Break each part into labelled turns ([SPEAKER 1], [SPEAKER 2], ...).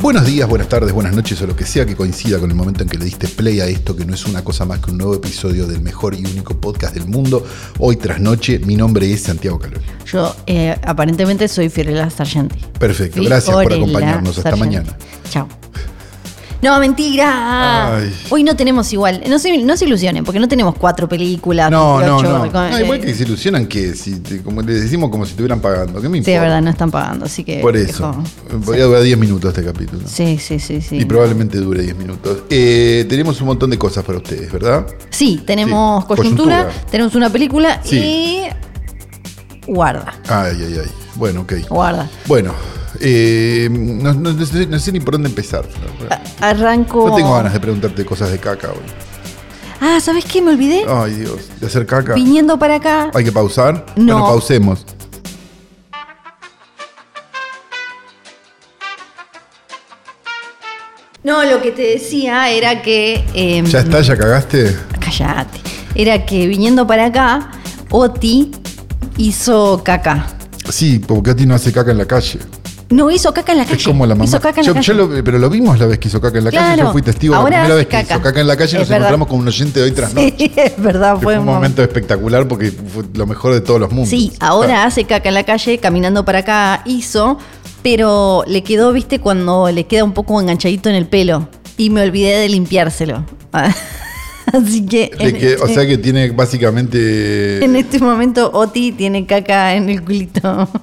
[SPEAKER 1] Buenos días, buenas tardes, buenas noches o lo que sea que coincida con el momento en que le diste play a esto, que no es una cosa más que un nuevo episodio del mejor y único podcast del mundo. Hoy tras noche, mi nombre es Santiago Calori.
[SPEAKER 2] Yo eh, aparentemente soy Fiorella Sargenti.
[SPEAKER 1] Perfecto, gracias por
[SPEAKER 2] Fiorella
[SPEAKER 1] acompañarnos. Hasta
[SPEAKER 2] Sargenti.
[SPEAKER 1] mañana.
[SPEAKER 2] Chao. No, mentira.
[SPEAKER 1] Ay.
[SPEAKER 2] Hoy no tenemos igual. No se, no se ilusionen, porque no tenemos cuatro películas.
[SPEAKER 1] No, no,
[SPEAKER 2] 28
[SPEAKER 1] no.
[SPEAKER 2] recom-
[SPEAKER 1] No, igual
[SPEAKER 2] eh,
[SPEAKER 1] que se ilusionan que si, te- como les decimos como si estuvieran pagando. ¿Qué me
[SPEAKER 2] Sí,
[SPEAKER 1] importa?
[SPEAKER 2] es verdad, no están pagando, así que.
[SPEAKER 1] Por eso.
[SPEAKER 2] dejo-
[SPEAKER 1] Voy a durar 10 minutos este capítulo.
[SPEAKER 2] Sí, sí, sí, sí.
[SPEAKER 1] Y probablemente dure 10 minutos. Eh, tenemos un montón de cosas para ustedes, ¿verdad?
[SPEAKER 2] Sí, tenemos
[SPEAKER 1] Sí,
[SPEAKER 2] coyuntura,
[SPEAKER 1] coyuntura.
[SPEAKER 2] tenemos una película
[SPEAKER 1] Sí.
[SPEAKER 2] y. Guarda,
[SPEAKER 1] Ay, ay, ay. Bueno, ok.
[SPEAKER 2] guarda.
[SPEAKER 1] Bueno, eh, no, no- no sé, no sé ni por dónde empezar.
[SPEAKER 2] A- arranco.
[SPEAKER 1] No tengo ganas de preguntarte cosas de caca hoy.
[SPEAKER 2] Ah, ¿sabes qué? Me olvidé.
[SPEAKER 1] Ay, Dios. De hacer caca.
[SPEAKER 2] Viniendo para acá.
[SPEAKER 1] ¿Hay que pausar?
[SPEAKER 2] No.
[SPEAKER 1] Bueno, pausemos.
[SPEAKER 2] No, lo que te decía era que. em,
[SPEAKER 1] ¿Ya está? ¿Ya cagaste?
[SPEAKER 2] Callate. Era que viniendo para acá, Oti hizo caca.
[SPEAKER 1] Sí, porque a ti no hace caca en la calle.
[SPEAKER 2] No, hizo caca en la calle.
[SPEAKER 1] Es como la mamá.
[SPEAKER 2] Hizo caca en
[SPEAKER 1] yo,
[SPEAKER 2] la calle.
[SPEAKER 1] yo lo- pero lo vimos la vez que hizo caca en la calle.
[SPEAKER 2] Claro.
[SPEAKER 1] Yo fui testigo
[SPEAKER 2] Ahora
[SPEAKER 1] la primera vez
[SPEAKER 2] hace
[SPEAKER 1] que hizo
[SPEAKER 2] caca.
[SPEAKER 1] caca en la calle.
[SPEAKER 2] Es
[SPEAKER 1] Nos
[SPEAKER 2] verdad.
[SPEAKER 1] encontramos con un oyente de hoy tras noche.
[SPEAKER 2] Sí, es verdad,
[SPEAKER 1] Que Fue un
[SPEAKER 2] momento.
[SPEAKER 1] momento espectacular porque fue lo mejor de todos los mundos.
[SPEAKER 2] Sí, ahora hace caca en la calle, caminando para acá hizo, pero le quedó, viste, cuando le queda un poco enganchadito en el pelo. Y me olvidé de limpiárselo. Así que.
[SPEAKER 1] Claro. De
[SPEAKER 2] en
[SPEAKER 1] que- o
[SPEAKER 2] este-
[SPEAKER 1] sea que tiene básicamente.
[SPEAKER 2] En este momento Oti tiene caca en el culito.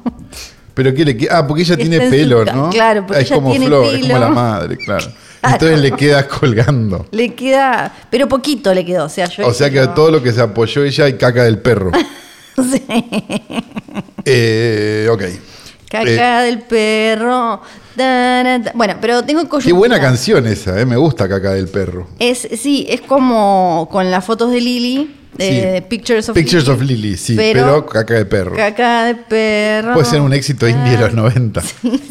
[SPEAKER 1] Pero que le que- Ah, porque ella
[SPEAKER 2] Está
[SPEAKER 1] tiene
[SPEAKER 2] en su
[SPEAKER 1] pelo,
[SPEAKER 2] ca-
[SPEAKER 1] ¿no?
[SPEAKER 2] claro, porque
[SPEAKER 1] Ah, es
[SPEAKER 2] ella
[SPEAKER 1] como
[SPEAKER 2] tiene
[SPEAKER 1] Flor, es
[SPEAKER 2] pelo.
[SPEAKER 1] como la madre, claro.
[SPEAKER 2] Claro.
[SPEAKER 1] Entonces le queda colgando.
[SPEAKER 2] Le queda, pero poquito le quedó. O sea, yo
[SPEAKER 1] O sea que a todo lo que se apoyó ella hay caca del perro. Eh, ok. Eh,
[SPEAKER 2] Caca del perro. Tarán, ta- Bueno, pero tengo
[SPEAKER 1] qué buena
[SPEAKER 2] coyuntura.
[SPEAKER 1] canción esa, eh, me gusta caca del perro.
[SPEAKER 2] Es, sí, es como con las fotos de Lily, de
[SPEAKER 1] Sí.
[SPEAKER 2] Eh, Pictures of
[SPEAKER 1] Pictures
[SPEAKER 2] Lily.
[SPEAKER 1] of Lily, sí, pero,
[SPEAKER 2] pero-
[SPEAKER 1] caca de perro.
[SPEAKER 2] Caca de perro. Ah.
[SPEAKER 1] Puede ser un éxito indie de los 90.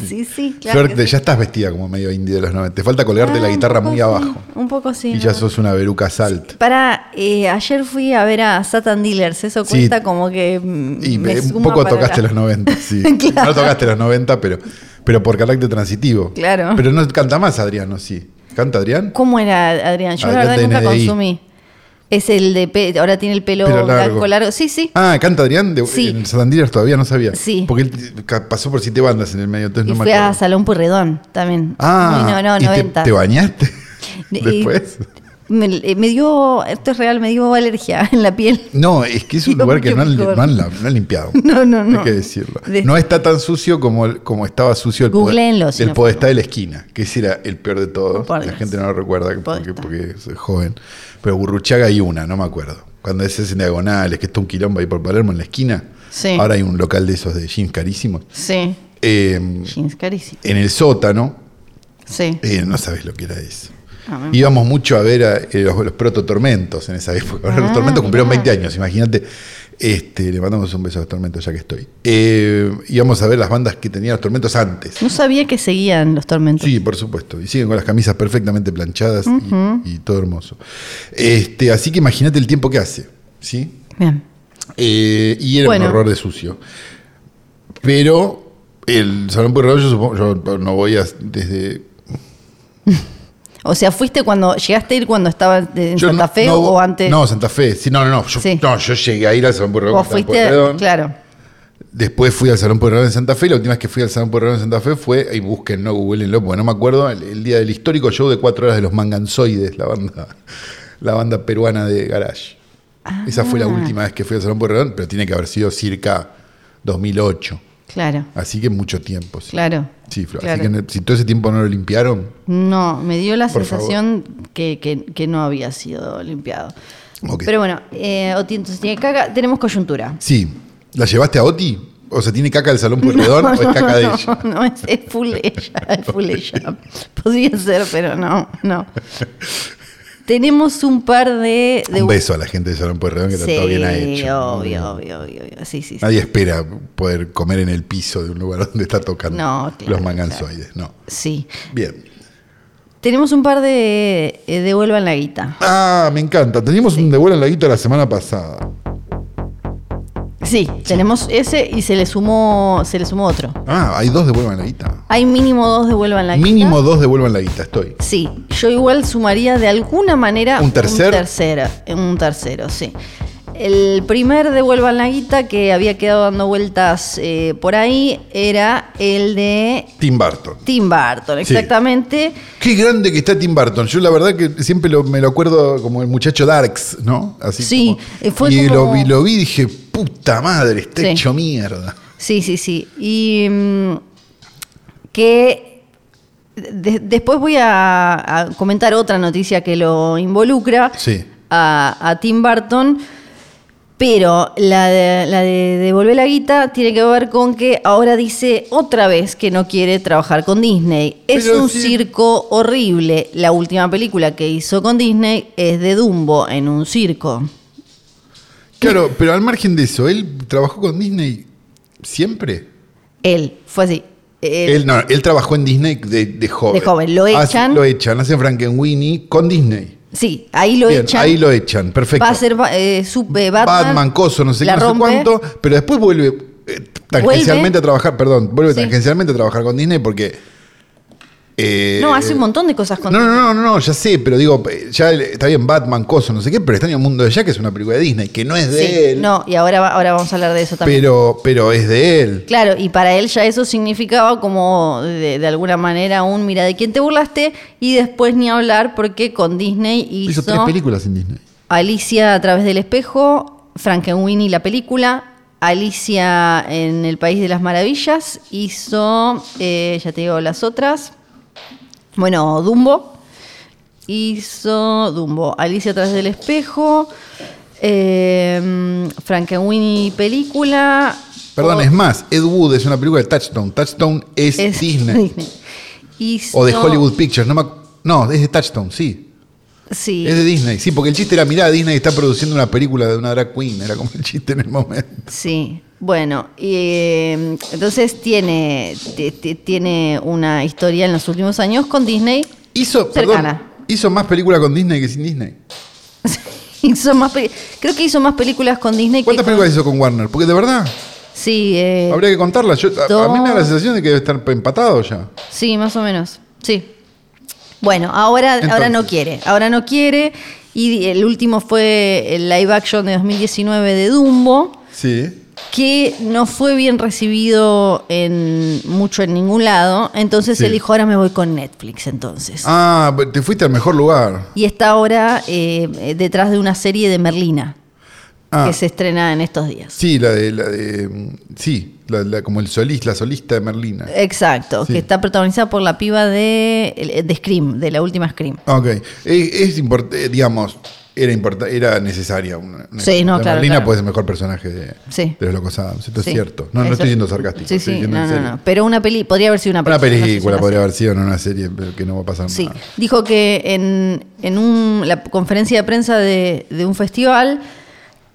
[SPEAKER 2] Sí, sí, claro.
[SPEAKER 1] Flor,
[SPEAKER 2] que
[SPEAKER 1] te-
[SPEAKER 2] sí.
[SPEAKER 1] ya estás vestida como medio indie de los 90. Te falta colgarte la
[SPEAKER 2] Ah, un
[SPEAKER 1] guitarra
[SPEAKER 2] poco
[SPEAKER 1] muy
[SPEAKER 2] sí,
[SPEAKER 1] abajo.
[SPEAKER 2] Un poco sí.
[SPEAKER 1] Y
[SPEAKER 2] ¿no?
[SPEAKER 1] ya sos una veruca salt.
[SPEAKER 2] Para, eh, ayer fui a ver a Satan Dealers, eso
[SPEAKER 1] Sí.
[SPEAKER 2] cuenta como que. mm,
[SPEAKER 1] Y
[SPEAKER 2] me
[SPEAKER 1] me- un
[SPEAKER 2] suma
[SPEAKER 1] poco
[SPEAKER 2] para
[SPEAKER 1] tocaste
[SPEAKER 2] la-
[SPEAKER 1] los 90, sí.
[SPEAKER 2] Claro.
[SPEAKER 1] No tocaste los 90, pero, pero por carácter transitivo.
[SPEAKER 2] Claro.
[SPEAKER 1] Pero no canta más Adriano, sí. ¿Canta Adrián?
[SPEAKER 2] ¿Cómo era Adrián? Yo la
[SPEAKER 1] Adrián
[SPEAKER 2] verdad nunca
[SPEAKER 1] DNDi.
[SPEAKER 2] consumí. Es el de. pe- Ahora tiene el pelo,
[SPEAKER 1] Pero largo.
[SPEAKER 2] blanco largo. Sí, sí.
[SPEAKER 1] Ah, canta Adrián de,
[SPEAKER 2] Sí.
[SPEAKER 1] en Santander todavía no sabía.
[SPEAKER 2] Sí.
[SPEAKER 1] Porque él ca- pasó por siete bandas en el medio, entonces
[SPEAKER 2] y
[SPEAKER 1] no me
[SPEAKER 2] fui a
[SPEAKER 1] acuerdo.
[SPEAKER 2] Salón Purredón también.
[SPEAKER 1] Ah,
[SPEAKER 2] Uy, no, no,
[SPEAKER 1] ¿y te-
[SPEAKER 2] 90.
[SPEAKER 1] te, bañaste
[SPEAKER 2] Y-
[SPEAKER 1] después?
[SPEAKER 2] Me, eh, me dio, esto es real, me dio alergia en la piel.
[SPEAKER 1] No, es que es un
[SPEAKER 2] Dio
[SPEAKER 1] lugar que
[SPEAKER 2] mucho
[SPEAKER 1] no han,
[SPEAKER 2] picor.
[SPEAKER 1] no han la- no han limpiado.
[SPEAKER 2] No, no, no.
[SPEAKER 1] Hay que decirlo.
[SPEAKER 2] De-
[SPEAKER 1] No está tan sucio como, como estaba sucio el,
[SPEAKER 2] Googleenlo, si
[SPEAKER 1] el
[SPEAKER 2] no-
[SPEAKER 1] podestá de la esquina, que ese era el peor de todos.
[SPEAKER 2] Por
[SPEAKER 1] la
[SPEAKER 2] Dios.
[SPEAKER 1] gente no lo recuerda porque,
[SPEAKER 2] Podestá.
[SPEAKER 1] porque soy joven. Pero Burruchaga hay una, no me acuerdo. Cuando es en diagonales, que está un quilombo ahí por Palermo en la esquina.
[SPEAKER 2] Sí.
[SPEAKER 1] Ahora hay un local de esos de jeans carísimos.
[SPEAKER 2] Sí,
[SPEAKER 1] Eh,
[SPEAKER 2] jeans carísimo.
[SPEAKER 1] en el sótano,
[SPEAKER 2] Sí.
[SPEAKER 1] eh, no sabes lo que era eso.
[SPEAKER 2] Ah, me-
[SPEAKER 1] Íbamos mucho a ver a, eh, los, los prototormentos en esa época. Ahora los
[SPEAKER 2] Ah,
[SPEAKER 1] tormentos cumplieron
[SPEAKER 2] mirá.
[SPEAKER 1] 20 años, imagínate. Este, le mandamos un beso a los tormentos ya que estoy. Eh, íbamos a ver las bandas que tenían los tormentos antes.
[SPEAKER 2] No sabía que seguían los tormentos.
[SPEAKER 1] Sí, por supuesto. Y siguen con las camisas perfectamente planchadas y- y, todo hermoso. Este, así que imagínate el tiempo que hace. ¿sí?
[SPEAKER 2] Bien.
[SPEAKER 1] Eh, y era un
[SPEAKER 2] Bueno.
[SPEAKER 1] horror de sucio. Pero el Salón Pueyrredón, yo, supongo- yo no voy a, desde
[SPEAKER 2] O sea, fuiste cuando, llegaste a ir cuando estaba de- en
[SPEAKER 1] Yo
[SPEAKER 2] Santa
[SPEAKER 1] no-
[SPEAKER 2] Fe
[SPEAKER 1] no,
[SPEAKER 2] o antes.
[SPEAKER 1] No, Santa Fe. Sí, no, no, no. Yo,
[SPEAKER 2] Sí.
[SPEAKER 1] no, yo llegué a ir al Salón Pueyrredón. que
[SPEAKER 2] o
[SPEAKER 1] estaba en
[SPEAKER 2] fuiste,
[SPEAKER 1] Pueyrredón.
[SPEAKER 2] claro.
[SPEAKER 1] Después fui al Salón Pueyrredón en Santa Fe. y La última vez que fui al Salón Pueyrredón en Santa Fe fue, y busquen, no googleenlo, porque no me acuerdo, el, el día del histórico show de cuatro horas de los Manganzoides, la banda, la banda peruana de Garage. Esa fue
[SPEAKER 2] Ah.
[SPEAKER 1] la última vez que fui al Salón Pueyrredón, pero tiene que haber sido circa 2008.
[SPEAKER 2] Claro,
[SPEAKER 1] Así que mucho tiempo, sí.
[SPEAKER 2] claro.
[SPEAKER 1] Sí, Flor, Así
[SPEAKER 2] claro.
[SPEAKER 1] que no- si todo ese tiempo no lo limpiaron,
[SPEAKER 2] No, me dio la
[SPEAKER 1] Por
[SPEAKER 2] sensación que, que- que no había sido limpiado.
[SPEAKER 1] Ok.
[SPEAKER 2] Pero bueno, eh, Oti, entonces tiene caca, tenemos coyuntura.
[SPEAKER 1] sí. ¿La llevaste a Oti? O sea, ¿tiene caca del Salón Pueyrredón o es caca de
[SPEAKER 2] no,
[SPEAKER 1] ella?
[SPEAKER 2] no, es, es full ella, es full ella. Podría ser, pero no, no. Tenemos un par de... de-
[SPEAKER 1] un beso a la gente de Salón Pueyrredón que
[SPEAKER 2] Sí,
[SPEAKER 1] está todo bien ha hecho.
[SPEAKER 2] obvio, obvio, obvio, obvio. Sí, sí, sí.
[SPEAKER 1] Nadie espera poder comer en el piso de un lugar donde está tocando
[SPEAKER 2] No, claro,
[SPEAKER 1] los manganzoides, no.
[SPEAKER 2] Sí.
[SPEAKER 1] Bien.
[SPEAKER 2] Tenemos un par de eh, devuelvan la guita.
[SPEAKER 1] Ah, me encanta. Teníamos un de vuelo en la guita la semana pasada.
[SPEAKER 2] Sí, tenemos ese y se le sumó, se le sumó otro.
[SPEAKER 1] Ah, hay dos de vuelo en la guita.
[SPEAKER 2] Hay mínimo dos devuelvan la guita.
[SPEAKER 1] Mínimo dos de vuelo en la guita, estoy.
[SPEAKER 2] Sí, yo igual sumaría de alguna manera
[SPEAKER 1] ¿Un tercer?
[SPEAKER 2] un tercero, un tercero, sí. El primer devuelvan la guita que había quedado dando vueltas eh, por ahí era el de
[SPEAKER 1] Tim Burton.
[SPEAKER 2] Tim Burton,
[SPEAKER 1] Sí.
[SPEAKER 2] exactamente.
[SPEAKER 1] Qué grande que está Tim Burton. Yo la verdad que siempre lo- me lo acuerdo como el muchacho Darks, ¿no? Así
[SPEAKER 2] Sí,
[SPEAKER 1] como-
[SPEAKER 2] eh, fue
[SPEAKER 1] y,
[SPEAKER 2] como-
[SPEAKER 1] Lo, vi- lo vi y dije, puta madre, está
[SPEAKER 2] Sí.
[SPEAKER 1] hecho mierda.
[SPEAKER 2] Sí, sí, sí. Y mm, que de- después voy a, a comentar otra noticia que lo involucra
[SPEAKER 1] Sí.
[SPEAKER 2] a, a Tim Burton. Pero la de, la de devolver la guita tiene que ver con que ahora dice otra vez que no quiere trabajar con Disney. es
[SPEAKER 1] Pero
[SPEAKER 2] un
[SPEAKER 1] sí.
[SPEAKER 2] circo horrible. La última película que hizo con Disney es de Dumbo en un circo.
[SPEAKER 1] Claro, pero al margen de eso, él trabajó con Disney siempre.
[SPEAKER 2] Él, fue así. Él-
[SPEAKER 1] Él, no, él trabajó en Disney de, de joven.
[SPEAKER 2] De joven, lo
[SPEAKER 1] Hace-
[SPEAKER 2] echan.
[SPEAKER 1] lo echan, hacen Frankenweenie con Disney.
[SPEAKER 2] sí, ahí lo
[SPEAKER 1] Bien,
[SPEAKER 2] echan.
[SPEAKER 1] ahí lo echan, perfecto.
[SPEAKER 2] Va a ser ba- eh, su- eh, Batman.
[SPEAKER 1] Batman, coso, no sé qué,
[SPEAKER 2] la
[SPEAKER 1] no sé
[SPEAKER 2] rompe.
[SPEAKER 1] cuánto, pero después vuelve eh, tangencialmente
[SPEAKER 2] Vuelve.
[SPEAKER 1] a trabajar, perdón, vuelve
[SPEAKER 2] Sí.
[SPEAKER 1] tangencialmente a trabajar con Disney porque... eh,
[SPEAKER 2] No, hace un montón de cosas con
[SPEAKER 1] No, no, no, no, no, ya sé, pero digo, eh, ya el- está bien Batman, coso, no sé qué, pero está en el mundo de Jack, es una película de Disney, que no es de
[SPEAKER 2] Sí,
[SPEAKER 1] él,
[SPEAKER 2] No, y ahora, va- ahora vamos a hablar de eso también.
[SPEAKER 1] pero, pero es de él.
[SPEAKER 2] Claro, y para él ya eso significaba como de, de alguna manera un mira de quién te burlaste y después ni hablar porque con Disney hizo,
[SPEAKER 1] Hizo tres películas en Disney.
[SPEAKER 2] Alicia a través del espejo, Frankenweenie la película, Alicia en el País de las Maravillas, hizo, eh, ya te digo las otras, bueno, Dumbo, hizo Dumbo, Alicia a través del espejo, eh, Frankenweenie película.
[SPEAKER 1] Perdón,
[SPEAKER 2] o-
[SPEAKER 1] es más, Ed Wood es una película de Touchstone. Touchstone es,
[SPEAKER 2] es
[SPEAKER 1] Disney.
[SPEAKER 2] Hizo-
[SPEAKER 1] O de Hollywood Pictures, no me ac- No, es de Touchstone, sí.
[SPEAKER 2] Sí.
[SPEAKER 1] Es de Disney, sí, porque el chiste era, mirá, Disney está produciendo una película de una drag queen, era como el chiste en el momento.
[SPEAKER 2] Sí, bueno, y, eh, entonces tiene, ti- ti- tiene una historia en los últimos años con Disney.
[SPEAKER 1] Hizo, perdón,
[SPEAKER 2] Cercana.
[SPEAKER 1] hizo más película con Disney que sin Disney.
[SPEAKER 2] hizo más peli- creo que hizo más películas con Disney
[SPEAKER 1] ¿Cuántas
[SPEAKER 2] que con-
[SPEAKER 1] películas hizo con Warner? Porque de verdad,
[SPEAKER 2] Sí, eh,
[SPEAKER 1] habría que contarlas. Yo- a- a, mí me da la
[SPEAKER 2] dos.
[SPEAKER 1] sensación de que debe estar empatado ya.
[SPEAKER 2] sí, más o menos. Sí. Bueno, ahora, ahora
[SPEAKER 1] Entonces.
[SPEAKER 2] no quiere, ahora no quiere. Y el último fue el live action de 2019 de Dumbo.
[SPEAKER 1] Sí.
[SPEAKER 2] que no fue bien recibido en mucho en ningún lado. Entonces
[SPEAKER 1] Sí.
[SPEAKER 2] él dijo, ahora me voy con Netflix entonces.
[SPEAKER 1] Ah, te fuiste al mejor lugar.
[SPEAKER 2] Y está ahora eh, eh, detrás de una serie de Merlina,
[SPEAKER 1] Ah,
[SPEAKER 2] que se estrena en estos días.
[SPEAKER 1] sí, la de, la de, mm, sí, la- la- como el solista, la solista de Merlina.
[SPEAKER 2] Exacto,
[SPEAKER 1] Sí.
[SPEAKER 2] que está protagonizada por la piba de, de Scream, de la última Scream.
[SPEAKER 1] Ok. Es, es importante, digamos, era, importa- era necesaria una, una-
[SPEAKER 2] Sí, no,
[SPEAKER 1] la
[SPEAKER 2] claro,
[SPEAKER 1] Merlina
[SPEAKER 2] claro.
[SPEAKER 1] pues es el mejor personaje de,
[SPEAKER 2] Sí.
[SPEAKER 1] de los Locos Adams. Esto
[SPEAKER 2] Sí,
[SPEAKER 1] es cierto. No, no
[SPEAKER 2] eso-
[SPEAKER 1] estoy siendo sarcástico.
[SPEAKER 2] Sí,
[SPEAKER 1] estoy
[SPEAKER 2] sí,
[SPEAKER 1] diciendo
[SPEAKER 2] no,
[SPEAKER 1] en
[SPEAKER 2] no,
[SPEAKER 1] serio.
[SPEAKER 2] no. Pero una peli, podría haber sido una
[SPEAKER 1] Una
[SPEAKER 2] película. no sé si
[SPEAKER 1] película
[SPEAKER 2] una
[SPEAKER 1] podría haber sido, no una serie, pero que no va a pasar
[SPEAKER 2] Sí,
[SPEAKER 1] nada.
[SPEAKER 2] dijo que en, en un- la conferencia de prensa de, de un festival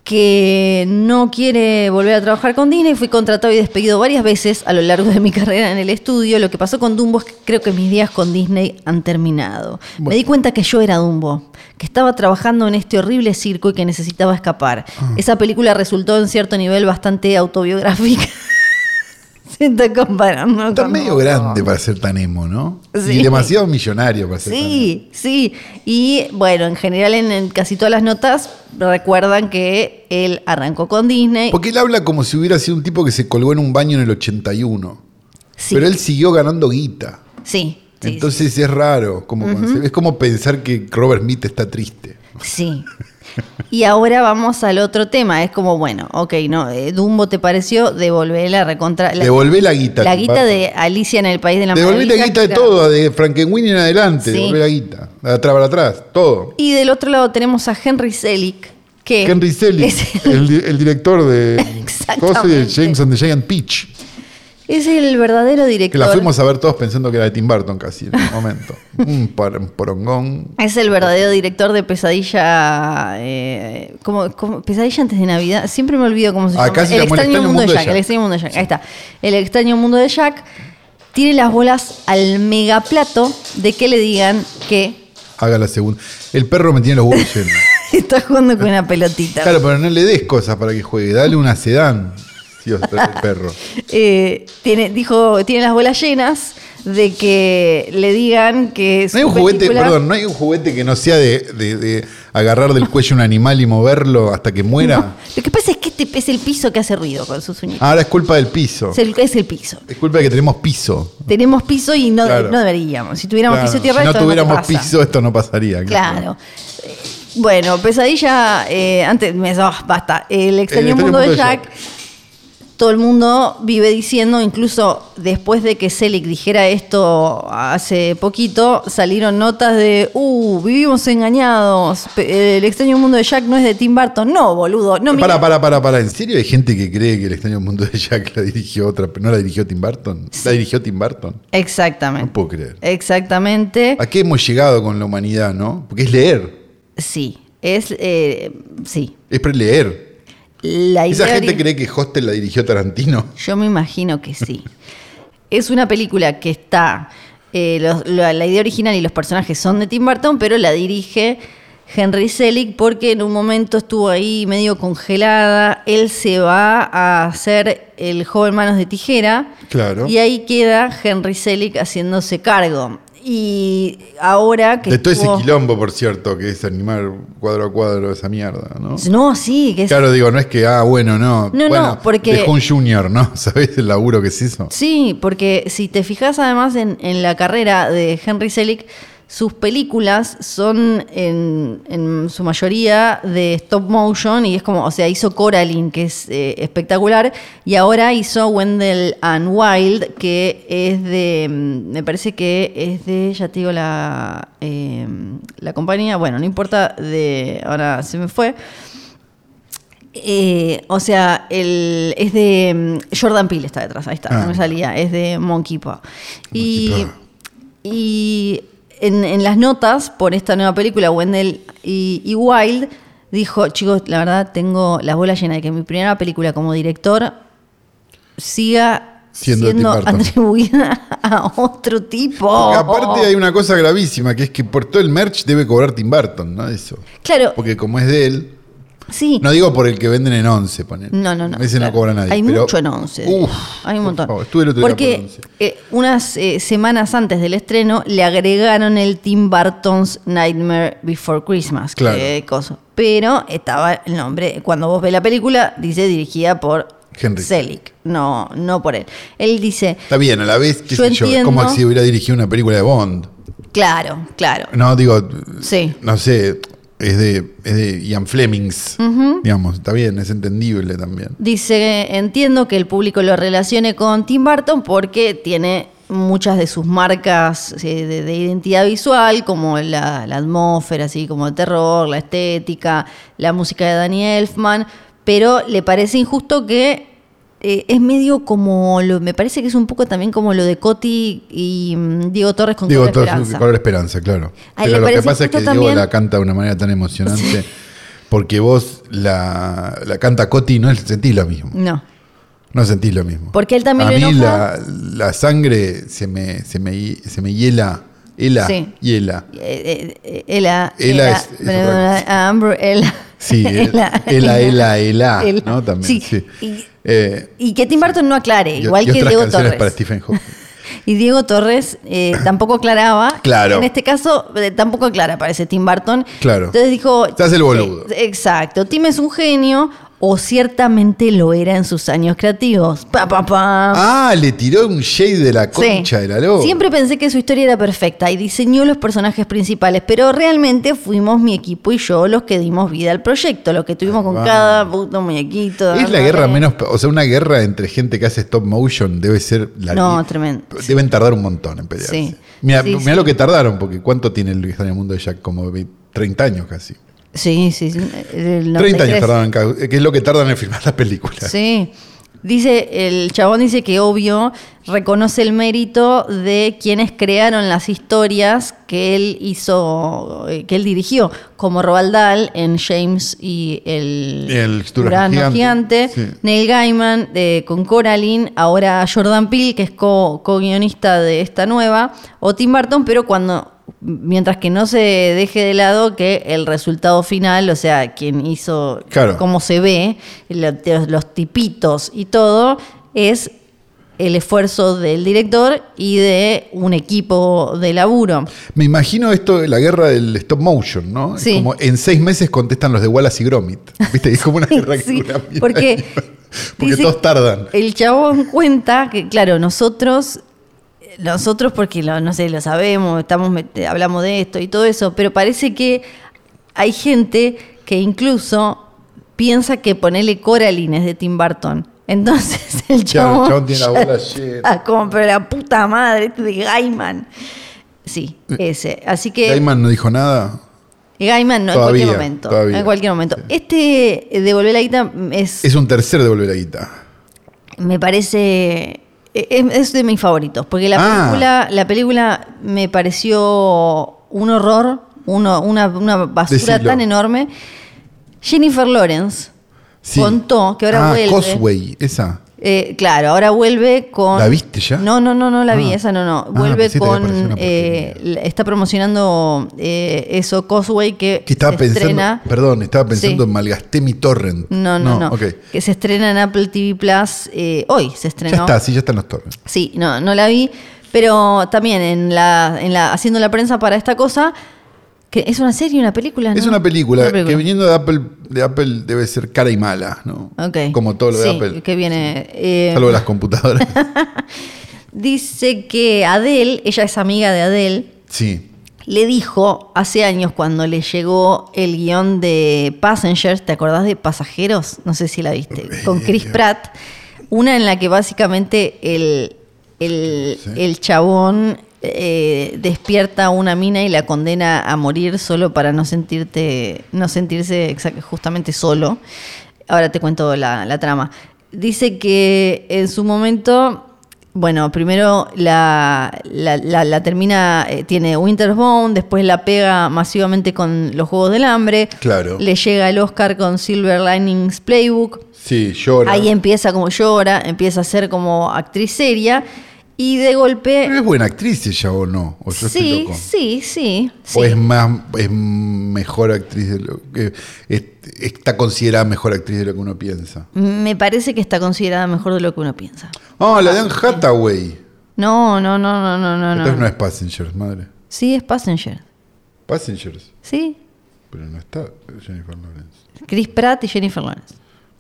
[SPEAKER 2] que no quiere volver a trabajar con Disney. Fui contratado y despedido varias veces a lo largo de mi carrera en el estudio. Lo que pasó con Dumbo es que creo que mis días con Disney han terminado. Me
[SPEAKER 1] Bueno.
[SPEAKER 2] di cuenta que yo era Dumbo, que estaba trabajando en este horrible circo y que necesitaba escapar.
[SPEAKER 1] Ah.
[SPEAKER 2] Esa película resultó en cierto nivel bastante autobiográfica. Se está comparando
[SPEAKER 1] Está
[SPEAKER 2] con
[SPEAKER 1] medio
[SPEAKER 2] Dumbo.
[SPEAKER 1] grande para ser tan emo, ¿no?
[SPEAKER 2] Sí.
[SPEAKER 1] Y demasiado millonario para ser tan emo.
[SPEAKER 2] Sí, sí. Y bueno, en general en, en casi todas las notas recuerdan que él arrancó con Disney.
[SPEAKER 1] Porque él habla como si hubiera sido un tipo que se colgó en un baño en el 81.
[SPEAKER 2] sí,
[SPEAKER 1] Pero él siguió ganando guita.
[SPEAKER 2] sí, sí,
[SPEAKER 1] Entonces es raro. Como conce- Es como pensar que Robert Smith está triste.
[SPEAKER 2] sí. Y ahora vamos al otro tema. Es como, bueno, ok, no, eh, Dumbo te pareció, devolver la recontra. La,
[SPEAKER 1] Devolvé la guita.
[SPEAKER 2] la
[SPEAKER 1] Tim
[SPEAKER 2] guita
[SPEAKER 1] Burton.
[SPEAKER 2] de Alicia en el País de la
[SPEAKER 1] Devolví la
[SPEAKER 2] Maravilla,
[SPEAKER 1] guita de
[SPEAKER 2] claro.
[SPEAKER 1] todo, de Frankenweenie en adelante,
[SPEAKER 2] Sí.
[SPEAKER 1] devolví la guita. Atrás para atrás, todo.
[SPEAKER 2] Y del otro lado tenemos a Henry Selick, que
[SPEAKER 1] Henry Selick,
[SPEAKER 2] es el-
[SPEAKER 1] el, di- el director de
[SPEAKER 2] Exactamente.
[SPEAKER 1] Coso y de James and the Giant Peach,
[SPEAKER 2] es el verdadero
[SPEAKER 1] que
[SPEAKER 2] director.
[SPEAKER 1] la fuimos a ver todos pensando que era de Tim Burton casi en el momento. un, par- un porongón.
[SPEAKER 2] Es el verdadero director de Pesadilla. eh, como, como- Pesadilla antes de Navidad. Siempre me olvido cómo se
[SPEAKER 1] Ah,
[SPEAKER 2] llama.
[SPEAKER 1] casi llamó El extraño mundo de Jack.
[SPEAKER 2] El extraño mundo de Jack. Ahí está. El extraño mundo de Jack. tire las bolas al megaplato de que le digan que
[SPEAKER 1] Haga la segunda. El perro me tiene los huevos llenos.
[SPEAKER 2] está jugando con una pelotita.
[SPEAKER 1] Claro, pero no le des cosas para que juegue. Dale una sedán. Dios, el perro.
[SPEAKER 2] Eh, tiene, dijo, tiene las bolas llenas de que le digan que
[SPEAKER 1] No hay un
[SPEAKER 2] su
[SPEAKER 1] juguete,
[SPEAKER 2] película-
[SPEAKER 1] perdón, no hay un juguete que no sea de, de- de agarrar del cuello un animal y moverlo hasta que muera.
[SPEAKER 2] Lo que pasa es que este es el piso que hace ruido con sus uñitas.
[SPEAKER 1] Ahora es culpa del piso.
[SPEAKER 2] Es, el, es el piso.
[SPEAKER 1] Es culpa de que tenemos piso.
[SPEAKER 2] Tenemos piso y no,
[SPEAKER 1] Claro.
[SPEAKER 2] no deberíamos. Si tuviéramos
[SPEAKER 1] Claro,
[SPEAKER 2] piso tierra,
[SPEAKER 1] si no
[SPEAKER 2] esto
[SPEAKER 1] tuviéramos
[SPEAKER 2] pasa.
[SPEAKER 1] piso, esto no pasaría.
[SPEAKER 2] Claro. Eh, Bueno, pesadilla. eh, antes, me, oh, basta. El extraño
[SPEAKER 1] extraño
[SPEAKER 2] mundo de Jack. Todo el mundo vive diciendo, incluso después de que Selig dijera esto hace poquito, salieron notas de, uh, vivimos engañados, pe- el extraño mundo de Jack no es de Tim Burton, no, boludo, no mira.
[SPEAKER 1] Para, para, para, para. ¿En serio hay gente que cree que el extraño mundo de Jack la dirigió otra? ¿No la dirigió Tim Burton? ¿La dirigió Tim Burton? No
[SPEAKER 2] Exactamente.
[SPEAKER 1] puedo creer.
[SPEAKER 2] Exactamente.
[SPEAKER 1] ¿A qué hemos llegado con la humanidad, no? Porque es leer.
[SPEAKER 2] Sí, es, eh, sí.
[SPEAKER 1] Es preleer.
[SPEAKER 2] La idea
[SPEAKER 1] Esa gente
[SPEAKER 2] ori-
[SPEAKER 1] cree que Hostel la dirigió Tarantino.
[SPEAKER 2] Yo me imagino que sí. es una película que está. eh, los- la, la idea original y los personajes son de Tim Burton, pero la dirige Henry Selick porque en un momento estuvo ahí medio congelada. Él se va a hacer el joven Manos de Tijera.
[SPEAKER 1] Claro.
[SPEAKER 2] Y ahí queda Henry Selick haciéndose cargo. Y ahora que.
[SPEAKER 1] De todo ese
[SPEAKER 2] estuvo-
[SPEAKER 1] quilombo, por cierto, que es animar cuadro a cuadro esa mierda, ¿no?
[SPEAKER 2] No, sí, que es
[SPEAKER 1] Claro, digo, no es que, ah, bueno, no.
[SPEAKER 2] No,
[SPEAKER 1] bueno,
[SPEAKER 2] no, porque-
[SPEAKER 1] Dejó un junior, ¿no? ¿Sabés el laburo que se hizo?
[SPEAKER 2] Sí, porque si te fijas además en, en la carrera de Henry Selick, sus películas son en, en su mayoría de stop motion y es como, o sea, hizo Coraline, que es eh, espectacular, y ahora hizo Wendell and Wild, que es de, mm, me parece que es de, ya te digo la, eh, la compañía, bueno, no importa, de ahora se me fue. Eh, o sea, el, es de mm, Jordan Peele está detrás, ahí está,
[SPEAKER 1] Ah.
[SPEAKER 2] no me salía, es de Monkey Paw.
[SPEAKER 1] Monkey
[SPEAKER 2] Y,
[SPEAKER 1] Paw.
[SPEAKER 2] y en, en las notas por esta nueva película, Wendell y, y Wild dijo, chicos, la verdad tengo las bolas llenas de que mi primera película como director siga
[SPEAKER 1] Siendo
[SPEAKER 2] siendo,
[SPEAKER 1] de Tim Burton".
[SPEAKER 2] atribuida a otro tipo.
[SPEAKER 1] Porque
[SPEAKER 2] oh.
[SPEAKER 1] aparte hay una cosa gravísima, que es que por todo el merch debe cobrar Tim Burton, ¿no? Eso.
[SPEAKER 2] Claro,
[SPEAKER 1] Porque como es de él,
[SPEAKER 2] sí.
[SPEAKER 1] no digo por el que venden en 11, ponen.
[SPEAKER 2] No, no, no.
[SPEAKER 1] Ese
[SPEAKER 2] claro.
[SPEAKER 1] no cobra nadie.
[SPEAKER 2] Hay
[SPEAKER 1] pero-
[SPEAKER 2] mucho en 11.
[SPEAKER 1] Uf,
[SPEAKER 2] hay
[SPEAKER 1] por
[SPEAKER 2] un montón.
[SPEAKER 1] favor, estuve el otro día
[SPEAKER 2] Porque
[SPEAKER 1] por Once.
[SPEAKER 2] eh, unas eh, semanas antes del estreno le agregaron el Tim Burton's Nightmare Before Christmas.
[SPEAKER 1] Claro.
[SPEAKER 2] que coso. Pero estaba el nombre. Cuando vos ves la película, dice dirigida por
[SPEAKER 1] Henry.
[SPEAKER 2] Selick. No, no por él. Él dice,
[SPEAKER 1] Está bien, a la vez, qué
[SPEAKER 2] Yo
[SPEAKER 1] sé yo, es como
[SPEAKER 2] entiendo.
[SPEAKER 1] si hubiera dirigido una película de Bond.
[SPEAKER 2] claro, claro.
[SPEAKER 1] No, digo,
[SPEAKER 2] Sí.
[SPEAKER 1] no sé, es de, es de Ian Flemings, digamos, está bien, es entendible también.
[SPEAKER 2] Dice, entiendo que el público lo relacione con Tim Burton porque tiene muchas de sus marcas eh, de, de identidad visual, como la, la atmósfera, así como el terror, la estética, la música de Danny Elfman, pero le parece injusto que eh, es medio como, lo, me parece que es un poco también como lo de Coti y mm, Diego Torres con
[SPEAKER 1] Digo,
[SPEAKER 2] Color
[SPEAKER 1] todo
[SPEAKER 2] Esperanza.
[SPEAKER 1] color esperanza, claro. Pero
[SPEAKER 2] Ay, ¿le
[SPEAKER 1] lo que
[SPEAKER 2] parece
[SPEAKER 1] pasa es que
[SPEAKER 2] justo
[SPEAKER 1] Diego
[SPEAKER 2] también?
[SPEAKER 1] la canta de una manera tan emocionante, porque vos la, la canta Coti y no sentís lo mismo.
[SPEAKER 2] No,
[SPEAKER 1] No sentís lo mismo.
[SPEAKER 2] Porque él también
[SPEAKER 1] A
[SPEAKER 2] lo
[SPEAKER 1] mí
[SPEAKER 2] enoja.
[SPEAKER 1] la, la sangre se me, se me, hi- se me hiela, hela,
[SPEAKER 2] Sí.
[SPEAKER 1] hiela.
[SPEAKER 2] Eh, eh, eh, Ela,
[SPEAKER 1] Ela
[SPEAKER 2] Ela,
[SPEAKER 1] es- es otra
[SPEAKER 2] ah, Amber, Ela.
[SPEAKER 1] Sí, eh, ela, ela, ela,
[SPEAKER 2] Ela.
[SPEAKER 1] Ah, ¿no? También, sí.
[SPEAKER 2] Y,
[SPEAKER 1] Eh,
[SPEAKER 2] y que Tim Burton no aclare,
[SPEAKER 1] y-
[SPEAKER 2] igual
[SPEAKER 1] y
[SPEAKER 2] que
[SPEAKER 1] otras
[SPEAKER 2] Diego
[SPEAKER 1] canciones
[SPEAKER 2] Torres.
[SPEAKER 1] para Stephen Hawking.
[SPEAKER 2] Y Diego Torres eh, tampoco aclaraba.
[SPEAKER 1] Claro.
[SPEAKER 2] En este caso, eh, tampoco aclara, parece Tim Burton.
[SPEAKER 1] Claro.
[SPEAKER 2] Entonces dijo.
[SPEAKER 1] Se hace el boludo.
[SPEAKER 2] Sí, exacto. Tim es un genio, o ciertamente lo era en sus años creativos. Pa, pa, pa.
[SPEAKER 1] Ah, le tiró un shade de la concha
[SPEAKER 2] Sí.
[SPEAKER 1] de la loba.
[SPEAKER 2] Siempre pensé que su historia era perfecta y diseñó los personajes principales, pero realmente fuimos mi equipo y yo los que dimos vida al proyecto, los que tuvimos con
[SPEAKER 1] va.
[SPEAKER 2] cada puto muñequito.
[SPEAKER 1] Es la
[SPEAKER 2] dándole.
[SPEAKER 1] guerra menos. O sea, una guerra entre gente que hace stop motion debe ser la
[SPEAKER 2] No, tremendo.
[SPEAKER 1] Deben tardar un montón en pelearse.
[SPEAKER 2] Sí.
[SPEAKER 1] Mira,
[SPEAKER 2] Sí, sí.
[SPEAKER 1] lo que tardaron, porque ¿cuánto tiene el extraño mundo de Jack? Como ve- 30 años casi.
[SPEAKER 2] Sí, sí, sí. El
[SPEAKER 1] 30 años
[SPEAKER 2] 93.
[SPEAKER 1] eh, tardaron, en ca- que es lo que tardan en filmar la película.
[SPEAKER 2] Sí. Dice, el chabón dice que obvio reconoce el mérito de quienes crearon las historias que él hizo, eh, que él dirigió, como Roald Dahl en James y el,
[SPEAKER 1] Y el
[SPEAKER 2] Urano
[SPEAKER 1] Durazno Gigante,
[SPEAKER 2] Gigante,
[SPEAKER 1] sí.
[SPEAKER 2] Neil Gaiman eh, con Coraline, ahora Jordan Peele, que es co- co-guionista de esta nueva, o Tim Burton, pero cuando mientras que no se deje de lado que el resultado final, o sea, quien hizo
[SPEAKER 1] Claro.
[SPEAKER 2] como se ve, lo- los, tipitos y todo, es el esfuerzo del director y de un equipo de laburo.
[SPEAKER 1] Me imagino esto, la guerra del stop motion, ¿no? Es
[SPEAKER 2] Sí.
[SPEAKER 1] como en seis meses contestan los de Wallace y Gromit. ¿Viste? Es como una guerra que
[SPEAKER 2] Sí,
[SPEAKER 1] dura mil
[SPEAKER 2] porque,
[SPEAKER 1] años. Porque
[SPEAKER 2] dice-
[SPEAKER 1] todos tardan.
[SPEAKER 2] El chabón cuenta que, claro, nosotros, nosotros porque lo- no sé, lo sabemos, estamos met- hablamos de esto y todo eso, pero parece que hay gente que incluso piensa que ponerle Coraline es de Tim Burton. Entonces el
[SPEAKER 1] Claro,
[SPEAKER 2] chabón,
[SPEAKER 1] el chabón tiene la
[SPEAKER 2] ya
[SPEAKER 1] bola llena.
[SPEAKER 2] está como, pero la puta madre, este de Gaiman. Sí, ese. Así que
[SPEAKER 1] Eh, Gaiman no dijo nada.
[SPEAKER 2] Gaiman no,
[SPEAKER 1] Todavía,
[SPEAKER 2] en cualquier momento.
[SPEAKER 1] todavía.
[SPEAKER 2] En cualquier momento. Este eh, Devolver la guita es
[SPEAKER 1] Es un tercer de volver a guita.
[SPEAKER 2] me parece es, es de mis favoritos porque la
[SPEAKER 1] Ah.
[SPEAKER 2] película la película me pareció un horror uno- una, una basura
[SPEAKER 1] Decilo.
[SPEAKER 2] tan enorme Jennifer Lawrence
[SPEAKER 1] Sí.
[SPEAKER 2] contó que ahora
[SPEAKER 1] ah,
[SPEAKER 2] vuelve
[SPEAKER 1] Cosway, esa.
[SPEAKER 2] eh, claro, ahora vuelve con.
[SPEAKER 1] ¿La viste ya?
[SPEAKER 2] No, no, no, no la vi,
[SPEAKER 1] Ah.
[SPEAKER 2] esa no, no.
[SPEAKER 1] Ah,
[SPEAKER 2] Vuelve
[SPEAKER 1] pensé que te había parecido
[SPEAKER 2] con.
[SPEAKER 1] una
[SPEAKER 2] eh, la- está promocionando eh, eso, Cosway, que,
[SPEAKER 1] Que estaba
[SPEAKER 2] se
[SPEAKER 1] pensando.
[SPEAKER 2] estrena.
[SPEAKER 1] Perdón, estaba pensando
[SPEAKER 2] Sí.
[SPEAKER 1] en Malgasté mi torrent.
[SPEAKER 2] No, no, no.
[SPEAKER 1] ok.
[SPEAKER 2] Que se estrena en Apple TV Plus. eh, hoy se estrenó.
[SPEAKER 1] Ya está, sí, ya están los torrents.
[SPEAKER 2] Sí, no, no la vi. Pero también en la, en la, haciendo la prensa para esta cosa, que es una serie, una película,
[SPEAKER 1] Es
[SPEAKER 2] ¿no?
[SPEAKER 1] una película, que viniendo de Apple, de Apple debe ser cara y mala, ¿no?
[SPEAKER 2] Ok.
[SPEAKER 1] Como todo lo de
[SPEAKER 2] Sí,
[SPEAKER 1] Apple.
[SPEAKER 2] que viene... eh,
[SPEAKER 1] Salvo las computadoras.
[SPEAKER 2] Dice que Adele, ella es amiga de Adele,
[SPEAKER 1] sí.
[SPEAKER 2] le dijo hace años cuando le llegó el guión de Passengers, ¿te acordás de Pasajeros? No sé si la viste, con
[SPEAKER 1] Eh,
[SPEAKER 2] Chris Pratt, una en la que básicamente el, el,
[SPEAKER 1] Sí.
[SPEAKER 2] el chabón eh, despierta a una mina y la condena a morir solo para no sentirte, no sentirse exac- justamente solo. Ahora te cuento la, la trama. Dice que en su momento bueno, primero la, la- la- la termina, eh, tiene Winterbound, después la pega masivamente con los Juegos del Hambre.
[SPEAKER 1] Claro.
[SPEAKER 2] Le llega el Oscar con Silver Linings Playbook.
[SPEAKER 1] Sí, llora.
[SPEAKER 2] Ahí empieza como llora, empieza a ser como actriz seria. Y de golpe.
[SPEAKER 1] Pero es buena actriz ella o no. O yo estoy
[SPEAKER 2] sí,
[SPEAKER 1] loco.
[SPEAKER 2] sí, sí, sí.
[SPEAKER 1] O es más, es mejor actriz de lo que es- está considerada mejor actriz de lo que uno piensa.
[SPEAKER 2] Me parece que está considerada mejor de lo que uno piensa.
[SPEAKER 1] Ah, la de Anne Hathaway.
[SPEAKER 2] No, no, no, no, no, no.
[SPEAKER 1] Entonces no
[SPEAKER 2] no.
[SPEAKER 1] es Passengers, madre.
[SPEAKER 2] Sí, es Passenger.
[SPEAKER 1] Passengers,
[SPEAKER 2] Sí.
[SPEAKER 1] pero no está Jennifer Lawrence.
[SPEAKER 2] Chris Pratt y Jennifer Lawrence.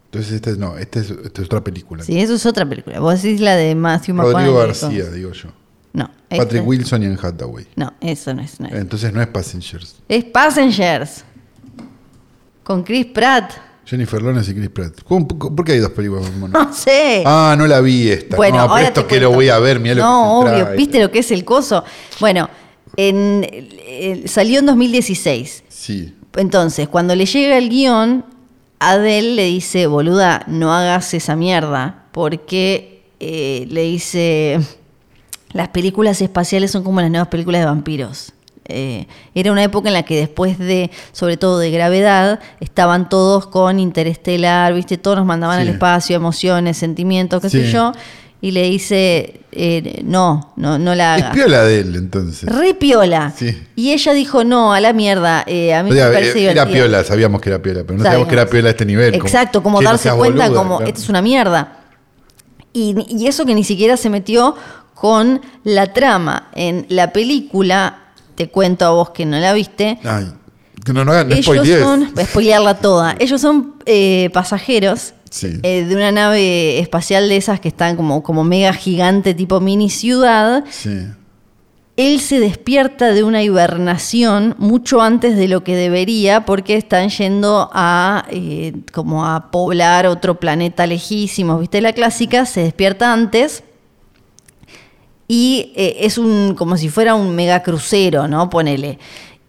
[SPEAKER 1] Entonces esta es, no, esta es, esta es otra película.
[SPEAKER 2] Sí, eso es otra película. Vos decís la de Este. Matthew McConaughey.
[SPEAKER 1] Rodrigo
[SPEAKER 2] con-
[SPEAKER 1] García, digo yo.
[SPEAKER 2] No.
[SPEAKER 1] Patrick Eh.
[SPEAKER 2] esta-
[SPEAKER 1] Wilson y Anne Hathaway.
[SPEAKER 2] No, eso no es. no es.
[SPEAKER 1] Entonces no es Passengers.
[SPEAKER 2] Es Passengers. Con Chris Pratt.
[SPEAKER 1] Jennifer Lawrence y Chris Pratt. ¿Cómo- ¿Por qué hay dos películas? monas?
[SPEAKER 2] No sé.
[SPEAKER 1] Ah, no la vi esta.
[SPEAKER 2] bueno,
[SPEAKER 1] no, pero
[SPEAKER 2] ahora
[SPEAKER 1] esto
[SPEAKER 2] te
[SPEAKER 1] que lo
[SPEAKER 2] cuento.
[SPEAKER 1] voy a ver, mira
[SPEAKER 2] No,
[SPEAKER 1] lo que se
[SPEAKER 2] obvio.
[SPEAKER 1] trae.
[SPEAKER 2] ¿Viste lo que es el coso? Bueno, en- eh, salió en 2016.
[SPEAKER 1] Sí.
[SPEAKER 2] Entonces, cuando le llega el guión, Adele le dice, boluda, no hagas esa mierda, porque eh, le dice, las películas espaciales son como las nuevas películas de vampiros. Eh, era una época en la que después de, sobre todo de gravedad, estaban todos con interestelar, viste, todos nos mandaban
[SPEAKER 1] Sí.
[SPEAKER 2] al espacio, emociones, sentimientos, qué sé
[SPEAKER 1] Sí.
[SPEAKER 2] yo, y le dice, eh, no, no, no la
[SPEAKER 1] Es
[SPEAKER 2] hagas.
[SPEAKER 1] piola de él, entonces.
[SPEAKER 2] Re piola.
[SPEAKER 1] Este. Sí.
[SPEAKER 2] Y ella dijo, no, a la mierda. eh, a mí
[SPEAKER 1] O sea,
[SPEAKER 2] me parece
[SPEAKER 1] eh, era
[SPEAKER 2] divertido".
[SPEAKER 1] piola, sabíamos que era piola, pero no
[SPEAKER 2] Sabíamos.
[SPEAKER 1] sabíamos que era piola a este nivel.
[SPEAKER 2] Exacto, como
[SPEAKER 1] "Che, no
[SPEAKER 2] darse
[SPEAKER 1] seas
[SPEAKER 2] cuenta,
[SPEAKER 1] boluda",
[SPEAKER 2] como
[SPEAKER 1] claro.
[SPEAKER 2] esto es una mierda. Y, y eso que ni siquiera se metió con la trama. En la película, te cuento a vos que no la viste,
[SPEAKER 1] Ay, que no, no hagan
[SPEAKER 2] ellos
[SPEAKER 1] spoilers.
[SPEAKER 2] son, voy a spoilearla toda, ellos son eh, pasajeros
[SPEAKER 1] Sí.
[SPEAKER 2] eh, de una nave espacial de esas que están como, como mega gigante, tipo mini ciudad,
[SPEAKER 1] Sí.
[SPEAKER 2] él se despierta de una hibernación mucho antes de lo que debería porque están yendo a eh, como a poblar otro planeta lejísimo, ¿viste? La clásica se despierta antes y eh, es un como si fuera un mega crucero, ¿no? Ponele.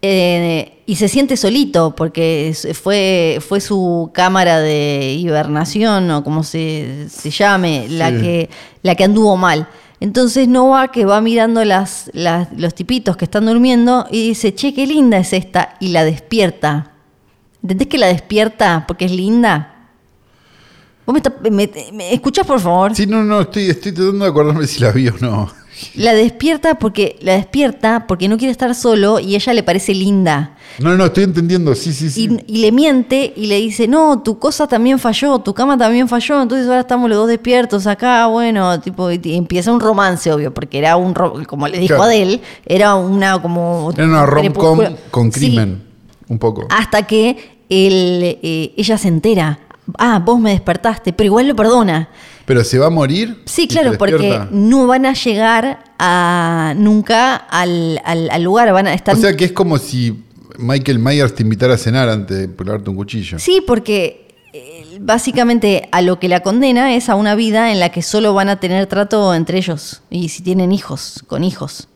[SPEAKER 2] Eh, y se siente solito porque es- fue, fue su cámara de hibernación o como se, se llame, la,
[SPEAKER 1] Sí.
[SPEAKER 2] que, la que anduvo mal. Entonces Nova que va mirando las, las- los tipitos que están durmiendo y dice, che, qué linda es esta, y la despierta. ¿Entendés que la despierta porque es linda? ¿Vos me, está- me- me escuchás, por favor?
[SPEAKER 1] Sí, no, no, estoy, estoy tratando de acordarme si la vi o no.
[SPEAKER 2] La despierta porque la despierta porque no quiere estar solo y ella le parece linda.
[SPEAKER 1] No, no, estoy entendiendo, sí, sí, sí.
[SPEAKER 2] Y, y le miente y le dice, no, tu cosa también falló, tu cama también falló, entonces ahora estamos los dos despiertos acá, bueno, tipo, y, y empieza un romance, obvio, porque era un, ro- como le dijo
[SPEAKER 1] Claro.
[SPEAKER 2] Adele, era una como...
[SPEAKER 1] Era una rom-com
[SPEAKER 2] crepúsculo.
[SPEAKER 1] con
[SPEAKER 2] Sí, Ah.
[SPEAKER 1] crimen, un poco.
[SPEAKER 2] hasta que el, eh, ella se entera, ah, vos me despertaste, pero igual lo perdona.
[SPEAKER 1] Pero se va a morir.
[SPEAKER 2] Sí,
[SPEAKER 1] y se
[SPEAKER 2] claro, porque
[SPEAKER 1] despierta.
[SPEAKER 2] no van a llegar a, nunca al, al- al lugar, van a estar...
[SPEAKER 1] O sea que es como si Michael Myers te invitara a cenar antes de pegarte un cuchillo.
[SPEAKER 2] Sí, porque eh, básicamente a lo que la condena es a una vida en la que solo van a tener trato entre ellos y si tienen hijos, con hijos.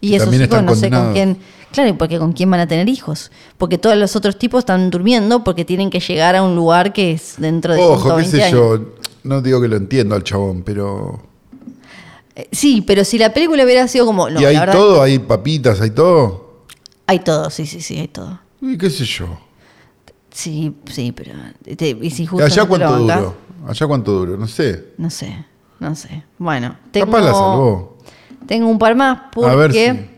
[SPEAKER 2] Y
[SPEAKER 1] Que
[SPEAKER 2] esos
[SPEAKER 1] también
[SPEAKER 2] hijos
[SPEAKER 1] están
[SPEAKER 2] no sé con
[SPEAKER 1] condenados.
[SPEAKER 2] quién. Claro, y porque con quién van a tener hijos. Porque todos los otros tipos están durmiendo porque tienen que llegar a un lugar que es dentro de
[SPEAKER 1] Ojo, qué
[SPEAKER 2] 120
[SPEAKER 1] sé
[SPEAKER 2] años.
[SPEAKER 1] yo. No digo que lo entiendo al chabón, pero.
[SPEAKER 2] Eh, Sí, pero si la película hubiera sido como. No,
[SPEAKER 1] ¿Y hay
[SPEAKER 2] la verdad,
[SPEAKER 1] todo? ¿Hay papitas? ¿Hay todo?
[SPEAKER 2] Hay todo, sí, sí, sí, hay todo.
[SPEAKER 1] Y qué sé yo.
[SPEAKER 2] Sí, sí, pero. este, y si
[SPEAKER 1] ¿Y
[SPEAKER 2] justo
[SPEAKER 1] ¿Allá
[SPEAKER 2] no te lo
[SPEAKER 1] cuánto
[SPEAKER 2] bancás,
[SPEAKER 1] duró? ¿Allá cuánto duró? No sé.
[SPEAKER 2] No sé, no sé. Bueno,
[SPEAKER 1] Capaz la salvó.
[SPEAKER 2] Tengo un par más porque
[SPEAKER 1] A ver si.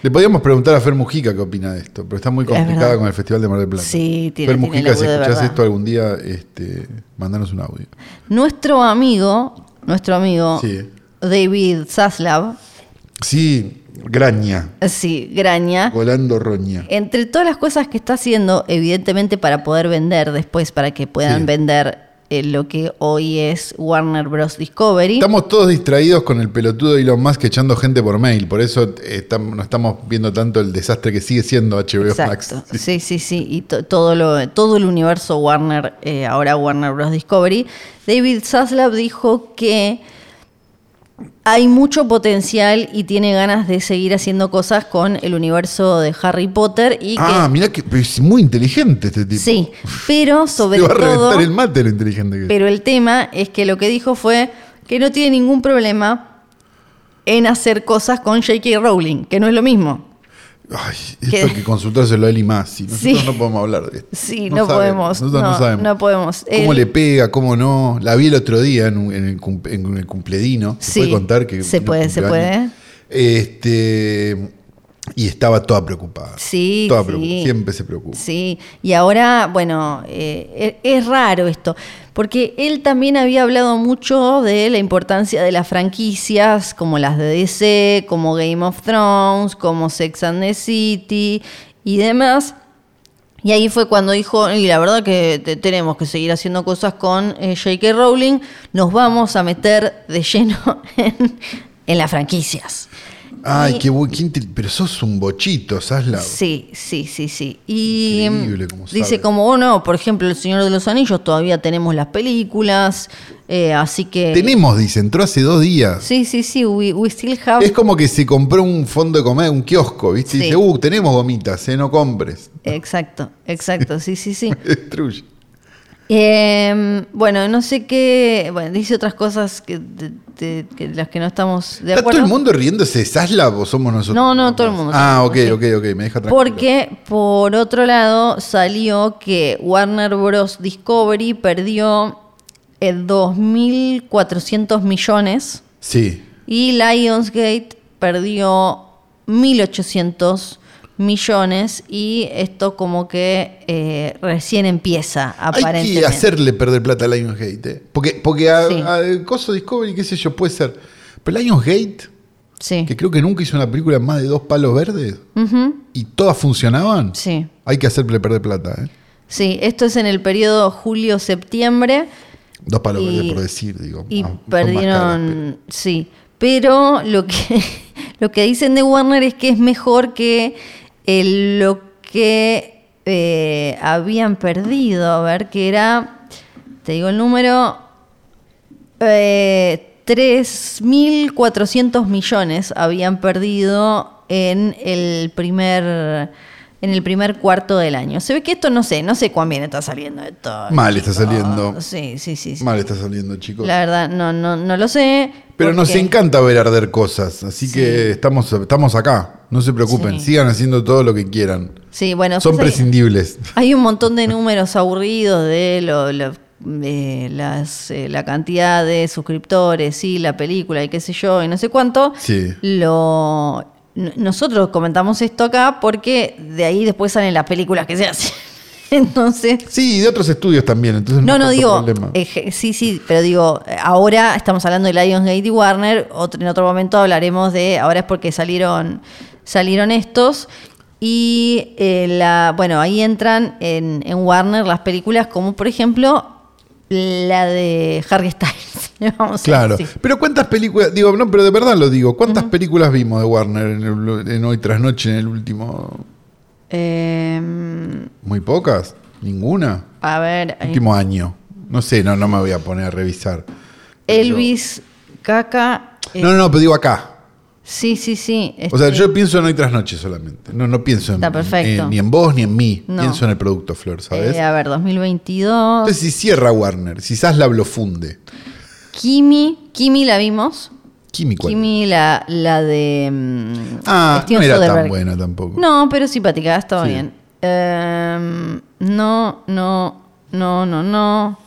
[SPEAKER 1] Le podíamos preguntar a Fer Mujica qué opina de esto, pero está muy
[SPEAKER 2] Es verdad.
[SPEAKER 1] complicada con el Festival de Mar del Plata.
[SPEAKER 2] Sí, tiene-
[SPEAKER 1] Fer
[SPEAKER 2] tiene
[SPEAKER 1] Mujica, si
[SPEAKER 2] laburo de
[SPEAKER 1] escuchás
[SPEAKER 2] verdad.
[SPEAKER 1] esto algún día, este, mandanos un audio.
[SPEAKER 2] nuestro amigo, nuestro amigo
[SPEAKER 1] Sí.
[SPEAKER 2] David Zaslav,
[SPEAKER 1] Sí, Graña,
[SPEAKER 2] sí, Graña,
[SPEAKER 1] volando Roña.
[SPEAKER 2] entre todas las cosas que está haciendo, evidentemente para poder vender después, para que puedan
[SPEAKER 1] Sí.
[SPEAKER 2] vender eh, lo que hoy es Warner Bros. Discovery.
[SPEAKER 1] Estamos todos distraídos con el pelotudo de Elon Musk echando gente por mail, por eso eh, tam- no estamos viendo tanto el desastre que sigue siendo HBO
[SPEAKER 2] Exacto.
[SPEAKER 1] Max.
[SPEAKER 2] Sí, sí, sí. Y to- todo, lo, todo el universo Warner, eh, ahora Warner Bros. Discovery. David Zaslav dijo que hay mucho potencial y tiene ganas de seguir haciendo cosas con el universo de Harry Potter y que.
[SPEAKER 1] Ah, mirá que pero es muy inteligente este tipo.
[SPEAKER 2] sí, pero sobre
[SPEAKER 1] Te va a
[SPEAKER 2] todo.
[SPEAKER 1] reventar el mate lo inteligente que es.
[SPEAKER 2] Pero el tema es que lo que dijo fue que no tiene ningún problema en hacer cosas con J.K. Rowling, que no es lo mismo.
[SPEAKER 1] Ay,
[SPEAKER 2] que-
[SPEAKER 1] esto hay que consultárselo a él y más. si Nosotros
[SPEAKER 2] Sí.
[SPEAKER 1] no podemos hablar de esto.
[SPEAKER 2] Sí, no,
[SPEAKER 1] sabe-
[SPEAKER 2] podemos.
[SPEAKER 1] Nosotros no,
[SPEAKER 2] no,
[SPEAKER 1] sabemos.
[SPEAKER 2] no podemos.
[SPEAKER 1] ¿Cómo
[SPEAKER 2] Él-
[SPEAKER 1] le pega? ¿Cómo no? La vi el otro día en, un- en el, cum- en el cumpledino. ¿Se
[SPEAKER 2] Sí,
[SPEAKER 1] puede contar que
[SPEAKER 2] se
[SPEAKER 1] vino
[SPEAKER 2] puede, se
[SPEAKER 1] cumpleaños? Este, y estaba toda preocupada.
[SPEAKER 2] Sí,
[SPEAKER 1] Toda
[SPEAKER 2] sí.
[SPEAKER 1] preocupada. Siempre se preocupa.
[SPEAKER 2] Sí, y ahora, bueno, eh, e- es raro esto, porque él también había hablado mucho de la importancia de las franquicias, como las de DC, como Game of Thrones, como Sex and the City y demás. Y ahí fue cuando dijo, y la verdad que te- tenemos que seguir haciendo cosas con eh, J.K. Rowling, nos vamos a meter de lleno en, en las franquicias.
[SPEAKER 1] Ay, qué buen. qué inte- Pero sos un bochito, Saslav.
[SPEAKER 2] Sí, sí, sí, sí. Y
[SPEAKER 1] Increíble
[SPEAKER 2] mm,
[SPEAKER 1] cómo
[SPEAKER 2] dice
[SPEAKER 1] sabe.
[SPEAKER 2] como, oh, no, por ejemplo, El Señor de los Anillos, todavía tenemos las películas, eh, así que...
[SPEAKER 1] Tenemos, dice, entró hace dos días.
[SPEAKER 2] Sí, sí, sí, we, we still have...
[SPEAKER 1] Es como que se compró un fondo de comer, un kiosco, ¿viste? Y
[SPEAKER 2] Sí.
[SPEAKER 1] dice, uh, tenemos gomitas, ¿eh? No compres.
[SPEAKER 2] Exacto, exacto, sí, sí, sí.
[SPEAKER 1] Destruye.
[SPEAKER 2] Eh, bueno, no sé qué... Bueno, dice otras cosas que, de- de- que las que no estamos de
[SPEAKER 1] ¿Está todo
[SPEAKER 2] acuerdo.
[SPEAKER 1] el mundo riéndose de Saslav o somos nosotros?
[SPEAKER 2] No, no, todo el mundo.
[SPEAKER 1] Ah, ok,
[SPEAKER 2] Sí.
[SPEAKER 1] ok, ok, me deja tranquilo.
[SPEAKER 2] Porque, por otro lado, salió que Warner Bros. Discovery perdió eh, 2.400 millones
[SPEAKER 1] Sí.
[SPEAKER 2] y Lionsgate perdió 1.800 millones y esto como que eh, recién empieza,
[SPEAKER 1] Hay
[SPEAKER 2] aparentemente.
[SPEAKER 1] que hacerle perder plata a Lionsgate. ¿eh? Porque, porque a,
[SPEAKER 2] Sí.
[SPEAKER 1] a- Coso Discovery, qué sé yo, puede ser. Pero Lionsgate,
[SPEAKER 2] Sí.
[SPEAKER 1] que creo que nunca hizo una película más de dos palos verdes
[SPEAKER 2] Ujú,
[SPEAKER 1] y todas funcionaban,
[SPEAKER 2] sí.
[SPEAKER 1] hay que hacerle perder plata. ¿eh?
[SPEAKER 2] Sí, esto es en el periodo julio-septiembre.
[SPEAKER 1] Dos palos
[SPEAKER 2] Y-
[SPEAKER 1] verdes, por decir, digo.
[SPEAKER 2] Y
[SPEAKER 1] Ah, son más caras, pero-
[SPEAKER 2] perdieron, sí. Pero lo que, lo que dicen de Warner es que es mejor que eh, lo que eh, habían perdido. A ver, que era, te digo el número, eh, 3.400 millones habían perdido en el primer en el primer cuarto del año. Se ve que esto no sé, no sé cuán bien está saliendo esto.
[SPEAKER 1] Mal está saliendo.
[SPEAKER 2] Sí, sí, sí. sí.
[SPEAKER 1] Mal está saliendo, chicos.
[SPEAKER 2] La verdad, no, no, no lo sé.
[SPEAKER 1] Pero nos
[SPEAKER 2] porque-
[SPEAKER 1] encanta ver arder cosas, así que estamos, estamos acá. No se preocupen,
[SPEAKER 2] Sí.
[SPEAKER 1] sigan haciendo todo lo que quieran.
[SPEAKER 2] Sí, bueno,
[SPEAKER 1] Son
[SPEAKER 2] pues hay-
[SPEAKER 1] prescindibles.
[SPEAKER 2] Hay un montón de números aburridos de lo- lo- de las, eh, la cantidad de suscriptores y la película y qué sé yo y no sé cuánto.
[SPEAKER 1] Sí.
[SPEAKER 2] Lo, n- nosotros comentamos esto acá porque de ahí después salen las películas que se hacen. Entonces,
[SPEAKER 1] Sí, y de otros estudios también, entonces no,
[SPEAKER 2] no, no
[SPEAKER 1] es
[SPEAKER 2] digo,
[SPEAKER 1] tanto problema.
[SPEAKER 2] eh, je- sí, sí, pero digo, eh, ahora estamos hablando de Lionsgate y Warner, otro- en otro momento hablaremos de, ahora es porque salieron, salieron estos, y eh, la, bueno, ahí entran en, en Warner las películas como por ejemplo la de Harry Styles. le vamos a
[SPEAKER 1] Claro.
[SPEAKER 2] decir.
[SPEAKER 1] Pero cuántas películas, digo, no, pero de verdad lo digo, ¿cuántas películas vimos de Warner en, el- en hoy tras noche en el último?
[SPEAKER 2] Em,
[SPEAKER 1] Muy pocas, ninguna.
[SPEAKER 2] a ver, ahí.
[SPEAKER 1] Último año. No sé, no, no me voy a poner a revisar.
[SPEAKER 2] eh, Elvis, Caca, eh,
[SPEAKER 1] No, no, no, pero digo acá.
[SPEAKER 2] sí, sí, sí.
[SPEAKER 1] O sea,
[SPEAKER 2] este,
[SPEAKER 1] yo pienso en hoy tras noche solamente. No, no pienso en,
[SPEAKER 2] Está perfecto.
[SPEAKER 1] en- ni en vos ni en mí.
[SPEAKER 2] No.
[SPEAKER 1] Pienso en el producto, Flor, ¿sabes?
[SPEAKER 2] eh, a ver, 2022.
[SPEAKER 1] Entonces, si cierra Warner, si Zasla lo funde.
[SPEAKER 2] Kimi, Kimi la vimos.
[SPEAKER 1] Químico.
[SPEAKER 2] Kimi la, la de mm,
[SPEAKER 1] Ah,
[SPEAKER 2] Steven
[SPEAKER 1] no era tan
[SPEAKER 2] Soderbergh.
[SPEAKER 1] buena tampoco.
[SPEAKER 2] No, pero simpática, estaba
[SPEAKER 1] Sí.
[SPEAKER 2] bien. Em, no, no, no, no, no.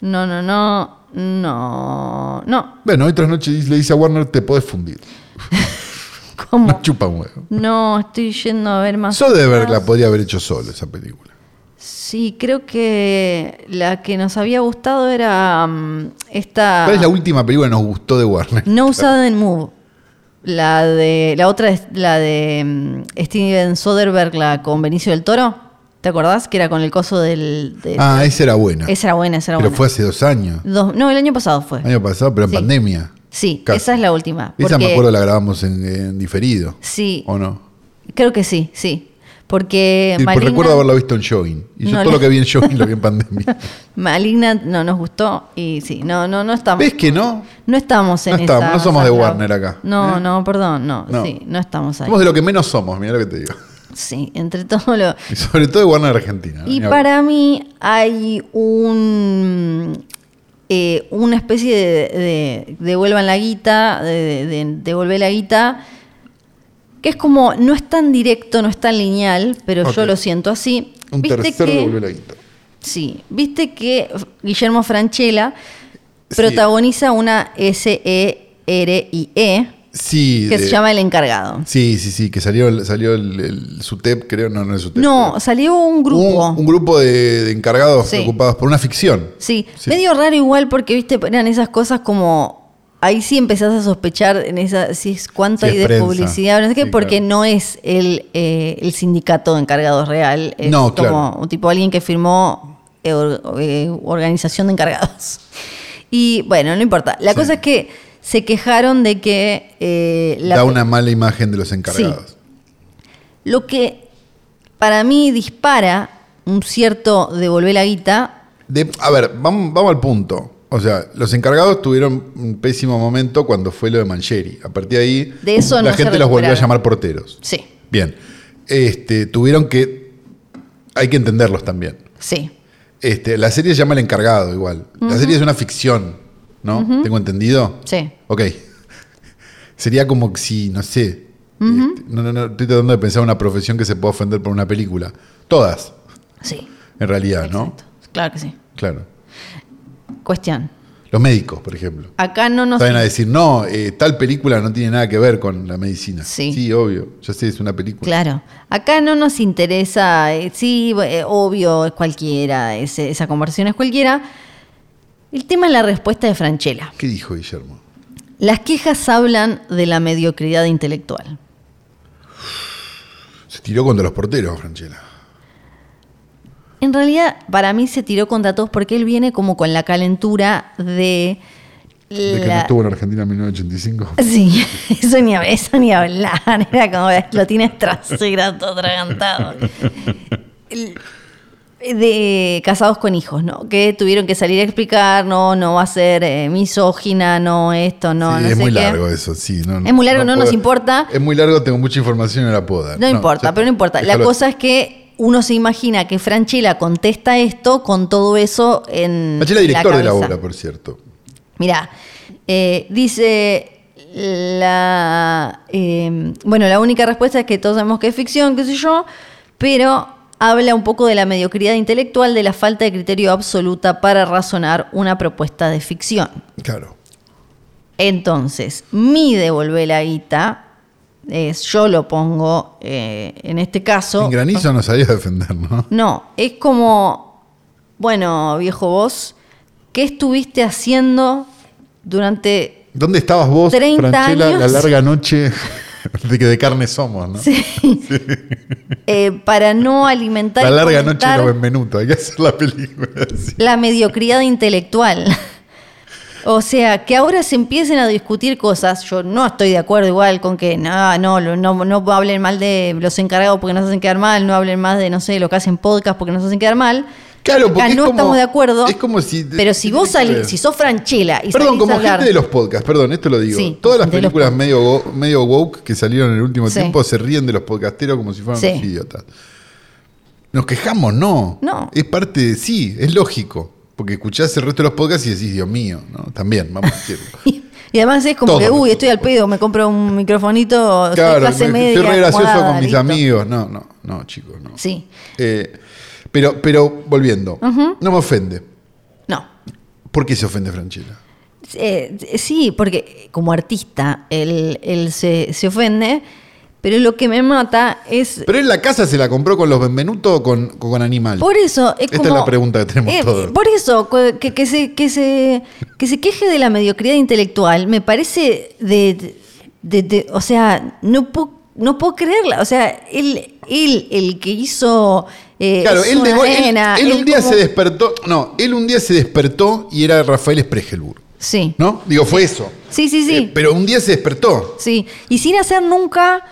[SPEAKER 2] No, no, no. No, no.
[SPEAKER 1] Bueno, hoy tras noche le dice a Warner, te podés fundir.
[SPEAKER 2] ¿Cómo?
[SPEAKER 1] No chupa un huevo.
[SPEAKER 2] No, estoy yendo a ver más.
[SPEAKER 1] Soderbergh la podría haber hecho solo esa película.
[SPEAKER 2] Sí, creo que la que nos había gustado era mm, esta.
[SPEAKER 1] ¿Cuál es la última película que nos gustó de Warner?
[SPEAKER 2] No Sudden Move. La de. La otra es la de mm, Steven Soderbergh, la con Benicio del Toro. ¿Te acordás? Que era con el coso del. del-
[SPEAKER 1] Ah, esa era buena.
[SPEAKER 2] esa era buena, esa era
[SPEAKER 1] pero
[SPEAKER 2] buena.
[SPEAKER 1] fue hace dos años.
[SPEAKER 2] Dos- no, el año pasado fue.
[SPEAKER 1] Año pasado, pero en
[SPEAKER 2] Sí.
[SPEAKER 1] pandemia.
[SPEAKER 2] Sí,
[SPEAKER 1] Casi.
[SPEAKER 2] esa es la última.
[SPEAKER 1] Esa me
[SPEAKER 2] porque-
[SPEAKER 1] acuerdo la grabamos en, en diferido.
[SPEAKER 2] Sí,
[SPEAKER 1] ¿O no?
[SPEAKER 2] creo que sí, sí. Porque
[SPEAKER 1] Sí, pues
[SPEAKER 2] Maligna-
[SPEAKER 1] recuerdo haberla visto en Showing. Y yo
[SPEAKER 2] Eh, No
[SPEAKER 1] todo
[SPEAKER 2] la-
[SPEAKER 1] lo que vi en Showing lo vi en pandemia.
[SPEAKER 2] Maligna no nos gustó y sí, no, no, no estamos.
[SPEAKER 1] ¿Ves que no?
[SPEAKER 2] No estamos en
[SPEAKER 1] No estamos,
[SPEAKER 2] esa
[SPEAKER 1] no somos de
[SPEAKER 2] sala.
[SPEAKER 1] Warner acá,
[SPEAKER 2] No,
[SPEAKER 1] ¿eh?
[SPEAKER 2] no, perdón, no,
[SPEAKER 1] No.
[SPEAKER 2] sí, no estamos ahí.
[SPEAKER 1] Somos de lo que menos somos, mira lo que te digo.
[SPEAKER 2] Sí, entre todo lo,
[SPEAKER 1] Y sobre todo de Warner Argentina. ¿no?
[SPEAKER 2] Y
[SPEAKER 1] Ni hablar.
[SPEAKER 2] para mí hay un eh, una especie de, de devuelvan la guita, de, de- de devolver la guita, que es como, no es tan directo, no es tan lineal, pero yo
[SPEAKER 1] Ok.
[SPEAKER 2] lo siento así.
[SPEAKER 1] Un
[SPEAKER 2] Viste
[SPEAKER 1] tercer
[SPEAKER 2] que-
[SPEAKER 1] devolvió la guita.
[SPEAKER 2] Sí, viste que Guillermo Franchella
[SPEAKER 1] Sí.
[SPEAKER 2] protagoniza una E S-E-R-I-E
[SPEAKER 1] Sí,
[SPEAKER 2] E, que
[SPEAKER 1] de-
[SPEAKER 2] se llama El Encargado.
[SPEAKER 1] Sí, sí, sí, que salió, el- salió el, el SUTEP, creo, no, no es SUTEP.
[SPEAKER 2] No, salió un
[SPEAKER 1] pero-
[SPEAKER 2] grupo.
[SPEAKER 1] Un, un grupo de, de encargados
[SPEAKER 2] Sí.
[SPEAKER 1] ocupados por una ficción.
[SPEAKER 2] Sí,
[SPEAKER 1] Sí.
[SPEAKER 2] medio raro igual porque, viste, eran esas cosas como... Ahí sí empezás a sospechar en esa, si es cuánto
[SPEAKER 1] Si
[SPEAKER 2] hay
[SPEAKER 1] es
[SPEAKER 2] de
[SPEAKER 1] prensa.
[SPEAKER 2] publicidad, no sé qué,
[SPEAKER 1] Sí,
[SPEAKER 2] porque
[SPEAKER 1] claro.
[SPEAKER 2] no es el, eh, el sindicato de encargados real, es
[SPEAKER 1] No,
[SPEAKER 2] como
[SPEAKER 1] claro.
[SPEAKER 2] un tipo, alguien que firmó eh, or- eh, organización de encargados. Y bueno, no importa. La
[SPEAKER 1] Sí.
[SPEAKER 2] cosa es que se quejaron de que eh, la
[SPEAKER 1] da una mala imagen de los encargados.
[SPEAKER 2] lo que para mí dispara un cierto devolver la guita
[SPEAKER 1] De- a ver, vamos, vamos al punto. O sea, los encargados tuvieron un pésimo momento cuando fue lo de Mancheri. A partir de ahí,
[SPEAKER 2] De eso
[SPEAKER 1] la
[SPEAKER 2] no se
[SPEAKER 1] gente los volvió a
[SPEAKER 2] recuperaron.
[SPEAKER 1] llamar porteros.
[SPEAKER 2] Sí,
[SPEAKER 1] Bien. Este, tuvieron que. Hay que entenderlos también.
[SPEAKER 2] sí.
[SPEAKER 1] Este, la serie se llama El Encargado, igual. La serie es una ficción, ¿no? ¿Tengo entendido?
[SPEAKER 2] Sí.
[SPEAKER 1] Ok. Sería como si, no sé. este, no, no, no, estoy tratando de pensar una profesión que se pueda ofender por una película. Todas,
[SPEAKER 2] Sí.
[SPEAKER 1] en realidad, ¿no?
[SPEAKER 2] Exacto. Claro que sí.
[SPEAKER 1] Claro.
[SPEAKER 2] Cuestión.
[SPEAKER 1] Los médicos, por ejemplo.
[SPEAKER 2] Acá no nos.
[SPEAKER 1] Saben a decir, no, eh, tal película no tiene nada que ver con la medicina.
[SPEAKER 2] Sí.
[SPEAKER 1] obvio. Ya sé, es una película.
[SPEAKER 2] Claro. Acá no nos interesa. eh, sí, eh, obvio, es cualquiera. ese- esa conversión es cualquiera. El tema es la respuesta de Franchella.
[SPEAKER 1] ¿Qué dijo Guillermo?
[SPEAKER 2] Las quejas hablan de la mediocridad intelectual.
[SPEAKER 1] Se tiró contra los porteros, Franchella.
[SPEAKER 2] En realidad, para mí se tiró contra todos porque él viene como con la calentura de.
[SPEAKER 1] De que no
[SPEAKER 2] la-
[SPEAKER 1] estuvo en Argentina en 1985.
[SPEAKER 2] Sí, eso ni, hab- eso ni hablar. Era como lo tienes trasera todo atragantado. El- de casados con hijos, ¿no? Que tuvieron que salir a explicar, no, no va a ser eh, misógina, no esto, no,
[SPEAKER 1] Sí,
[SPEAKER 2] no
[SPEAKER 1] es
[SPEAKER 2] sé
[SPEAKER 1] muy
[SPEAKER 2] qué.
[SPEAKER 1] largo eso, sí. No,
[SPEAKER 2] Es muy largo, no nos importa.
[SPEAKER 1] Es muy largo, tengo mucha información en la poda.
[SPEAKER 2] No, importa,
[SPEAKER 1] ya
[SPEAKER 2] pero no
[SPEAKER 1] está.
[SPEAKER 2] importa. La
[SPEAKER 1] Déjalo
[SPEAKER 2] cosa es que uno se imagina que Franchella contesta esto con todo eso en
[SPEAKER 1] Machela, director
[SPEAKER 2] Mm, la
[SPEAKER 1] de la
[SPEAKER 2] cabeza.
[SPEAKER 1] obra, por cierto.
[SPEAKER 2] Mirá, eh, dice la. eh, bueno, la única respuesta es que todos sabemos que es ficción, qué sé yo, pero habla un poco de la mediocridad intelectual, de la falta de criterio absoluta para razonar una propuesta de ficción.
[SPEAKER 1] Claro.
[SPEAKER 2] Entonces, mi devolver la guita es, yo lo pongo eh, en este caso.
[SPEAKER 1] En granizo no sabía defender, ¿no?
[SPEAKER 2] No, es como, bueno, viejo vos, ¿qué estuviste haciendo durante...
[SPEAKER 1] ¿Dónde estabas vos,
[SPEAKER 2] 30
[SPEAKER 1] Franchella, la
[SPEAKER 2] años.
[SPEAKER 1] larga noche de que de carne somos, no?
[SPEAKER 2] eh, para no alimentar
[SPEAKER 1] La
[SPEAKER 2] y
[SPEAKER 1] larga noche
[SPEAKER 2] fomentar
[SPEAKER 1] no Benvenuto, hay que hacer la película. sí.
[SPEAKER 2] la mediocridad intelectual. O sea, que ahora se empiecen a discutir cosas, yo no estoy de acuerdo igual con que no, no, lo- no, no hablen mal de los encargados porque nos hacen quedar mal, no hablen más de, no sé, lo que hacen podcast porque nos hacen quedar mal.
[SPEAKER 1] Claro, porque
[SPEAKER 2] Acá
[SPEAKER 1] es
[SPEAKER 2] no
[SPEAKER 1] como-
[SPEAKER 2] estamos de acuerdo.
[SPEAKER 1] es como si-
[SPEAKER 2] Pero si vos salís, si sos franchela y
[SPEAKER 1] Perdón,
[SPEAKER 2] salís
[SPEAKER 1] como
[SPEAKER 2] a hablar-
[SPEAKER 1] gente de los podcasts, perdón, esto lo digo.
[SPEAKER 2] Sí,
[SPEAKER 1] Todas las
[SPEAKER 2] de los
[SPEAKER 1] películas
[SPEAKER 2] podcasts.
[SPEAKER 1] medio, wo- medio woke que salieron en el último
[SPEAKER 2] Sí.
[SPEAKER 1] tiempo se ríen de los podcasteros como si fueran
[SPEAKER 2] Sí.
[SPEAKER 1] unos idiotas. Nos quejamos, no.
[SPEAKER 2] No.
[SPEAKER 1] Es parte de sí, es lógico. Porque escuchás el resto de los podcasts y decís, Dios mío, ¿no? También, vamos a decirlo.
[SPEAKER 2] Y y además es como
[SPEAKER 1] Todos
[SPEAKER 2] que, uy,
[SPEAKER 1] nosotros.
[SPEAKER 2] estoy al pedo, me compro un microfonito, soy
[SPEAKER 1] claro,
[SPEAKER 2] clase
[SPEAKER 1] me-
[SPEAKER 2] media.
[SPEAKER 1] soy re gracioso
[SPEAKER 2] acomodada,
[SPEAKER 1] con mis
[SPEAKER 2] listo.
[SPEAKER 1] amigos. No, no, no, chicos, no.
[SPEAKER 2] Sí,
[SPEAKER 1] Eh, pero, pero volviendo, no me ofende.
[SPEAKER 2] no.
[SPEAKER 1] ¿Por qué se ofende Franchella?
[SPEAKER 2] Eh, sí, porque como artista él, él se, se ofende, pero lo que me mata es...
[SPEAKER 1] Pero en la casa se la compró con los Benvenuto o con, con Animal.
[SPEAKER 2] Por eso es
[SPEAKER 1] Esta
[SPEAKER 2] como...
[SPEAKER 1] es la pregunta que tenemos
[SPEAKER 2] Eh,
[SPEAKER 1] todos.
[SPEAKER 2] Por eso, cu- que, que se, que, se, que se queje de la mediocridad intelectual me parece de... de- de- o sea, no puedo, no puedo creerla. O sea, él, él el que hizo... eh,
[SPEAKER 1] Claro,
[SPEAKER 2] es
[SPEAKER 1] él,
[SPEAKER 2] una
[SPEAKER 1] de go- él-
[SPEAKER 2] nena,
[SPEAKER 1] él un día
[SPEAKER 2] como-
[SPEAKER 1] se despertó. No, él un día se despertó y era Rafael Spregelburg.
[SPEAKER 2] Sí.
[SPEAKER 1] ¿No? Digo, fue eso.
[SPEAKER 2] Sí, sí, sí.
[SPEAKER 1] Eh, pero un día se despertó.
[SPEAKER 2] Sí, y sin hacer nunca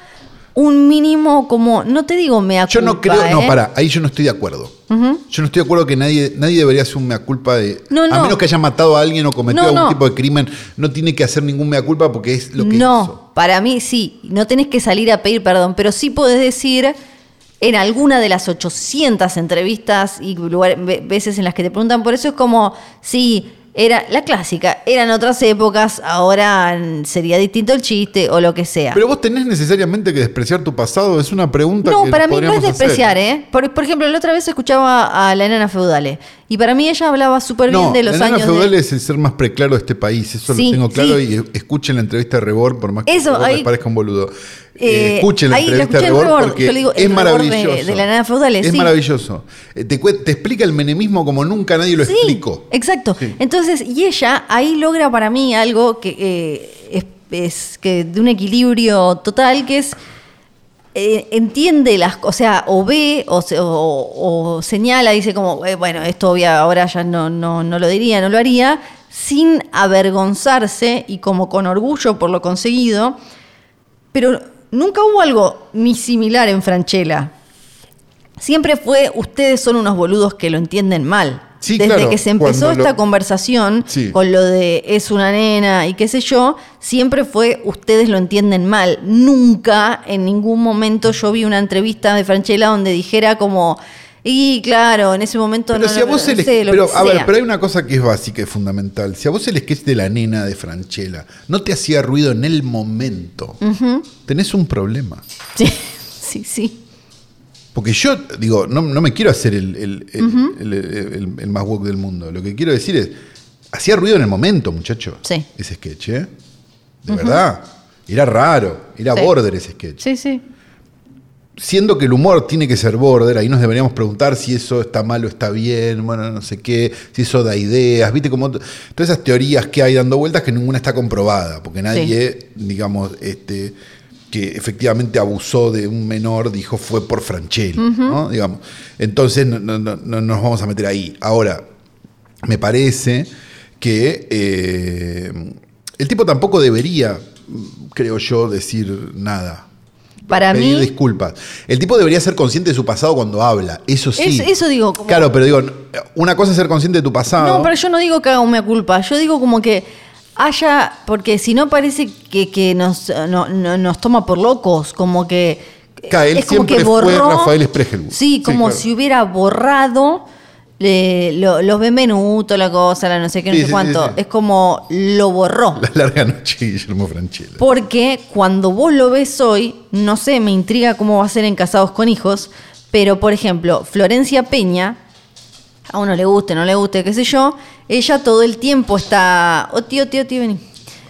[SPEAKER 2] un mínimo como, no te digo mea culpa,
[SPEAKER 1] Yo no creo.
[SPEAKER 2] ¿eh?
[SPEAKER 1] No, pará, ahí yo no estoy de acuerdo. Yo no estoy de acuerdo que nadie, nadie debería hacer un mea culpa de.
[SPEAKER 2] No,
[SPEAKER 1] A
[SPEAKER 2] no.
[SPEAKER 1] menos que haya matado a alguien o cometido
[SPEAKER 2] No,
[SPEAKER 1] algún
[SPEAKER 2] no.
[SPEAKER 1] tipo de crimen, no tiene que hacer ningún mea culpa porque es lo que
[SPEAKER 2] no,
[SPEAKER 1] hizo.
[SPEAKER 2] para mí sí, no tenés que salir a pedir perdón, pero sí podés decir en alguna de las 800 entrevistas y lugar- ve- veces en las que te preguntan por eso, es como, sí, era la clásica, eran otras épocas, ahora mm, sería distinto el chiste o lo que sea.
[SPEAKER 1] Pero vos tenés necesariamente que despreciar tu pasado, es una pregunta que
[SPEAKER 2] No, para mí no es
[SPEAKER 1] podríamos hacer.
[SPEAKER 2] despreciar, ¿eh? Por, por ejemplo, la otra vez escuchaba a la enana feudale y para mí ella hablaba súper bien
[SPEAKER 1] No,
[SPEAKER 2] de los
[SPEAKER 1] la nana
[SPEAKER 2] años.
[SPEAKER 1] feudal
[SPEAKER 2] de...
[SPEAKER 1] es el ser más preclaro de este país, eso
[SPEAKER 2] Sí,
[SPEAKER 1] lo tengo claro
[SPEAKER 2] sí.
[SPEAKER 1] y escuchen la entrevista de Rebord, por más que
[SPEAKER 2] Eso,
[SPEAKER 1] Rebord
[SPEAKER 2] ahí-
[SPEAKER 1] les parezca un boludo.
[SPEAKER 2] Eh,
[SPEAKER 1] Eh, escuchen la
[SPEAKER 2] ahí lo
[SPEAKER 1] entrevista de
[SPEAKER 2] escuché en
[SPEAKER 1] Rebord,
[SPEAKER 2] Rebord,
[SPEAKER 1] porque
[SPEAKER 2] yo le digo, el
[SPEAKER 1] es
[SPEAKER 2] Rebord
[SPEAKER 1] maravilloso.
[SPEAKER 2] de- de la nana feudal,
[SPEAKER 1] Es
[SPEAKER 2] sí.
[SPEAKER 1] maravilloso. Eh, Te, cue- te explica el menemismo como nunca nadie lo
[SPEAKER 2] Sí,
[SPEAKER 1] explicó.
[SPEAKER 2] exacto.
[SPEAKER 1] Sí.
[SPEAKER 2] Entonces, y ella ahí logra para mí algo que eh, es, es que de un equilibrio total, que es eh, entiende las cosas, o sea, o ve o, se- o- o señala, dice como, eh, bueno, esto obvia, ahora ya no, no, no lo diría, no lo haría, sin avergonzarse y como con orgullo por lo conseguido, pero nunca hubo algo ni similar en Franchella. Siempre fue, ustedes son unos boludos que lo entienden mal.
[SPEAKER 1] Sí,
[SPEAKER 2] Desde
[SPEAKER 1] claro,
[SPEAKER 2] que se empezó
[SPEAKER 1] cuando lo-
[SPEAKER 2] esta conversación
[SPEAKER 1] Sí.
[SPEAKER 2] con lo de es una nena y qué sé yo, siempre fue ustedes lo entienden mal. Nunca en ningún momento yo vi una entrevista de Franchella donde dijera como, y claro, en ese momento
[SPEAKER 1] Pero
[SPEAKER 2] no,
[SPEAKER 1] si a
[SPEAKER 2] no,
[SPEAKER 1] vos
[SPEAKER 2] no
[SPEAKER 1] el-
[SPEAKER 2] sé, lo
[SPEAKER 1] pero,
[SPEAKER 2] que
[SPEAKER 1] a ver,
[SPEAKER 2] sea".
[SPEAKER 1] pero hay una cosa que es básica y fundamental. Si a vos el sketch de la nena de Franchella no te hacía ruido en el momento, tenés un problema.
[SPEAKER 2] Sí, sí, sí.
[SPEAKER 1] Porque yo, digo, no, no me quiero hacer el, el- el- el- el- el más woke del mundo. Lo que quiero decir es, hacía ruido en el momento, muchacho.
[SPEAKER 2] Sí.
[SPEAKER 1] Ese sketch, ¿eh? De verdad. Era raro. Era
[SPEAKER 2] Sí.
[SPEAKER 1] border ese sketch.
[SPEAKER 2] Sí, sí.
[SPEAKER 1] Siendo que el humor tiene que ser border, ahí nos deberíamos preguntar si eso está mal o está bien, bueno, no sé qué, si eso da ideas, ¿viste? Como t- todas esas teorías que hay dando vueltas que ninguna está comprobada, porque nadie, digamos, este que efectivamente abusó de un menor, dijo fue por Franchella, ¿no? Digamos. Entonces no, no- no- no nos vamos a meter ahí. Ahora, me parece que eh, el tipo tampoco debería, creo yo, decir nada.
[SPEAKER 2] Para
[SPEAKER 1] pedir
[SPEAKER 2] mí-
[SPEAKER 1] disculpas. El tipo debería ser consciente de su pasado cuando habla. Eso sí.
[SPEAKER 2] Es- eso digo, como-
[SPEAKER 1] Claro, pero digo, una cosa es ser consciente de tu pasado.
[SPEAKER 2] No, pero yo no digo que haga una culpa. Yo digo como que haya. Porque si no parece que, que nos, no- no- nos toma por locos. Como que.
[SPEAKER 1] Claro, él siempre fue Rafael Spregelburg.
[SPEAKER 2] Sí,
[SPEAKER 1] Sí,
[SPEAKER 2] como
[SPEAKER 1] claro.
[SPEAKER 2] si hubiera borrado. eh, lo- los Benvenuto, la cosa, la no sé qué, no
[SPEAKER 1] Sí,
[SPEAKER 2] sé
[SPEAKER 1] sí,
[SPEAKER 2] cuánto.
[SPEAKER 1] sí, sí.
[SPEAKER 2] Es como lo borró.
[SPEAKER 1] La larga noche de Guillermo Franchella.
[SPEAKER 2] Porque cuando vos lo ves hoy, no sé, me intriga cómo va a ser en Casados con Hijos, pero por ejemplo, Florencia Peña, a uno le guste, no le guste, qué sé yo, ella todo el tiempo está, oh tío, tío, tío, vení.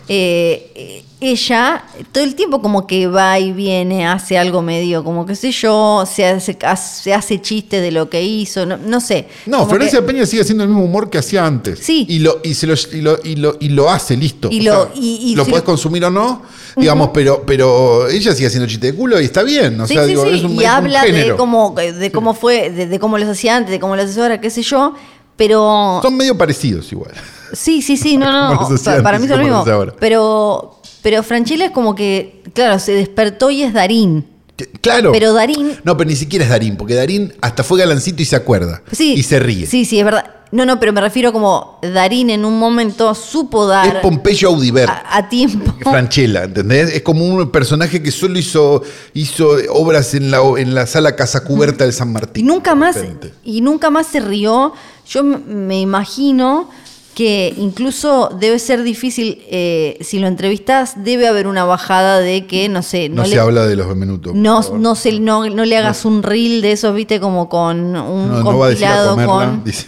[SPEAKER 2] Eh, eh, ella todo el tiempo como que va y viene, hace algo medio, como qué sé yo, se hace, se hace chiste de lo que hizo, no, no sé.
[SPEAKER 1] No,
[SPEAKER 2] Como
[SPEAKER 1] Florencia
[SPEAKER 2] que-
[SPEAKER 1] Peña sigue haciendo el mismo humor que hacía antes.
[SPEAKER 2] Sí.
[SPEAKER 1] Y lo, y se lo, y lo, y lo, y lo hace, listo.
[SPEAKER 2] Y
[SPEAKER 1] O
[SPEAKER 2] lo-
[SPEAKER 1] sea,
[SPEAKER 2] y- y
[SPEAKER 1] lo
[SPEAKER 2] si
[SPEAKER 1] podés
[SPEAKER 2] lo-
[SPEAKER 1] consumir o no, digamos, pero, pero ella sigue haciendo chiste de culo y está bien. O
[SPEAKER 2] Sí,
[SPEAKER 1] sea,
[SPEAKER 2] sí,
[SPEAKER 1] digo,
[SPEAKER 2] sí,
[SPEAKER 1] es un,
[SPEAKER 2] y
[SPEAKER 1] es un
[SPEAKER 2] habla de
[SPEAKER 1] género.
[SPEAKER 2] cómo, de cómo fue, de, de cómo los hacía antes, de cómo los hacía ahora, qué sé yo. Pero
[SPEAKER 1] Son medio parecidos igual.
[SPEAKER 2] sí, sí, sí, no, no,
[SPEAKER 1] Cómo
[SPEAKER 2] no,
[SPEAKER 1] los hacía
[SPEAKER 2] pa- para mí
[SPEAKER 1] antes
[SPEAKER 2] es lo
[SPEAKER 1] y cómo
[SPEAKER 2] mismo.
[SPEAKER 1] los hace ahora.
[SPEAKER 2] Pero, pero Franchella es como que, claro, se despertó y es Darín.
[SPEAKER 1] Que- Claro.
[SPEAKER 2] Pero Darín,
[SPEAKER 1] No, pero ni siquiera es Darín, porque Darín hasta fue galancito y se acuerda.
[SPEAKER 2] sí.
[SPEAKER 1] Y se ríe.
[SPEAKER 2] Sí, sí, es verdad. No, no, pero me refiero como Darín en un momento supo
[SPEAKER 1] es
[SPEAKER 2] dar
[SPEAKER 1] Pompeyo Audiver.
[SPEAKER 2] a, a tiempo.
[SPEAKER 1] Franchella, ¿entendés? Es como un personaje que solo hizo, hizo obras en la, en la sala Casa Cubierta del San
[SPEAKER 2] Y
[SPEAKER 1] Martín.
[SPEAKER 2] nunca
[SPEAKER 1] de
[SPEAKER 2] más,
[SPEAKER 1] repente.
[SPEAKER 2] y nunca más se rió. Yo m- me imagino que incluso debe ser difícil, eh, si lo entrevistas, debe haber una bajada de que, no sé,
[SPEAKER 1] No,
[SPEAKER 2] no,
[SPEAKER 1] se
[SPEAKER 2] le,
[SPEAKER 1] habla de los Bemenuto.
[SPEAKER 2] no, no, se- no- no le hagas un reel de esos, viste, como con un
[SPEAKER 1] No,
[SPEAKER 2] compilado
[SPEAKER 1] no va a decir a comerla,
[SPEAKER 2] con...
[SPEAKER 1] dice.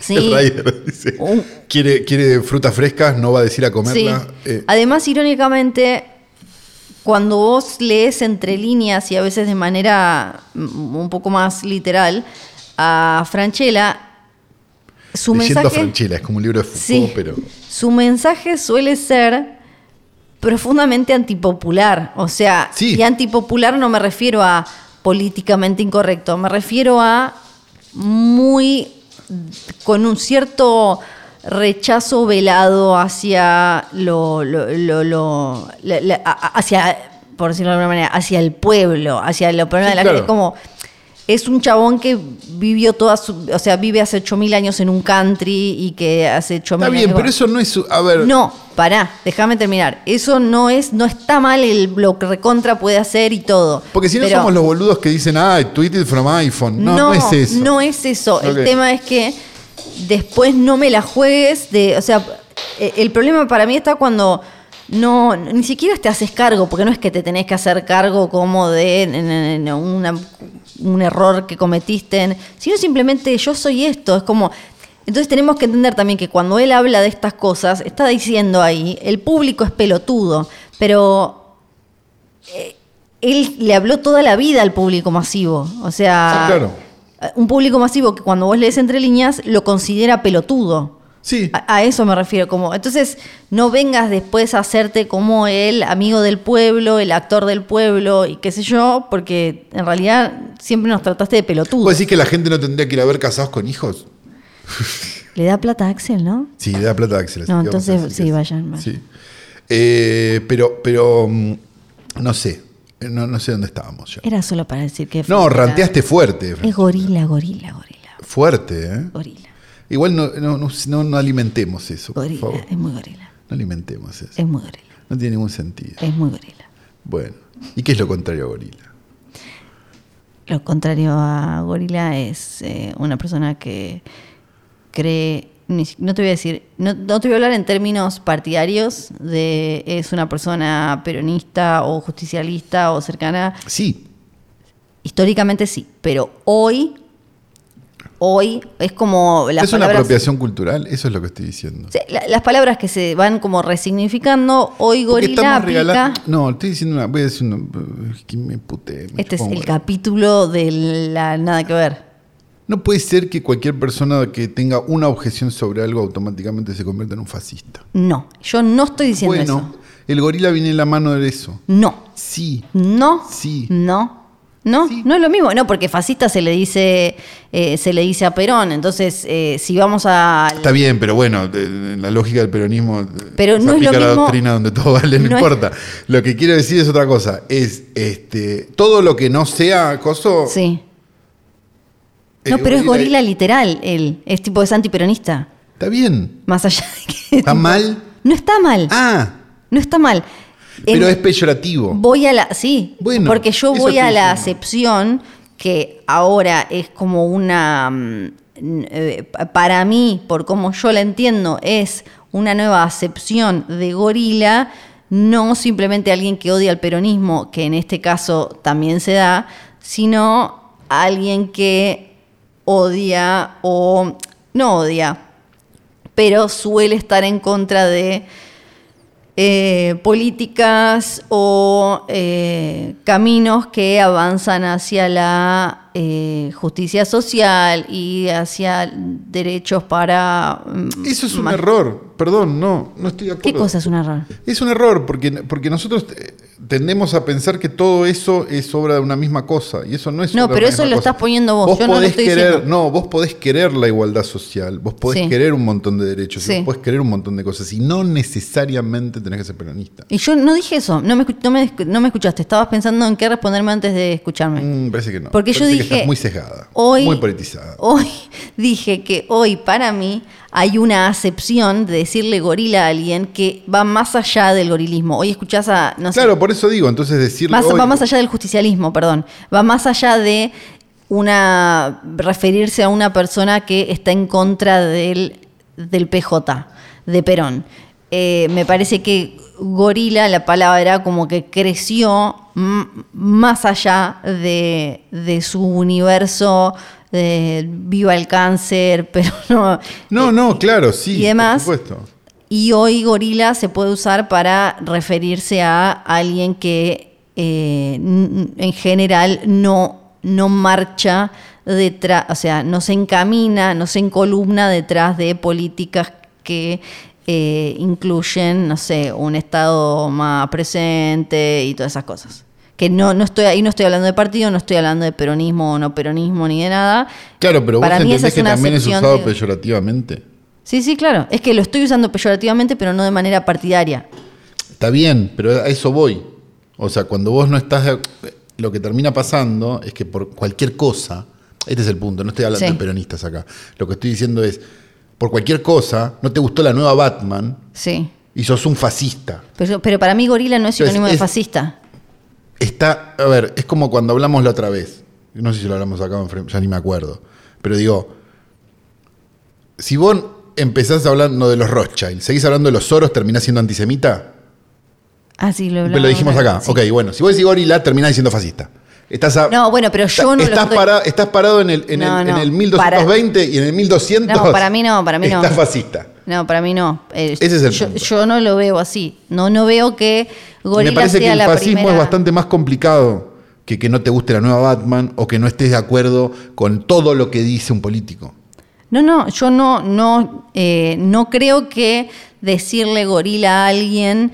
[SPEAKER 2] Sí.
[SPEAKER 1] El Rider dice,
[SPEAKER 2] Un-
[SPEAKER 1] quiere, quiere frutas frescas, no va a decir a
[SPEAKER 2] Sí.
[SPEAKER 1] comerla. Eh,
[SPEAKER 2] Además, irónicamente, cuando vos lees entre líneas y a veces de manera mm, un poco más literal a Franchella, su
[SPEAKER 1] leyendo a
[SPEAKER 2] mensaje...
[SPEAKER 1] Franchella, es como un libro de Foucault,
[SPEAKER 2] Sí.
[SPEAKER 1] pero...
[SPEAKER 2] Su mensaje suele ser profundamente antipopular. O sea,
[SPEAKER 1] Sí.
[SPEAKER 2] y antipopular no me refiero a políticamente incorrecto, me refiero a muy con un cierto rechazo velado hacia lo, lo- lo- lo- la- la- a- hacia por decirlo de alguna manera hacia el pueblo hacia los problemas
[SPEAKER 1] Sí,
[SPEAKER 2] de la
[SPEAKER 1] claro.
[SPEAKER 2] gente como es un chabón que vivió toda su o sea vive hace 8000 años en un country y que hace 8000
[SPEAKER 1] Está bien,
[SPEAKER 2] años
[SPEAKER 1] pero eso no es... su- A ver,
[SPEAKER 2] no, pará, déjame terminar. Eso no es, no está mal el lo que recontra puede hacer y todo.
[SPEAKER 1] porque si no
[SPEAKER 2] Pero
[SPEAKER 1] somos los boludos que dicen, ah, tweet it from iPhone. No, no, es eso.
[SPEAKER 2] no es eso.
[SPEAKER 1] Ok.
[SPEAKER 2] El tema es que después no me la juegues de. O sea, eh, el problema para mí está cuando no ni siquiera te haces cargo, porque no es que te tenés que hacer cargo como de en- en- en una- un error que cometiste, en- sino simplemente yo soy esto. Es como. Entonces tenemos que entender también que cuando él habla de estas cosas, está diciendo ahí, el público es pelotudo, pero él le habló toda la vida al público masivo. O sea,
[SPEAKER 1] Sí, claro.
[SPEAKER 2] un público masivo que cuando vos lees entre líneas lo considera pelotudo.
[SPEAKER 1] Sí.
[SPEAKER 2] A, a eso me refiero. Como, entonces, no vengas después a hacerte como el amigo del pueblo, el actor del pueblo y qué sé yo, porque en realidad siempre nos trataste de pelotudo.
[SPEAKER 1] ¿Vos decís que la gente no tendría que ir a ver casados con hijos?
[SPEAKER 2] Le da plata a Axel, ¿no?
[SPEAKER 1] Sí, le da plata a Axel. así
[SPEAKER 2] No,
[SPEAKER 1] que vamos a
[SPEAKER 2] entonces,
[SPEAKER 1] decir que
[SPEAKER 2] sí, vayan, vayan.
[SPEAKER 1] Sí. Eh, pero, pero, mm, no sé. eh, No, no sé dónde estábamos ya.
[SPEAKER 2] Era solo para decir que.
[SPEAKER 1] No,
[SPEAKER 2] Franchella
[SPEAKER 1] ranteaste fuerte.
[SPEAKER 2] Es gorila, gorila, gorila.
[SPEAKER 1] Fuerte, ¿eh?
[SPEAKER 2] Gorila.
[SPEAKER 1] Igual no, no, no, no- no alimentemos eso, por
[SPEAKER 2] Gorila.
[SPEAKER 1] favor.
[SPEAKER 2] Es muy gorila.
[SPEAKER 1] No alimentemos eso.
[SPEAKER 2] Es muy gorila.
[SPEAKER 1] No tiene ningún sentido.
[SPEAKER 2] Es muy gorila.
[SPEAKER 1] Bueno, ¿y qué es lo contrario a gorila?
[SPEAKER 2] Lo contrario a gorila es eh, una persona que cree, ni si- no te voy a decir, no, no te voy a hablar en términos partidarios de es una persona peronista o justicialista o cercana.
[SPEAKER 1] Sí,
[SPEAKER 2] Históricamente sí, pero hoy, hoy es como las
[SPEAKER 1] es una
[SPEAKER 2] palabras-
[SPEAKER 1] apropiación cultural, eso es lo que estoy diciendo.
[SPEAKER 2] Sí, la- las palabras que se van como resignificando,
[SPEAKER 1] Porque
[SPEAKER 2] hoy gorila
[SPEAKER 1] estamos
[SPEAKER 2] aplica.
[SPEAKER 1] regalando- No, estoy diciendo una. Voy a decir una. Que me puté, me
[SPEAKER 2] Este es
[SPEAKER 1] chupa un
[SPEAKER 2] el
[SPEAKER 1] huevo.
[SPEAKER 2] capítulo de la nada que ver.
[SPEAKER 1] No puede ser que cualquier persona que tenga una objeción sobre algo automáticamente se convierta en un fascista.
[SPEAKER 2] No, yo no estoy diciendo
[SPEAKER 1] bueno,
[SPEAKER 2] eso.
[SPEAKER 1] el gorila viene en la mano de eso.
[SPEAKER 2] No.
[SPEAKER 1] Sí,
[SPEAKER 2] No.
[SPEAKER 1] Sí.
[SPEAKER 2] No. No, no es lo mismo. No, porque fascista se le dice, eh, se le dice a Perón. Entonces, eh, si vamos a.
[SPEAKER 1] Está bien, pero bueno, eh, la lógica del peronismo eh,
[SPEAKER 2] Pero
[SPEAKER 1] se
[SPEAKER 2] no es
[SPEAKER 1] aplica
[SPEAKER 2] lo
[SPEAKER 1] la
[SPEAKER 2] mismo-
[SPEAKER 1] doctrina donde todo vale, no,
[SPEAKER 2] no es-
[SPEAKER 1] importa. Lo que quiero decir es otra cosa. Es este todo lo que no sea coso.
[SPEAKER 2] Sí.
[SPEAKER 1] eh,
[SPEAKER 2] No, pero es
[SPEAKER 1] gorila-
[SPEAKER 2] gorila literal él. Es tipo, es antiperonista.
[SPEAKER 1] Está bien.
[SPEAKER 2] Más allá de que.
[SPEAKER 1] ¿Está mal?
[SPEAKER 2] No está mal.
[SPEAKER 1] Ah,
[SPEAKER 2] No está mal.
[SPEAKER 1] pero
[SPEAKER 2] En-
[SPEAKER 1] es peyorativo.
[SPEAKER 2] Voy a la. Sí.
[SPEAKER 1] Bueno,
[SPEAKER 2] porque yo
[SPEAKER 1] eso
[SPEAKER 2] voy a
[SPEAKER 1] estoy
[SPEAKER 2] la
[SPEAKER 1] diciendo.
[SPEAKER 2] acepción que ahora es como una. mm, n- eh, pa- Para mí, por como yo la entiendo, es una nueva acepción de gorila. No simplemente alguien que odia al peronismo, que en este caso también se da, sino alguien que odia o. No odia, pero suele estar en contra de eh, políticas o eh, caminos que avanzan hacia la eh, justicia social y hacia derechos para... mm,
[SPEAKER 1] Eso es un
[SPEAKER 2] más-
[SPEAKER 1] error. Perdón, no, no estoy de acuerdo.
[SPEAKER 2] ¿Qué cosa es un error?
[SPEAKER 1] Es un error porque, porque nosotros eh, tendemos a pensar que todo eso es obra de una misma cosa y eso no es
[SPEAKER 2] No,
[SPEAKER 1] obra de
[SPEAKER 2] pero
[SPEAKER 1] una
[SPEAKER 2] eso
[SPEAKER 1] misma
[SPEAKER 2] lo
[SPEAKER 1] cosa.
[SPEAKER 2] estás poniendo vos, yo no lo
[SPEAKER 1] podés
[SPEAKER 2] estoy
[SPEAKER 1] querer,
[SPEAKER 2] diciendo.
[SPEAKER 1] No, vos podés querer la igualdad social, vos podés
[SPEAKER 2] Sí.
[SPEAKER 1] querer un montón de derechos, y
[SPEAKER 2] Sí.
[SPEAKER 1] vos podés querer un montón de cosas y no necesariamente tenés que ser peronista.
[SPEAKER 2] Y yo no dije eso, no me, escu- no me, escu- no me escuchaste, estabas pensando en qué responderme antes de escucharme.
[SPEAKER 1] Mm, parece que no.
[SPEAKER 2] Porque yo
[SPEAKER 1] Parece que
[SPEAKER 2] dije,
[SPEAKER 1] estás muy sesgada,
[SPEAKER 2] hoy-
[SPEAKER 1] muy politizada.
[SPEAKER 2] Hoy dije que hoy para mí hay una acepción de decirle gorila a alguien que va más allá del gorilismo. Hoy escuchás a, no sé,
[SPEAKER 1] claro, por eso digo, entonces decirlo
[SPEAKER 2] Más-
[SPEAKER 1] hoy-
[SPEAKER 2] va más allá del justicialismo, perdón. Va más allá de una referirse a una persona que está en contra del, del PJ, de Perón. Eh, me parece que gorila, la palabra, como que creció m- más allá de, de su universo, de viva el cáncer, pero no,
[SPEAKER 1] No, no, claro, sí,
[SPEAKER 2] y demás.
[SPEAKER 1] por supuesto.
[SPEAKER 2] y hoy gorila se puede usar para referirse a alguien que eh, n- en general no, no marcha detrás, o sea, no se encamina, no se encolumna detrás de políticas que eh, incluyen, no sé, un Estado más presente y todas esas cosas. Que no, no estoy ahí, no estoy hablando de partido, no estoy hablando de peronismo o no peronismo ni de nada.
[SPEAKER 1] Claro, pero
[SPEAKER 2] Para
[SPEAKER 1] vos
[SPEAKER 2] mí esa
[SPEAKER 1] entendés
[SPEAKER 2] es
[SPEAKER 1] que
[SPEAKER 2] una
[SPEAKER 1] también es
[SPEAKER 2] acepción
[SPEAKER 1] usado
[SPEAKER 2] de-
[SPEAKER 1] peyorativamente.
[SPEAKER 2] Sí, sí, claro. Es que lo estoy usando peyorativamente, pero no de manera partidaria.
[SPEAKER 1] Está bien, pero a eso voy. O sea, cuando vos no estás... de- Lo que termina pasando es que por cualquier cosa... Este es el punto, no estoy hablando
[SPEAKER 2] Sí.
[SPEAKER 1] de peronistas acá. Lo que estoy diciendo es, por cualquier cosa, no te gustó la nueva Batman
[SPEAKER 2] Sí.
[SPEAKER 1] y sos un fascista.
[SPEAKER 2] Pero, pero para mí gorila no es sinónimo
[SPEAKER 1] Entonces,
[SPEAKER 2] de
[SPEAKER 1] es-
[SPEAKER 2] fascista.
[SPEAKER 1] Está, a ver, es como cuando hablamos la otra vez. No sé si lo hablamos acá, o en Frem- ya ni me acuerdo. Pero digo, si vos empezás hablando de los Rothschild, seguís hablando de los Soros, terminás siendo antisemita.
[SPEAKER 2] Ah, sí, lo
[SPEAKER 1] Pero
[SPEAKER 2] hablamos
[SPEAKER 1] lo dijimos
[SPEAKER 2] ahora.
[SPEAKER 1] acá.
[SPEAKER 2] Sí.
[SPEAKER 1] Ok, bueno, si vos decís gorila, terminás diciendo fascista. Estás a-
[SPEAKER 2] No, bueno, pero yo no lo
[SPEAKER 1] estás,
[SPEAKER 2] estoy-
[SPEAKER 1] para- estás parado en el, en
[SPEAKER 2] No,
[SPEAKER 1] el,
[SPEAKER 2] no,
[SPEAKER 1] en el 1220 y en el 1200.
[SPEAKER 2] No, para mí no, para mí no.
[SPEAKER 1] Estás fascista.
[SPEAKER 2] No, para mí no. Eh,
[SPEAKER 1] Ese es el
[SPEAKER 2] yo,
[SPEAKER 1] punto.
[SPEAKER 2] yo no lo veo así. No, no veo que gorila
[SPEAKER 1] Me parece
[SPEAKER 2] sea
[SPEAKER 1] que el
[SPEAKER 2] la
[SPEAKER 1] fascismo
[SPEAKER 2] primera...
[SPEAKER 1] es bastante más complicado que que no te guste la nueva Batman o que no estés de acuerdo con todo lo que dice un político.
[SPEAKER 2] No, no, yo no, no, eh, no creo que decirle gorila a alguien,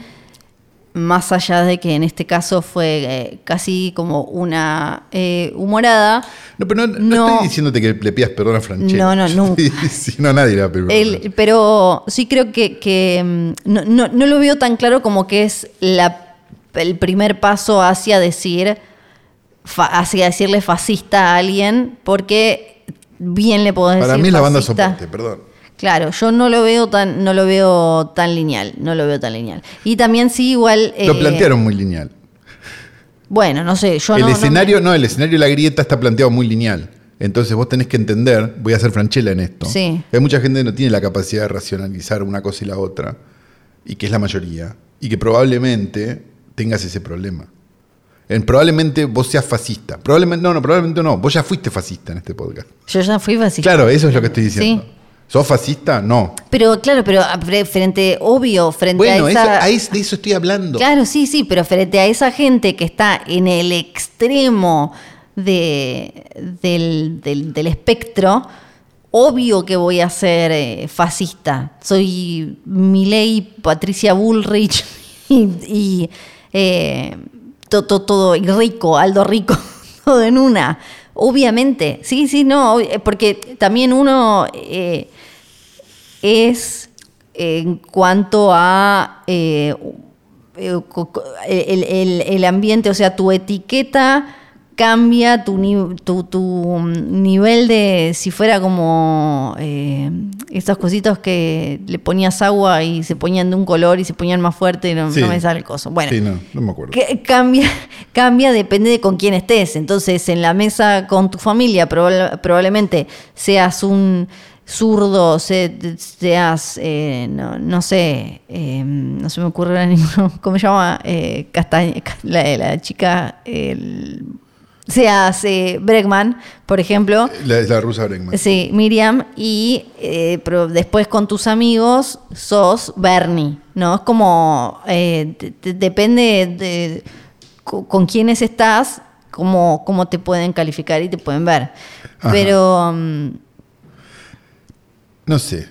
[SPEAKER 2] más allá de que en este caso fue eh, casi como una eh, humorada,
[SPEAKER 1] No, pero no, no
[SPEAKER 2] No.
[SPEAKER 1] estoy diciénundote que le pidas perdón a Franchella.
[SPEAKER 2] No, no, nunca.
[SPEAKER 1] Si no, nadie le va a pedir perdón.
[SPEAKER 2] El- pero sí creo que, que, mm, no, no- no lo veo tan claro como que es la, el primer paso hacia decir fa- hacia decirle fascista a alguien, porque bien le puedo decir
[SPEAKER 1] Para mí es la banda
[SPEAKER 2] fascista.
[SPEAKER 1] soporte, perdón.
[SPEAKER 2] Claro, yo no lo veo tan, no lo veo tan lineal, no lo veo tan lineal. Y también sí igual. eh,
[SPEAKER 1] Lo plantearon muy lineal.
[SPEAKER 2] Bueno, no sé, yo
[SPEAKER 1] el
[SPEAKER 2] no- no me-
[SPEAKER 1] escenario, no, el escenario de la grieta está planteado muy lineal. Entonces vos tenés que entender, voy a hacer franchela en esto.
[SPEAKER 2] Sí.
[SPEAKER 1] que Hay mucha gente que no tiene la capacidad de racionalizar una cosa y la otra, y que es la mayoría, y que probablemente tengas ese problema. En- probablemente vos seas fascista. Probablemente, no, no, probablemente no. Vos ya fuiste fascista en este podcast.
[SPEAKER 2] yo ya fui fascista.
[SPEAKER 1] Claro, eso es lo que estoy diciendo.
[SPEAKER 2] Sí.
[SPEAKER 1] ¿Sos fascista? No.
[SPEAKER 2] Pero claro, pero a- fre- frente, obvio, frente
[SPEAKER 1] Bueno,
[SPEAKER 2] a
[SPEAKER 1] eso-
[SPEAKER 2] esa.
[SPEAKER 1] a es- de eso estoy hablando.
[SPEAKER 2] Claro, sí, sí, pero frente a esa gente que está en el extremo de- del, del- del espectro, obvio que voy a ser eh, fascista. Soy Milei, Patricia Bullrich y, y, eh, to- to- todo, y rico, Aldo Rico. todo en una. Obviamente, sí, sí, no, ob- porque también uno eh, es en cuanto a eh, eh, co- co- el, el- el ambiente, o sea, tu etiqueta cambia, tu, ni- tu, tu mm, nivel de, si fuera como eh, estos cositos que le ponías agua y se ponían de un color y se ponían más fuerte, no,
[SPEAKER 1] Sí.
[SPEAKER 2] no me sale el coso. Bueno,
[SPEAKER 1] Sí, no, no me acuerdo.
[SPEAKER 2] que cambia, cambia depende de con quién estés. Entonces, en la mesa con tu familia proba- probablemente seas un zurdo, se- seas, eh, no, no sé, eh, no se me ocurre ninguno, ¿cómo se llama? Eh, Castaña, la, la chica, el- seas eh, Bregman, por ejemplo.
[SPEAKER 1] La, la rusa Bregman.
[SPEAKER 2] Sí, Miriam, y eh, pero después con tus amigos sos Bernie, ¿no? Es como, eh, de- de- depende de co- con quiénes estás, cómo, cómo te pueden calificar y te pueden ver.
[SPEAKER 1] Ajá.
[SPEAKER 2] Pero, mm,
[SPEAKER 1] No sé.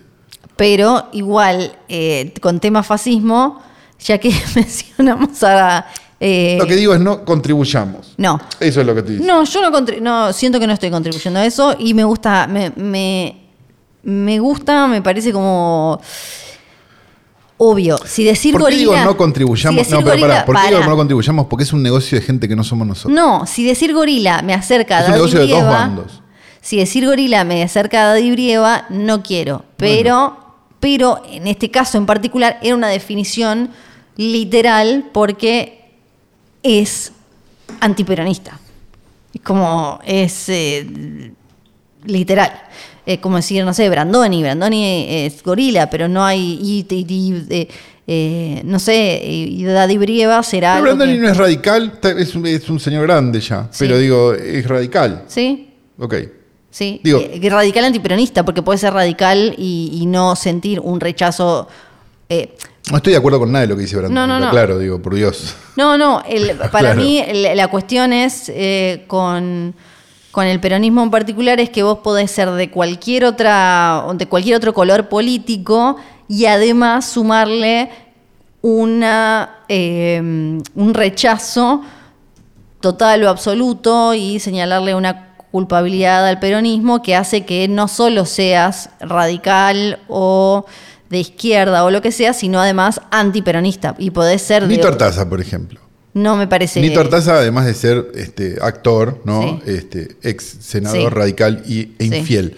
[SPEAKER 2] pero igual, eh, con tema fascismo, ya que mencionamos a... eh,
[SPEAKER 1] Lo que digo es no contribuyamos.
[SPEAKER 2] no,
[SPEAKER 1] Eso es lo que te digo.
[SPEAKER 2] No, yo no, contri- no siento que no estoy contribuyendo a eso y me gusta, me, me, me gusta, me parece como obvio. Si decir
[SPEAKER 1] ¿Por qué
[SPEAKER 2] gorila,
[SPEAKER 1] digo no
[SPEAKER 2] si
[SPEAKER 1] contribuyamos?
[SPEAKER 2] decir
[SPEAKER 1] no, pero
[SPEAKER 2] gorila-
[SPEAKER 1] pará, ¿por qué digo
[SPEAKER 2] pará.
[SPEAKER 1] no contribuyamos? Porque es un negocio de gente que no somos nosotros.
[SPEAKER 2] No, si decir gorila me acerca a
[SPEAKER 1] Es un
[SPEAKER 2] Daddy
[SPEAKER 1] negocio de dos
[SPEAKER 2] Brieva,
[SPEAKER 1] bandos.
[SPEAKER 2] Si decir gorila me acerca a Daddy Brieva, no quiero. Pero, pero en este caso en particular era una definición literal porque es antiperonista. Es como, es eh, literal. Eh, como decir, no sé, Brandoni. Brandoni es gorila, pero no hay. Y, y- y, eh, eh, no sé, y Daddy Brieva será.
[SPEAKER 1] Pero
[SPEAKER 2] algo
[SPEAKER 1] Brandoni
[SPEAKER 2] que-
[SPEAKER 1] no es radical, está- es un, es un señor grande ya.
[SPEAKER 2] Sí.
[SPEAKER 1] Pero digo, es radical.
[SPEAKER 2] ¿Sí?
[SPEAKER 1] Ok.
[SPEAKER 2] Sí,
[SPEAKER 1] Digo-
[SPEAKER 2] eh, que radical antiperonista, porque puede ser radical y, y no sentir un rechazo. eh,
[SPEAKER 1] No estoy de acuerdo con nada de lo que dice Brandoni.
[SPEAKER 2] No, no,
[SPEAKER 1] lo
[SPEAKER 2] no.
[SPEAKER 1] Claro, digo, por Dios.
[SPEAKER 2] no, no, el- para
[SPEAKER 1] Claro.
[SPEAKER 2] mí el- la cuestión es eh, con, con el peronismo en particular es que vos podés ser de cualquier otra, de cualquier otro color político y además sumarle una eh, un rechazo total o absoluto y señalarle una culpabilidad al peronismo que hace que no solo seas radical o de izquierda o lo que sea, sino además antiperonista. Y podés ser de.
[SPEAKER 1] Nito Artaza, por ejemplo.
[SPEAKER 2] No me parece.
[SPEAKER 1] Nito Artaza, además de ser este, actor, ¿no?
[SPEAKER 2] Sí.
[SPEAKER 1] Este, ex senador
[SPEAKER 2] Sí.
[SPEAKER 1] radical y, e
[SPEAKER 2] Sí.
[SPEAKER 1] infiel.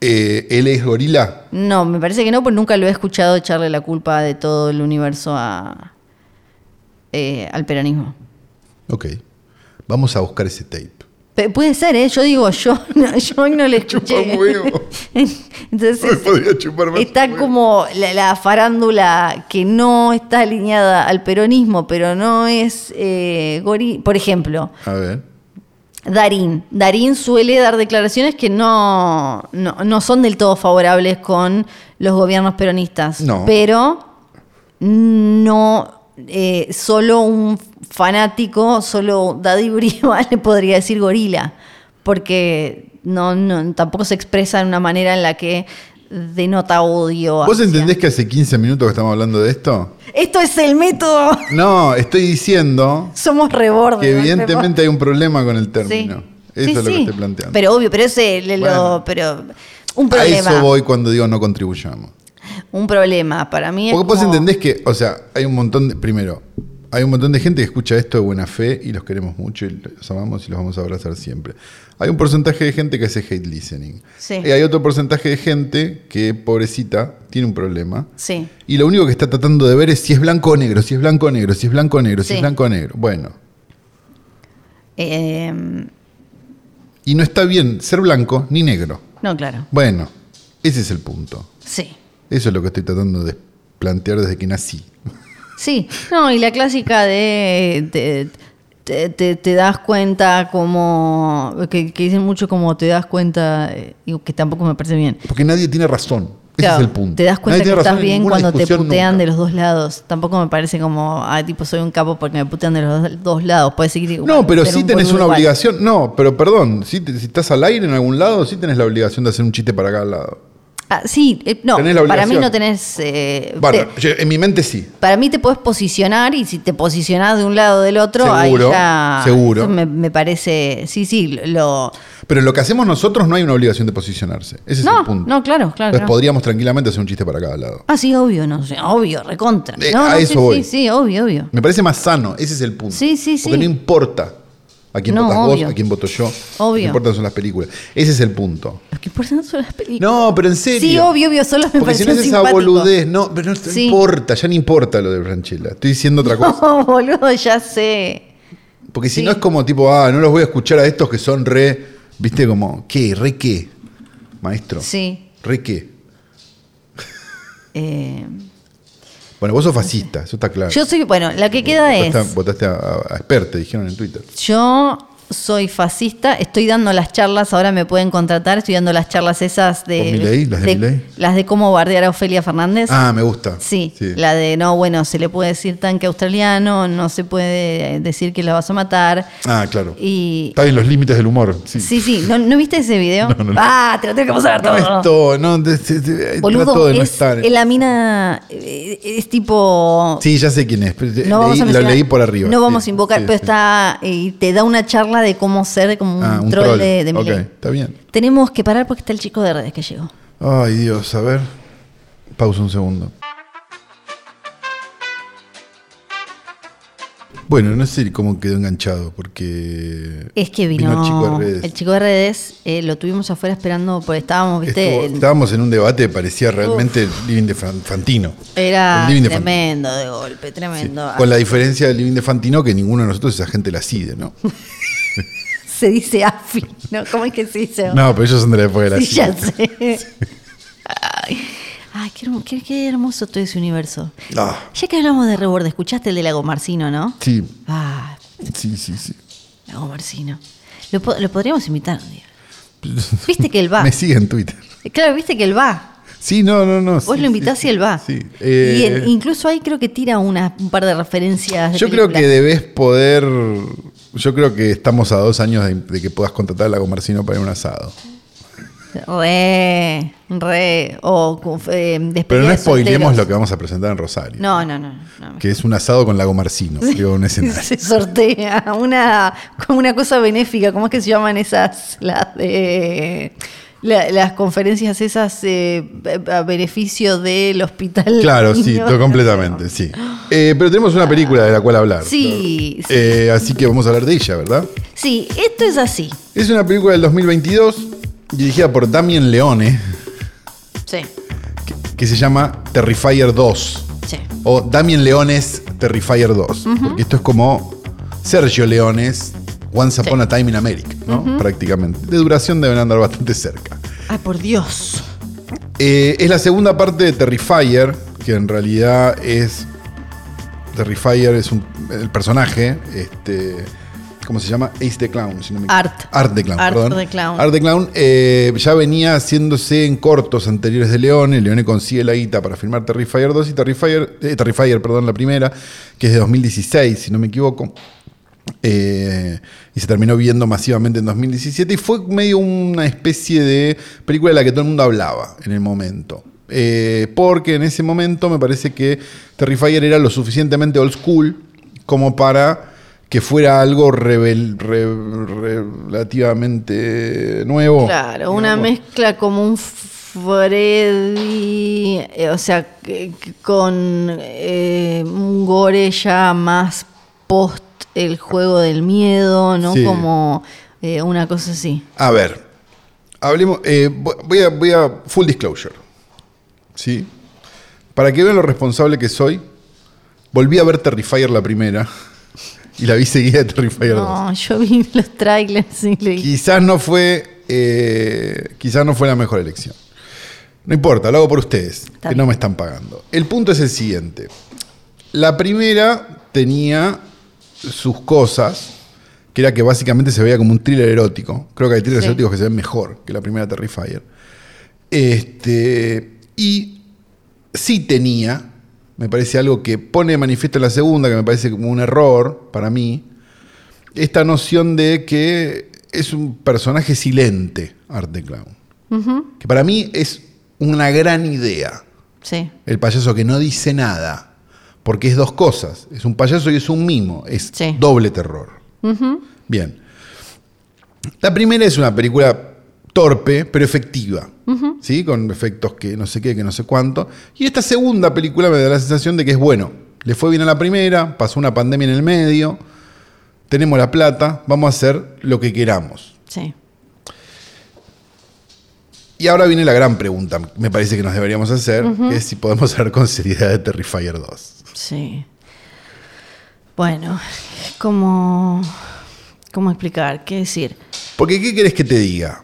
[SPEAKER 1] Eh, él es gorila.
[SPEAKER 2] No, me parece que no, porque nunca lo he escuchado echarle la culpa de todo el universo a, eh, al peronismo.
[SPEAKER 1] Ok. Vamos a buscar ese tape.
[SPEAKER 2] Pe- puede ser, ¿eh? Yo digo, yo no, yo no le escuché.
[SPEAKER 1] Chupa un huevo.
[SPEAKER 2] Entonces,
[SPEAKER 1] podría chupar más
[SPEAKER 2] Está
[SPEAKER 1] un huevo.
[SPEAKER 2] como la, la farándula que no está alineada al peronismo, pero no es eh, gori- Por ejemplo,
[SPEAKER 1] A ver.
[SPEAKER 2] Darín. Darín suele dar declaraciones que no, no, no son del todo favorables con los gobiernos peronistas.
[SPEAKER 1] No.
[SPEAKER 2] Pero no eh, solo un fanático, solo Daddy Brieva le podría decir gorila, porque no, no, tampoco se expresa de una manera en la que denota odio.
[SPEAKER 1] ¿Vos
[SPEAKER 2] hacia-
[SPEAKER 1] entendés que hace 15 minutos que estamos hablando de esto?
[SPEAKER 2] Esto es el método.
[SPEAKER 1] No, estoy diciendo
[SPEAKER 2] Somos rebordes.
[SPEAKER 1] que evidentemente hay un problema con el término. Eso
[SPEAKER 2] Sí,
[SPEAKER 1] es lo que
[SPEAKER 2] sí.
[SPEAKER 1] estoy planteando.
[SPEAKER 2] Pero obvio, pero ese le
[SPEAKER 1] Bueno.
[SPEAKER 2] lo, pero un
[SPEAKER 1] a
[SPEAKER 2] problema.
[SPEAKER 1] eso voy cuando digo no contribuyamos.
[SPEAKER 2] Un problema para mí es
[SPEAKER 1] Porque vos
[SPEAKER 2] como-
[SPEAKER 1] entendés que, o sea, hay un montón de. Primero, hay un montón de gente que escucha esto de buena fe y los queremos mucho y los amamos y los vamos a abrazar siempre. Hay un porcentaje de gente que hace hate listening.
[SPEAKER 2] Sí.
[SPEAKER 1] Y hay otro porcentaje de gente que, pobrecita, tiene un problema.
[SPEAKER 2] Sí.
[SPEAKER 1] Y lo único que está tratando de ver es si es blanco o negro, si es blanco o negro, si es blanco o negro, si
[SPEAKER 2] Sí.
[SPEAKER 1] es blanco o negro. Bueno.
[SPEAKER 2] Eh,
[SPEAKER 1] Y no está bien ser blanco ni negro.
[SPEAKER 2] no, claro.
[SPEAKER 1] Bueno, ese es el punto.
[SPEAKER 2] Sí.
[SPEAKER 1] Eso es lo que estoy tratando de plantear desde que nací.
[SPEAKER 2] Sí. No, y la clásica de. de- te, te- te das cuenta como. Que, que dicen mucho como te das cuenta. eh, Digo, que tampoco me parece bien.
[SPEAKER 1] Porque nadie tiene razón. Ese
[SPEAKER 2] Claro,
[SPEAKER 1] es el punto.
[SPEAKER 2] Te das cuenta
[SPEAKER 1] Nadie
[SPEAKER 2] que
[SPEAKER 1] tiene razón
[SPEAKER 2] estás
[SPEAKER 1] en
[SPEAKER 2] bien
[SPEAKER 1] ninguna
[SPEAKER 2] cuando te
[SPEAKER 1] discusión
[SPEAKER 2] putean
[SPEAKER 1] nunca.
[SPEAKER 2] de los dos lados. Tampoco me parece como, ah, tipo, soy un capo porque me putean de los dos- dos lados. Puedes seguir igual,
[SPEAKER 1] No, pero
[SPEAKER 2] ser
[SPEAKER 1] sí
[SPEAKER 2] un
[SPEAKER 1] tenés
[SPEAKER 2] boludo
[SPEAKER 1] una
[SPEAKER 2] igual.
[SPEAKER 1] obligación. No, pero perdón, si, te- si estás al aire en algún lado, sí tenés la obligación de hacer un chiste para cada lado.
[SPEAKER 2] Ah, sí, eh, no,
[SPEAKER 1] Tenés la
[SPEAKER 2] para mí
[SPEAKER 1] obligación.
[SPEAKER 2] no tenés... eh,
[SPEAKER 1] Bueno,
[SPEAKER 2] te-
[SPEAKER 1] yo- en mi mente sí.
[SPEAKER 2] para mí te puedes posicionar y si te posicionás de un lado o del otro,
[SPEAKER 1] Seguro,
[SPEAKER 2] ahí ya...
[SPEAKER 1] seguro.
[SPEAKER 2] Eso Me, me parece... Sí, sí, lo...
[SPEAKER 1] Pero lo que hacemos nosotros no hay una obligación de posicionarse. Ese es
[SPEAKER 2] no,
[SPEAKER 1] el punto. Pues
[SPEAKER 2] no, claro, claro.
[SPEAKER 1] Entonces
[SPEAKER 2] claro.
[SPEAKER 1] podríamos tranquilamente hacer un chiste para cada lado.
[SPEAKER 2] Ah, sí, obvio, no sé, obvio, recontra.
[SPEAKER 1] Eh,
[SPEAKER 2] No,
[SPEAKER 1] a
[SPEAKER 2] no,
[SPEAKER 1] eso
[SPEAKER 2] sí,
[SPEAKER 1] voy.
[SPEAKER 2] sí, sí, obvio, obvio.
[SPEAKER 1] Me parece más sano, ese es el punto.
[SPEAKER 2] Sí, sí,
[SPEAKER 1] Porque
[SPEAKER 2] sí.
[SPEAKER 1] no importa a quién
[SPEAKER 2] No,
[SPEAKER 1] votas
[SPEAKER 2] obvio.
[SPEAKER 1] vos, a quién voto yo. Lo que
[SPEAKER 2] Obvio.
[SPEAKER 1] importan son las películas. Ese es el punto.
[SPEAKER 2] Lo que importan son las películas.
[SPEAKER 1] No, pero en serio.
[SPEAKER 2] sí, obvio, obvio, solo me
[SPEAKER 1] Porque si
[SPEAKER 2] pareció
[SPEAKER 1] no es esa
[SPEAKER 2] simpático.
[SPEAKER 1] boludez, no, pero no te
[SPEAKER 2] Sí.
[SPEAKER 1] importa, ya no importa lo de Franchella. Estoy diciendo otra cosa.
[SPEAKER 2] No, boludo, ya sé.
[SPEAKER 1] Porque si
[SPEAKER 2] Sí.
[SPEAKER 1] no es como tipo, ah, no los voy a escuchar a estos que son re, viste, como, ¿qué? ¿Re qué? Maestro.
[SPEAKER 2] Sí.
[SPEAKER 1] ¿Re qué?
[SPEAKER 2] eh,
[SPEAKER 1] Bueno, vos sos fascista, eso está claro.
[SPEAKER 2] yo soy, bueno, la que queda es.
[SPEAKER 1] Votaste, votaste a, a, a Esper, te dijeron en Twitter.
[SPEAKER 2] Yo soy fascista, estoy dando las charlas, ahora me pueden contratar, estoy dando las charlas esas de.
[SPEAKER 1] ¿Con Milei? ¿Las de Milei?
[SPEAKER 2] Las de cómo bardear a Ofelia Fernández.
[SPEAKER 1] Ah, me gusta.
[SPEAKER 2] Sí, la de no, bueno, se le puede decir tanque australiano, no se puede eh, decir que la vas a matar.
[SPEAKER 1] Ah, claro.
[SPEAKER 2] Y.
[SPEAKER 1] Está bien los límites del humor. Sí.
[SPEAKER 2] Sí, sí, ¿no, no viste ese video?
[SPEAKER 1] No, no lo-
[SPEAKER 2] ah, te lo tengo que pasar
[SPEAKER 1] No,
[SPEAKER 2] todo.
[SPEAKER 1] esto, no, de- de- de- trato
[SPEAKER 2] Boludo,
[SPEAKER 1] de no
[SPEAKER 2] es,
[SPEAKER 1] estar.
[SPEAKER 2] la mina eh, es tipo.
[SPEAKER 1] Sí, ya sé quién es. pero te-
[SPEAKER 2] no
[SPEAKER 1] leí-
[SPEAKER 2] vamos a
[SPEAKER 1] lo
[SPEAKER 2] mencionar-
[SPEAKER 1] leí por arriba.
[SPEAKER 2] No vamos
[SPEAKER 1] sí,
[SPEAKER 2] a invocar,
[SPEAKER 1] sí,
[SPEAKER 2] pero
[SPEAKER 1] sí.
[SPEAKER 2] está. eh, Y te da una charla de cómo ser como un,
[SPEAKER 1] Ah,
[SPEAKER 2] troll, de, de
[SPEAKER 1] Ok,
[SPEAKER 2] Milei.
[SPEAKER 1] está bien.
[SPEAKER 2] Tenemos que parar porque está el chico de redes que llegó.
[SPEAKER 1] Ay, Dios, a ver. Pausa un segundo. Bueno, no sé cómo quedó enganchado, porque.
[SPEAKER 2] Es que vino.
[SPEAKER 1] el chico de redes.
[SPEAKER 2] El chico de redes eh, lo tuvimos afuera esperando, porque estábamos, viste.
[SPEAKER 1] Estuvo-
[SPEAKER 2] en-
[SPEAKER 1] estábamos en un debate que parecía realmente Living de Fan- Fantino.
[SPEAKER 2] era
[SPEAKER 1] el living de Fantino.
[SPEAKER 2] tremendo de golpe,
[SPEAKER 1] Sí.
[SPEAKER 2] tremendo.
[SPEAKER 1] Con la diferencia del Living de Fantino que ninguno de nosotros es agente de la CIDE, ¿no?
[SPEAKER 2] Se dice AFI, ¿no? ¿Cómo es que se dice?
[SPEAKER 1] No, pero ellos son de la época de la
[SPEAKER 2] Sí,
[SPEAKER 1] CIDE.
[SPEAKER 2] ya sé. Ay, ay, qué, hermo- qué- qué hermoso todo ese universo.
[SPEAKER 1] Ah,
[SPEAKER 2] Ya que hablamos de Rebord, escuchaste el de Lago Marcino, ¿no?
[SPEAKER 1] sí,
[SPEAKER 2] Ah,
[SPEAKER 1] sí, sí, sí.
[SPEAKER 2] Lago Marcino. Lo, po- lo podríamos invitar un día. Viste que él va.
[SPEAKER 1] Me sigue en Twitter.
[SPEAKER 2] Claro, viste que él va.
[SPEAKER 1] Sí, no, no, no.
[SPEAKER 2] Vos
[SPEAKER 1] sí,
[SPEAKER 2] lo invitás
[SPEAKER 1] sí,
[SPEAKER 2] y él va.
[SPEAKER 1] Sí.
[SPEAKER 2] y
[SPEAKER 1] Eh,
[SPEAKER 2] él- incluso ahí creo que tira una- un par de referencias. de
[SPEAKER 1] yo creo que
[SPEAKER 2] películas.
[SPEAKER 1] debes poder. Yo creo que estamos a dos años de, de que puedas contratar a Lago Marcino para ir a un asado.
[SPEAKER 2] Re, re. O cu- eh, despedida
[SPEAKER 1] Pero no
[SPEAKER 2] de
[SPEAKER 1] spoilemos
[SPEAKER 2] solteros.
[SPEAKER 1] lo que vamos a presentar en Rosario.
[SPEAKER 2] No, no, no. no.
[SPEAKER 1] Que es un asado con Lago Marcino, digo, un escenario.
[SPEAKER 2] Se sortea una, como una cosa benéfica, ¿cómo es que se llaman esas? Las de- la- las conferencias esas eh, a beneficio del hospital.
[SPEAKER 1] Claro, sí,
[SPEAKER 2] No,
[SPEAKER 1] to- completamente, sí. Eh, pero tenemos una película de la cual hablar.
[SPEAKER 2] Sí,
[SPEAKER 1] ¿no?
[SPEAKER 2] sí.
[SPEAKER 1] Eh, así que vamos a hablar de ella, ¿verdad?
[SPEAKER 2] Sí, esto es así.
[SPEAKER 1] Es una película del 2022 dirigida por Damien Leone
[SPEAKER 2] Sí,
[SPEAKER 1] que se llama Terrifier 2
[SPEAKER 2] sí.
[SPEAKER 1] o Damien Leones Terrifier 2, porque esto es como Sergio Leones Once Upon a Time in America, ¿no? Prácticamente. De duración deben andar bastante cerca.
[SPEAKER 2] Ay, Ah, por Dios.
[SPEAKER 1] Eh, es la segunda parte de Terrifier, que en realidad es. Terrifier es un, el personaje. Este, ¿Cómo se llama? Ace the Clown, si no me
[SPEAKER 2] Art.
[SPEAKER 1] Art the Clown,
[SPEAKER 2] Art
[SPEAKER 1] perdón.
[SPEAKER 2] the Clown.
[SPEAKER 1] Art the Clown eh, ya venía haciéndose en cortos anteriores de Leone. Leone consigue la guita para filmar Terrifier 2 y Terrifier, eh, Terrifier, perdón, la primera, que es de 2016, si no me equivoco. Eh, y se terminó viendo masivamente en 2017 y fue medio una especie de película de la que todo el mundo hablaba en el momento. Eh, porque en ese momento me parece que Terrifier era lo suficientemente old school como para que fuera algo rebel- re- relativamente nuevo.
[SPEAKER 2] Claro, una
[SPEAKER 1] Digamos.
[SPEAKER 2] mezcla como un Freddy, eh, o sea, que- que con eh, un gore ya más post el juego del miedo, ¿no?
[SPEAKER 1] Sí.
[SPEAKER 2] Como eh, una cosa así.
[SPEAKER 1] A ver, hablemos. eh, vo- voy, a, voy a full disclosure. ¿Sí? Para que vean lo responsable que soy, volví a ver Terrifier la primera y la vi seguida de Terrifier 2.
[SPEAKER 2] No, yo vi los trailers y le dije,
[SPEAKER 1] Quizás no fue. eh, quizás no fue la mejor elección. No importa, lo hago por ustedes, que
[SPEAKER 2] bien.
[SPEAKER 1] no me están pagando. El punto es el siguiente. La primera tenía sus cosas, que era que básicamente se veía como un thriller erótico. Creo que hay thrillers
[SPEAKER 2] Sí.
[SPEAKER 1] eróticos que se ven mejor que la primera Terrifier. Este, y sí tenía, me parece algo que pone de manifiesto en la segunda, que me parece como un error para mí, esta noción de que es un personaje silente, Art the Clown. Que para mí es una gran idea.
[SPEAKER 2] Sí.
[SPEAKER 1] El payaso que no dice nada. Porque es dos cosas. Es un payaso y es un mimo. Es
[SPEAKER 2] Sí.
[SPEAKER 1] doble terror. Bien. La primera es una película torpe, pero efectiva. ¿Sí? Con efectos que no sé qué, que no sé cuánto. Y esta segunda película me da la sensación de que es bueno. Le fue bien a la primera, pasó una pandemia en el medio, tenemos la plata, vamos a hacer lo que queramos.
[SPEAKER 2] Sí.
[SPEAKER 1] Y ahora viene la gran pregunta, me parece que nos deberíamos hacer, que es si podemos hablar con seriedad de Terrifier 2.
[SPEAKER 2] Sí. Bueno, ¿cómo, cómo explicar? ¿Qué decir?
[SPEAKER 1] Porque, ¿qué querés que te diga?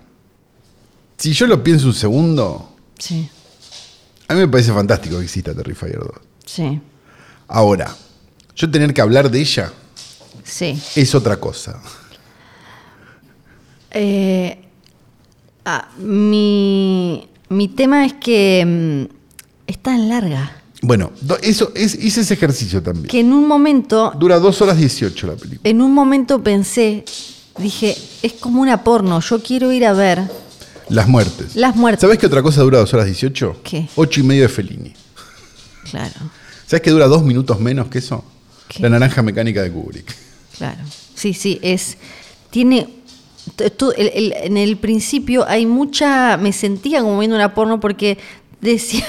[SPEAKER 1] Si yo lo pienso un segundo,
[SPEAKER 2] Sí,
[SPEAKER 1] a mí me parece fantástico que exista Terrifier 2.
[SPEAKER 2] sí,
[SPEAKER 1] Ahora, yo tener que hablar de ella
[SPEAKER 2] sí.
[SPEAKER 1] es otra cosa.
[SPEAKER 2] Eh, ah, mi, mi tema es que mm, es tan larga
[SPEAKER 1] Bueno, do- eso es, hice ese ejercicio también.
[SPEAKER 2] que en un momento,
[SPEAKER 1] Dura 2 horas 18 la película.
[SPEAKER 2] en un momento pensé, dije, es como una porno, yo quiero ir a ver.
[SPEAKER 1] Las muertes.
[SPEAKER 2] Las muertes.
[SPEAKER 1] ¿Sabés qué otra cosa dura 2 horas 18?
[SPEAKER 2] ¿Qué?
[SPEAKER 1] 8 y medio de Fellini.
[SPEAKER 2] Claro,
[SPEAKER 1] ¿Sabés qué dura 2 minutos menos que eso?
[SPEAKER 2] ¿Qué?
[SPEAKER 1] La naranja mecánica de Kubrick.
[SPEAKER 2] claro. Sí, sí, es, tiene, t- tú- el- el- en el principio hay mucha, me sentía como viendo una porno porque decía...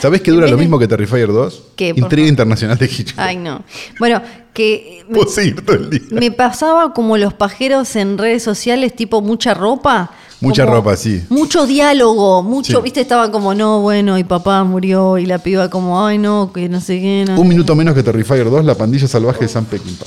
[SPEAKER 1] ¿Sabés que dura
[SPEAKER 2] en
[SPEAKER 1] lo
[SPEAKER 2] vez de-
[SPEAKER 1] mismo que Terrifier 2?
[SPEAKER 2] ¿Qué, por
[SPEAKER 1] Intriga
[SPEAKER 2] favor?
[SPEAKER 1] Internacional de Hitchcock.
[SPEAKER 2] Ay, no. Bueno, que...
[SPEAKER 1] Puedo seguir todo el día.
[SPEAKER 2] Me pasaba como los pajeros en redes sociales, tipo mucha ropa.
[SPEAKER 1] Mucha
[SPEAKER 2] como
[SPEAKER 1] ropa, sí.
[SPEAKER 2] Mucho diálogo, mucho,
[SPEAKER 1] Sí.
[SPEAKER 2] viste, estaban como, no, bueno, y papá murió, y la piba como, ay, no, que no sé qué. no".
[SPEAKER 1] Un minuto menos que Terrifier 2, la pandilla salvaje de San Peckinpah.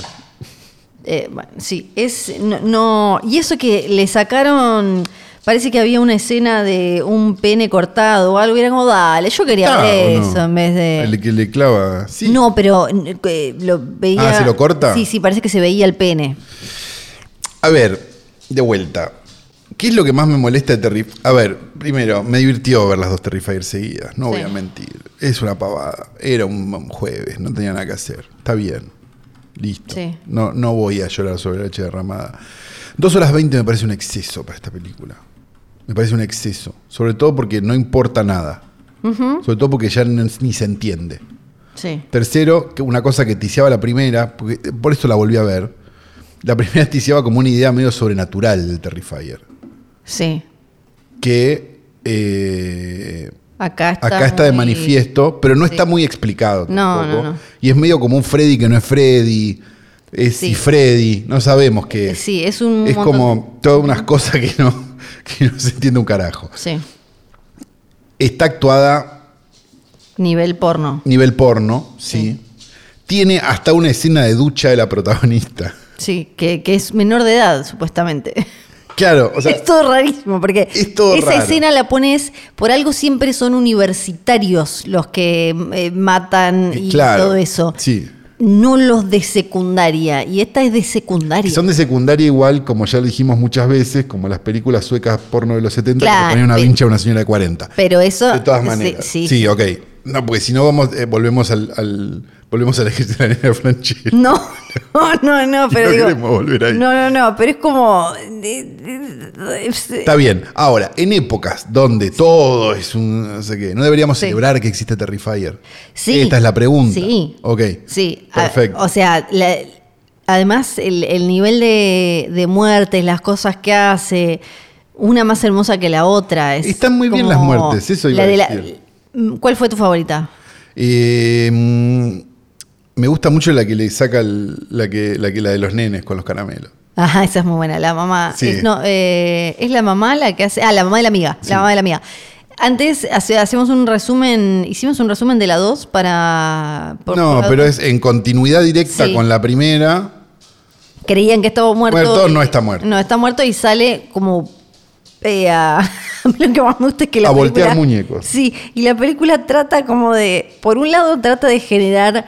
[SPEAKER 2] Eh, bueno, sí, es, no, no- y eso que le sacaron, parece que había una escena de un pene cortado o algo, y era como, dale, yo quería
[SPEAKER 1] Ah,
[SPEAKER 2] ver
[SPEAKER 1] ¿o no?
[SPEAKER 2] eso en vez de...
[SPEAKER 1] El que le clava. Sí.
[SPEAKER 2] No, pero eh, lo veía...
[SPEAKER 1] Ah, ¿se lo corta?
[SPEAKER 2] Sí, sí, parece que se veía el pene.
[SPEAKER 1] A ver, de vuelta. ¿Qué es lo que más me molesta de Terrifier? A ver, primero, me divirtió ver las dos Terrifier seguidas, no voy
[SPEAKER 2] Sí.
[SPEAKER 1] a mentir. Es una pavada. Era un un jueves, no tenía nada que hacer. Está bien. Listo.
[SPEAKER 2] Sí.
[SPEAKER 1] No, no voy a llorar sobre la leche derramada. Dos horas 20 me parece un exceso para esta película. Me parece un exceso. Sobre todo porque no importa nada. Sobre todo porque ya no- ni se entiende.
[SPEAKER 2] Sí,
[SPEAKER 1] Tercero, que una cosa que ticiaba la primera, porque- eh, por esto la volví a ver. La primera ticiaba como una idea medio sobrenatural del Terrifier.
[SPEAKER 2] sí.
[SPEAKER 1] Que eh,
[SPEAKER 2] Acá está,
[SPEAKER 1] acá está de
[SPEAKER 2] muy-
[SPEAKER 1] manifiesto, pero no
[SPEAKER 2] sí.
[SPEAKER 1] está muy explicado.
[SPEAKER 2] No,
[SPEAKER 1] tampoco.
[SPEAKER 2] no, no.
[SPEAKER 1] Y es medio como un Freddy que no es Freddy. Es
[SPEAKER 2] Sí.
[SPEAKER 1] y Freddy, no sabemos qué es.
[SPEAKER 2] Sí, es un
[SPEAKER 1] es
[SPEAKER 2] montón-
[SPEAKER 1] como todas unas cosas que no, que no se entiende un carajo.
[SPEAKER 2] Sí,
[SPEAKER 1] Está actuada
[SPEAKER 2] nivel porno.
[SPEAKER 1] nivel porno, sí. Tiene hasta una escena de ducha de la protagonista.
[SPEAKER 2] Sí, que, que es menor de edad, supuestamente.
[SPEAKER 1] Claro, o sea,
[SPEAKER 2] es todo rarísimo, porque
[SPEAKER 1] es todo
[SPEAKER 2] esa
[SPEAKER 1] raro.
[SPEAKER 2] escena la pones, por algo siempre son universitarios los que eh, matan y
[SPEAKER 1] claro,
[SPEAKER 2] todo eso.
[SPEAKER 1] Sí.
[SPEAKER 2] No los de secundaria, y esta es de
[SPEAKER 1] Que
[SPEAKER 2] secundaria.
[SPEAKER 1] son de secundaria igual, como ya lo dijimos muchas veces, como las películas suecas porno de los 70 que
[SPEAKER 2] Claro,
[SPEAKER 1] le ponían una
[SPEAKER 2] pe-
[SPEAKER 1] vincha a una señora de 40.
[SPEAKER 2] Pero eso...
[SPEAKER 1] De todas
[SPEAKER 2] sí,
[SPEAKER 1] maneras.
[SPEAKER 2] Sí,
[SPEAKER 1] Sí, ok. No, porque si no vamos, eh, volvemos al, al- volvemos al ejercicio de la nena de Franchella.
[SPEAKER 2] No, no, no, no, pero
[SPEAKER 1] no
[SPEAKER 2] digo...
[SPEAKER 1] queremos volver ahí.
[SPEAKER 2] No, no, no, pero es como... eh,
[SPEAKER 1] Está bien. Ahora, en épocas donde todo es un no sé qué, no deberíamos celebrar que existe Terrifier.
[SPEAKER 2] Sí.
[SPEAKER 1] Esta es la pregunta.
[SPEAKER 2] Sí.
[SPEAKER 1] Ok.
[SPEAKER 2] Sí, a-
[SPEAKER 1] Perfecto.
[SPEAKER 2] o sea, la- además el, el nivel de, de muertes, las cosas que hace, una más hermosa que la otra. Es
[SPEAKER 1] Están muy bien
[SPEAKER 2] como
[SPEAKER 1] las muertes, eso iba
[SPEAKER 2] la
[SPEAKER 1] a
[SPEAKER 2] de la-
[SPEAKER 1] decir.
[SPEAKER 2] Mm, ¿Cuál fue tu favorita?
[SPEAKER 1] Eh, mm, me gusta mucho la que le saca el- la, que, la que la de los nenes con los caramelos.
[SPEAKER 2] Ajá, esa es muy buena, la mamá.
[SPEAKER 1] Sí.
[SPEAKER 2] Es, no, eh, es la mamá la que hace... Ah, la mamá de la amiga, la mamá de la amiga. Antes hace- hacemos un resumen, hicimos un resumen de la 2 para... por-
[SPEAKER 1] no,
[SPEAKER 2] por-
[SPEAKER 1] pero es en continuidad directa
[SPEAKER 2] Sí.
[SPEAKER 1] con la primera.
[SPEAKER 2] creían que estaba muerto.
[SPEAKER 1] Muerto, no está muerto.
[SPEAKER 2] No, está muerto y sale como. eh, a, a mí lo que más me gusta es que la
[SPEAKER 1] A
[SPEAKER 2] película-
[SPEAKER 1] voltear muñecos.
[SPEAKER 2] Sí, y la película trata como de. Por un lado, trata de generar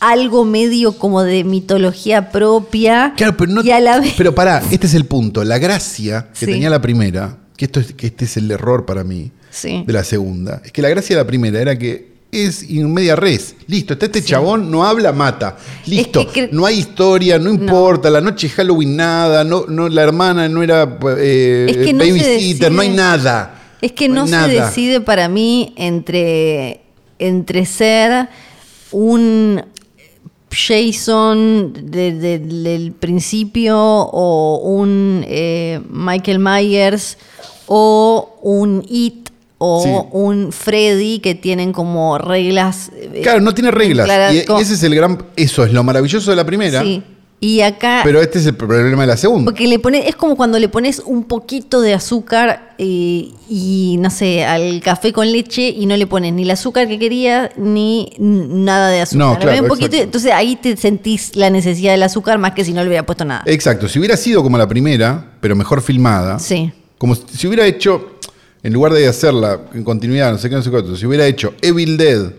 [SPEAKER 2] algo medio como de mitología propia.
[SPEAKER 1] Claro, pero no.
[SPEAKER 2] Y a la vez.
[SPEAKER 1] Pero pará, este es el punto. La gracia que
[SPEAKER 2] Sí.
[SPEAKER 1] tenía la primera, que, esto es, que este es el error para mí
[SPEAKER 2] Sí.
[SPEAKER 1] de la segunda, es que la gracia de la primera era que es in media res. Listo, está este chabón, no habla, mata. Listo,
[SPEAKER 2] que cre-
[SPEAKER 1] no hay historia, no importa, la noche es Halloween nada, no, no, la hermana no era eh,
[SPEAKER 2] Es que no se
[SPEAKER 1] babysitter, no hay
[SPEAKER 2] decide-
[SPEAKER 1] nada.
[SPEAKER 2] Es que no
[SPEAKER 1] Nada.
[SPEAKER 2] se decide para mí entre, entre ser un Jason de- de- del principio o un eh, Michael Myers o un It o
[SPEAKER 1] Sí.
[SPEAKER 2] un Freddy que tienen como reglas. eh,
[SPEAKER 1] Claro, no tiene reglas.
[SPEAKER 2] claras,
[SPEAKER 1] y, y
[SPEAKER 2] como-
[SPEAKER 1] ese es el gran. Eso es lo maravilloso de la primera.
[SPEAKER 2] Sí. Y acá
[SPEAKER 1] Pero este es el problema de la segunda.
[SPEAKER 2] Porque le pone, es como cuando le pones un poquito de azúcar eh, y no sé, al café con leche y no le pones ni el azúcar que querías ni n- nada de azúcar.
[SPEAKER 1] No,
[SPEAKER 2] Le
[SPEAKER 1] claro,
[SPEAKER 2] pones un poquito y-
[SPEAKER 1] exacto.
[SPEAKER 2] entonces ahí te sentís la necesidad del azúcar más que si no le hubiera puesto nada.
[SPEAKER 1] Exacto. Si hubiera sido como la primera, pero mejor filmada.
[SPEAKER 2] sí.
[SPEAKER 1] Como si si hubiera hecho, en lugar de hacerla en continuidad, no sé qué, no sé cuánto, si hubiera hecho Evil Dead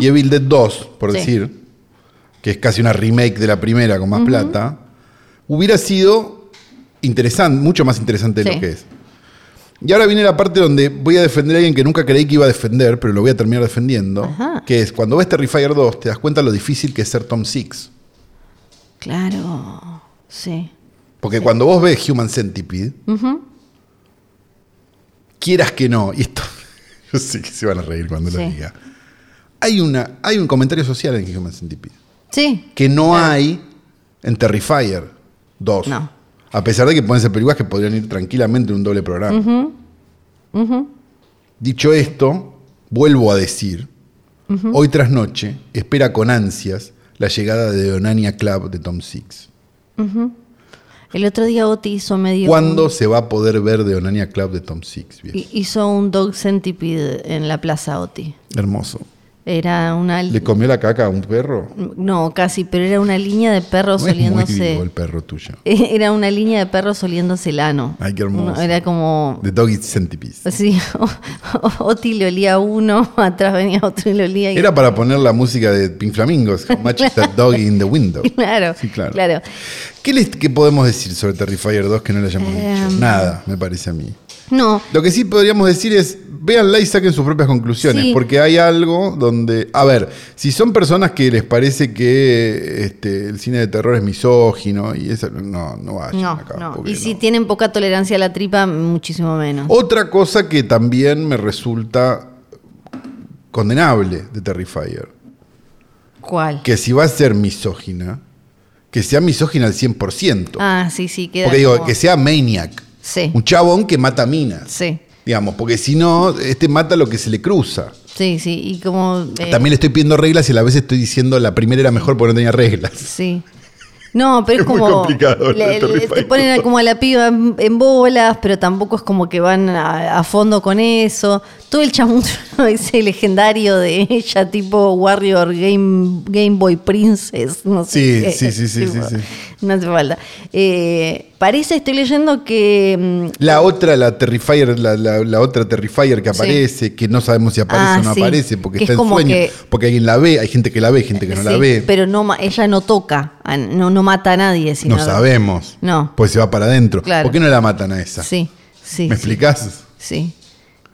[SPEAKER 1] y Evil Dead 2, por
[SPEAKER 2] Sí.
[SPEAKER 1] decir, que es casi una remake de la primera con más plata, hubiera sido interesante, mucho más interesante de
[SPEAKER 2] Sí.
[SPEAKER 1] lo que es. Y ahora viene la parte donde voy a defender a alguien que nunca creí que iba a defender, pero lo voy a terminar defendiendo,
[SPEAKER 2] Ajá.
[SPEAKER 1] que es cuando ves Terrifier 2 te das cuenta lo difícil que es ser Tom Six.
[SPEAKER 2] Claro. Sí.
[SPEAKER 1] Porque cuando vos ves Human Centipede, quieras que no, y esto, yo sé que se van a reír cuando lo
[SPEAKER 2] Sí.
[SPEAKER 1] diga. Hay, una, hay un comentario social en Human Centipede
[SPEAKER 2] Sí.
[SPEAKER 1] que no hay en Terrifier 2.
[SPEAKER 2] No.
[SPEAKER 1] A pesar de que pueden ser películas que podrían ir tranquilamente en un doble programa. Dicho esto, vuelvo a decir, hoy tras noche espera con ansias la llegada de Onania Club de Tom Six.
[SPEAKER 2] El otro día Oti hizo medio.
[SPEAKER 1] ¿Cuándo se va a poder ver de Onania Club de Tom Six? viejo?
[SPEAKER 2] hi- Hizo un dog centipede en la plaza Oti.
[SPEAKER 1] Hermoso.
[SPEAKER 2] Era una. li-
[SPEAKER 1] ¿Le comió la caca a un perro?
[SPEAKER 2] No, casi, pero era una línea de perros
[SPEAKER 1] No es muy
[SPEAKER 2] oliéndose.
[SPEAKER 1] vivo el perro tuyo.
[SPEAKER 2] Era una línea de perros oliéndose el ano.
[SPEAKER 1] Ay, qué hermoso.
[SPEAKER 2] Uno- Era como. Pues,
[SPEAKER 1] The Doggy Centipede.
[SPEAKER 2] Sí, Oti le olía a uno, atrás venía otro y le olía. y-
[SPEAKER 1] Era para poner la música de Pink Flamingos. How much is that doggy in the window?
[SPEAKER 2] Claro,
[SPEAKER 1] Sí, claro.
[SPEAKER 2] claro.
[SPEAKER 1] ¿Qué, les- qué podemos decir sobre Terrifier 2 que no le hayamos
[SPEAKER 2] Em.
[SPEAKER 1] dicho? Nada, me parece a mí.
[SPEAKER 2] No,
[SPEAKER 1] Lo que sí podríamos decir es, véanla y saquen sus propias conclusiones,
[SPEAKER 2] Sí.
[SPEAKER 1] porque hay algo donde, a ver, si son personas que les parece que este, el cine de terror es misógino y eso, no, no vayan
[SPEAKER 2] no,
[SPEAKER 1] acá,
[SPEAKER 2] no.
[SPEAKER 1] porque
[SPEAKER 2] Y si
[SPEAKER 1] no.
[SPEAKER 2] tienen poca tolerancia a la tripa, muchísimo menos.
[SPEAKER 1] Otra cosa que también me resulta condenable de Terrifier,
[SPEAKER 2] ¿Cuál?
[SPEAKER 1] que si va a ser misógina, que sea misógina al 100%.
[SPEAKER 2] Ah, sí, sí, queda.
[SPEAKER 1] porque digo,
[SPEAKER 2] como-
[SPEAKER 1] que sea maniac.
[SPEAKER 2] Sí.
[SPEAKER 1] Un chabón que mata minas.
[SPEAKER 2] Sí,
[SPEAKER 1] Digamos, porque si no, este mata lo que se le cruza.
[SPEAKER 2] sí, sí. Y como. eh,
[SPEAKER 1] También le estoy pidiendo reglas y a la vez estoy diciendo la primera era mejor porque no tenía reglas.
[SPEAKER 2] Sí. No, pero es,
[SPEAKER 1] Es muy
[SPEAKER 2] como.
[SPEAKER 1] complicado,
[SPEAKER 2] le-
[SPEAKER 1] el
[SPEAKER 2] le-
[SPEAKER 1] Terrify.
[SPEAKER 2] te ponen a- como a la piba en, en bolas, pero tampoco es como que van a, a fondo con eso. Todo el chamucho ese legendario de ella, tipo Warrior Game, Game Boy Princess. No sé
[SPEAKER 1] Sí,
[SPEAKER 2] qué,
[SPEAKER 1] sí, sí, sí,
[SPEAKER 2] tipo,
[SPEAKER 1] sí, sí.
[SPEAKER 2] No hace falta. Eh, parece, estoy leyendo que. mm,
[SPEAKER 1] La otra, la Terrifier, la, la- la otra Terrifier que aparece, que no sabemos si aparece
[SPEAKER 2] Ah,
[SPEAKER 1] o no
[SPEAKER 2] sí.
[SPEAKER 1] aparece, porque
[SPEAKER 2] Que
[SPEAKER 1] está
[SPEAKER 2] es
[SPEAKER 1] en
[SPEAKER 2] como
[SPEAKER 1] sueño,
[SPEAKER 2] que-
[SPEAKER 1] porque alguien la ve, hay gente que la ve, gente que no la
[SPEAKER 2] sí,
[SPEAKER 1] ve.
[SPEAKER 2] Pero no, ma- ella no toca, a- no, no mata a nadie. Sino
[SPEAKER 1] no sabemos.
[SPEAKER 2] No.
[SPEAKER 1] Pues se va para adentro.
[SPEAKER 2] Claro.
[SPEAKER 1] ¿Por qué no la matan a esa?
[SPEAKER 2] Sí, sí.
[SPEAKER 1] ¿Me
[SPEAKER 2] sí.
[SPEAKER 1] explicás?
[SPEAKER 2] Sí,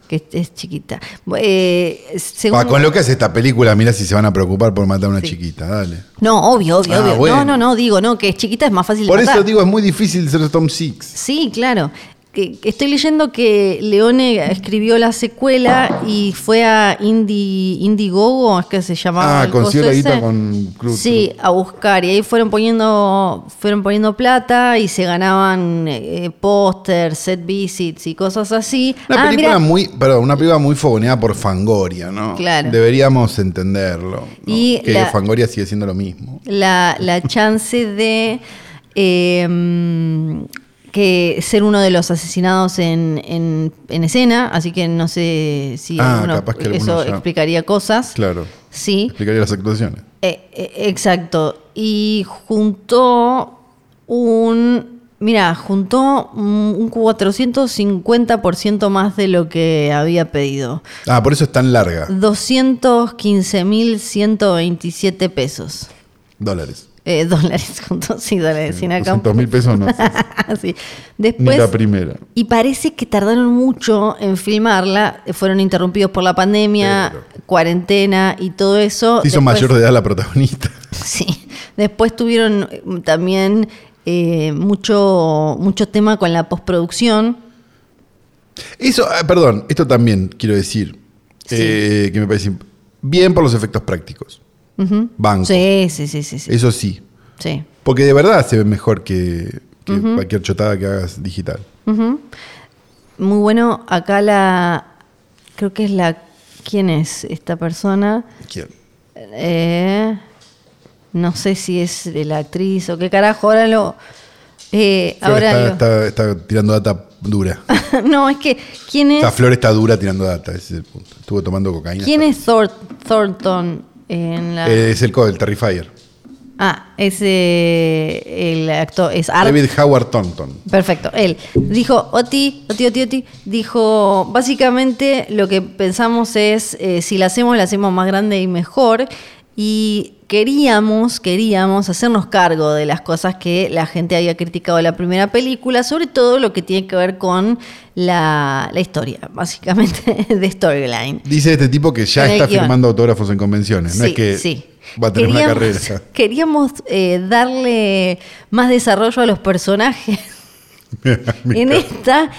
[SPEAKER 2] que es- es chiquita. Bu- eh, según-
[SPEAKER 1] Pa, con lo que hace esta película, mirá si se van a preocupar por matar a una
[SPEAKER 2] Sí.
[SPEAKER 1] chiquita, dale.
[SPEAKER 2] No, obvio, obvio,
[SPEAKER 1] Ah,
[SPEAKER 2] obvio.
[SPEAKER 1] bueno.
[SPEAKER 2] No, no, no, digo, no, que es chiquita es más fácil de
[SPEAKER 1] Por eso
[SPEAKER 2] matar.
[SPEAKER 1] digo, es muy difícil ser Tom Six.
[SPEAKER 2] Sí, claro. Que, que estoy leyendo que Leone escribió la secuela y fue a Indie, Indiegogo, es que se llamaba.
[SPEAKER 1] Ah,
[SPEAKER 2] el
[SPEAKER 1] consiguió
[SPEAKER 2] coso
[SPEAKER 1] la guita
[SPEAKER 2] ese.
[SPEAKER 1] con Cruz.
[SPEAKER 2] Sí, a buscar. Y ahí fueron poniendo, fueron poniendo plata y se ganaban eh, póster, set visits y cosas así.
[SPEAKER 1] Una
[SPEAKER 2] Ah,
[SPEAKER 1] película
[SPEAKER 2] mirá,
[SPEAKER 1] muy, perdón, una película muy fogoneada por Fangoria, ¿no?
[SPEAKER 2] Claro.
[SPEAKER 1] Deberíamos entenderlo. ¿no?
[SPEAKER 2] Y
[SPEAKER 1] que
[SPEAKER 2] la-
[SPEAKER 1] Fangoria sigue siendo lo mismo.
[SPEAKER 2] la, la chance de eh, que ser uno de los asesinados en, en- en escena, así que no sé si
[SPEAKER 1] Ah,
[SPEAKER 2] alguno-
[SPEAKER 1] capaz que alguno
[SPEAKER 2] eso
[SPEAKER 1] ya-
[SPEAKER 2] explicaría cosas.
[SPEAKER 1] Claro.
[SPEAKER 2] Sí,
[SPEAKER 1] Explicaría las actuaciones.
[SPEAKER 2] eh, eh, exacto. Y juntó un, mira, juntó un 450% más de lo que había pedido.
[SPEAKER 1] Ah, por eso es tan larga.
[SPEAKER 2] 215.127 pesos.
[SPEAKER 1] Dólares.
[SPEAKER 2] Eh, dólares, juntos, sí, dólares, sin acá. Pues,
[SPEAKER 1] 200 mil pesos no. sé.
[SPEAKER 2] Sí.
[SPEAKER 1] Ni la
[SPEAKER 2] Después,
[SPEAKER 1] primera.
[SPEAKER 2] y parece que tardaron mucho en filmarla, eh, fueron interrumpidos por la pandemia,
[SPEAKER 1] Pero.
[SPEAKER 2] cuarentena y todo eso.
[SPEAKER 1] Se hizo
[SPEAKER 2] Después-
[SPEAKER 1] mayor de edad la protagonista.
[SPEAKER 2] Sí, después tuvieron eh, también eh, mucho, mucho tema con la postproducción.
[SPEAKER 1] Eso, ah, perdón, esto también quiero decir,
[SPEAKER 2] Sí.
[SPEAKER 1] eh, que me parece imp- bien por los efectos prácticos.
[SPEAKER 2] Ujú.
[SPEAKER 1] Banco.
[SPEAKER 2] Sí, sí, sí, sí. Sí.
[SPEAKER 1] Eso sí.
[SPEAKER 2] sí.
[SPEAKER 1] Porque de verdad se ve mejor que, que cualquier chotada que hagas digital.
[SPEAKER 2] Ujú. Muy bueno, acá la. Creo que es la. ¿Quién es esta persona?
[SPEAKER 1] ¿Quién?
[SPEAKER 2] Eh, no sé si es de la actriz o qué carajo. Ahora lo. eh,
[SPEAKER 1] Flor
[SPEAKER 2] ahora Ah,
[SPEAKER 1] está,
[SPEAKER 2] lo-
[SPEAKER 1] está- está tirando data dura.
[SPEAKER 2] no, es que. ¿Quién es,
[SPEAKER 1] La flor está dura tirando data, ese es el punto. Estuvo tomando cocaína.
[SPEAKER 2] ¿quién es Thor- Thornton en la.
[SPEAKER 1] Eh, es el co, el Terrifier.
[SPEAKER 2] ah, es eh, el actor. Es Art.
[SPEAKER 1] David Howard Thornton.
[SPEAKER 2] Perfecto, él dijo, Oti, Oti, Oti, Oti, dijo, básicamente lo que pensamos es, eh, si la hacemos, la hacemos más grande y mejor, y queríamos, queríamos hacernos cargo de las cosas que la gente había criticado de la primera película, sobre todo lo que tiene que ver con la, la historia, básicamente, de storyline.
[SPEAKER 1] Dice este tipo que ya
[SPEAKER 2] En el
[SPEAKER 1] está
[SPEAKER 2] guión.
[SPEAKER 1] firmando autógrafos en convenciones. No
[SPEAKER 2] Sí,
[SPEAKER 1] es que
[SPEAKER 2] sí.
[SPEAKER 1] va a tener una
[SPEAKER 2] Queríamos-
[SPEAKER 1] carrera.
[SPEAKER 2] Queríamos eh, darle más desarrollo a los personajes. en esta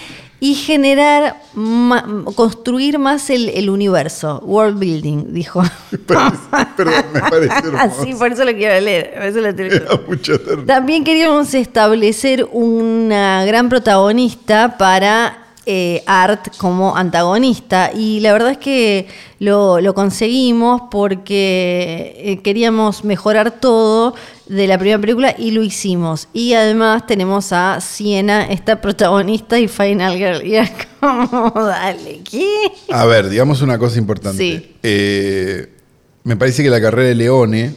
[SPEAKER 2] y generar, ma- construir más el, el universo. World building, dijo.
[SPEAKER 1] Perdón, me parece hermoso.
[SPEAKER 2] Así, por eso lo quiero leer. por eso lo tengo.
[SPEAKER 1] Era mucho eterno.
[SPEAKER 2] También queríamos establecer una gran protagonista para eh, Art como antagonista. Y la verdad es que lo, lo conseguimos porque eh, queríamos mejorar todo de la primera película y lo hicimos. Y además tenemos a Siena, esta protagonista y Final Girl. Y es como, dale, ¿qué?
[SPEAKER 1] A ver, digamos una cosa importante.
[SPEAKER 2] Sí.
[SPEAKER 1] Eh, me parece que la carrera de Leone,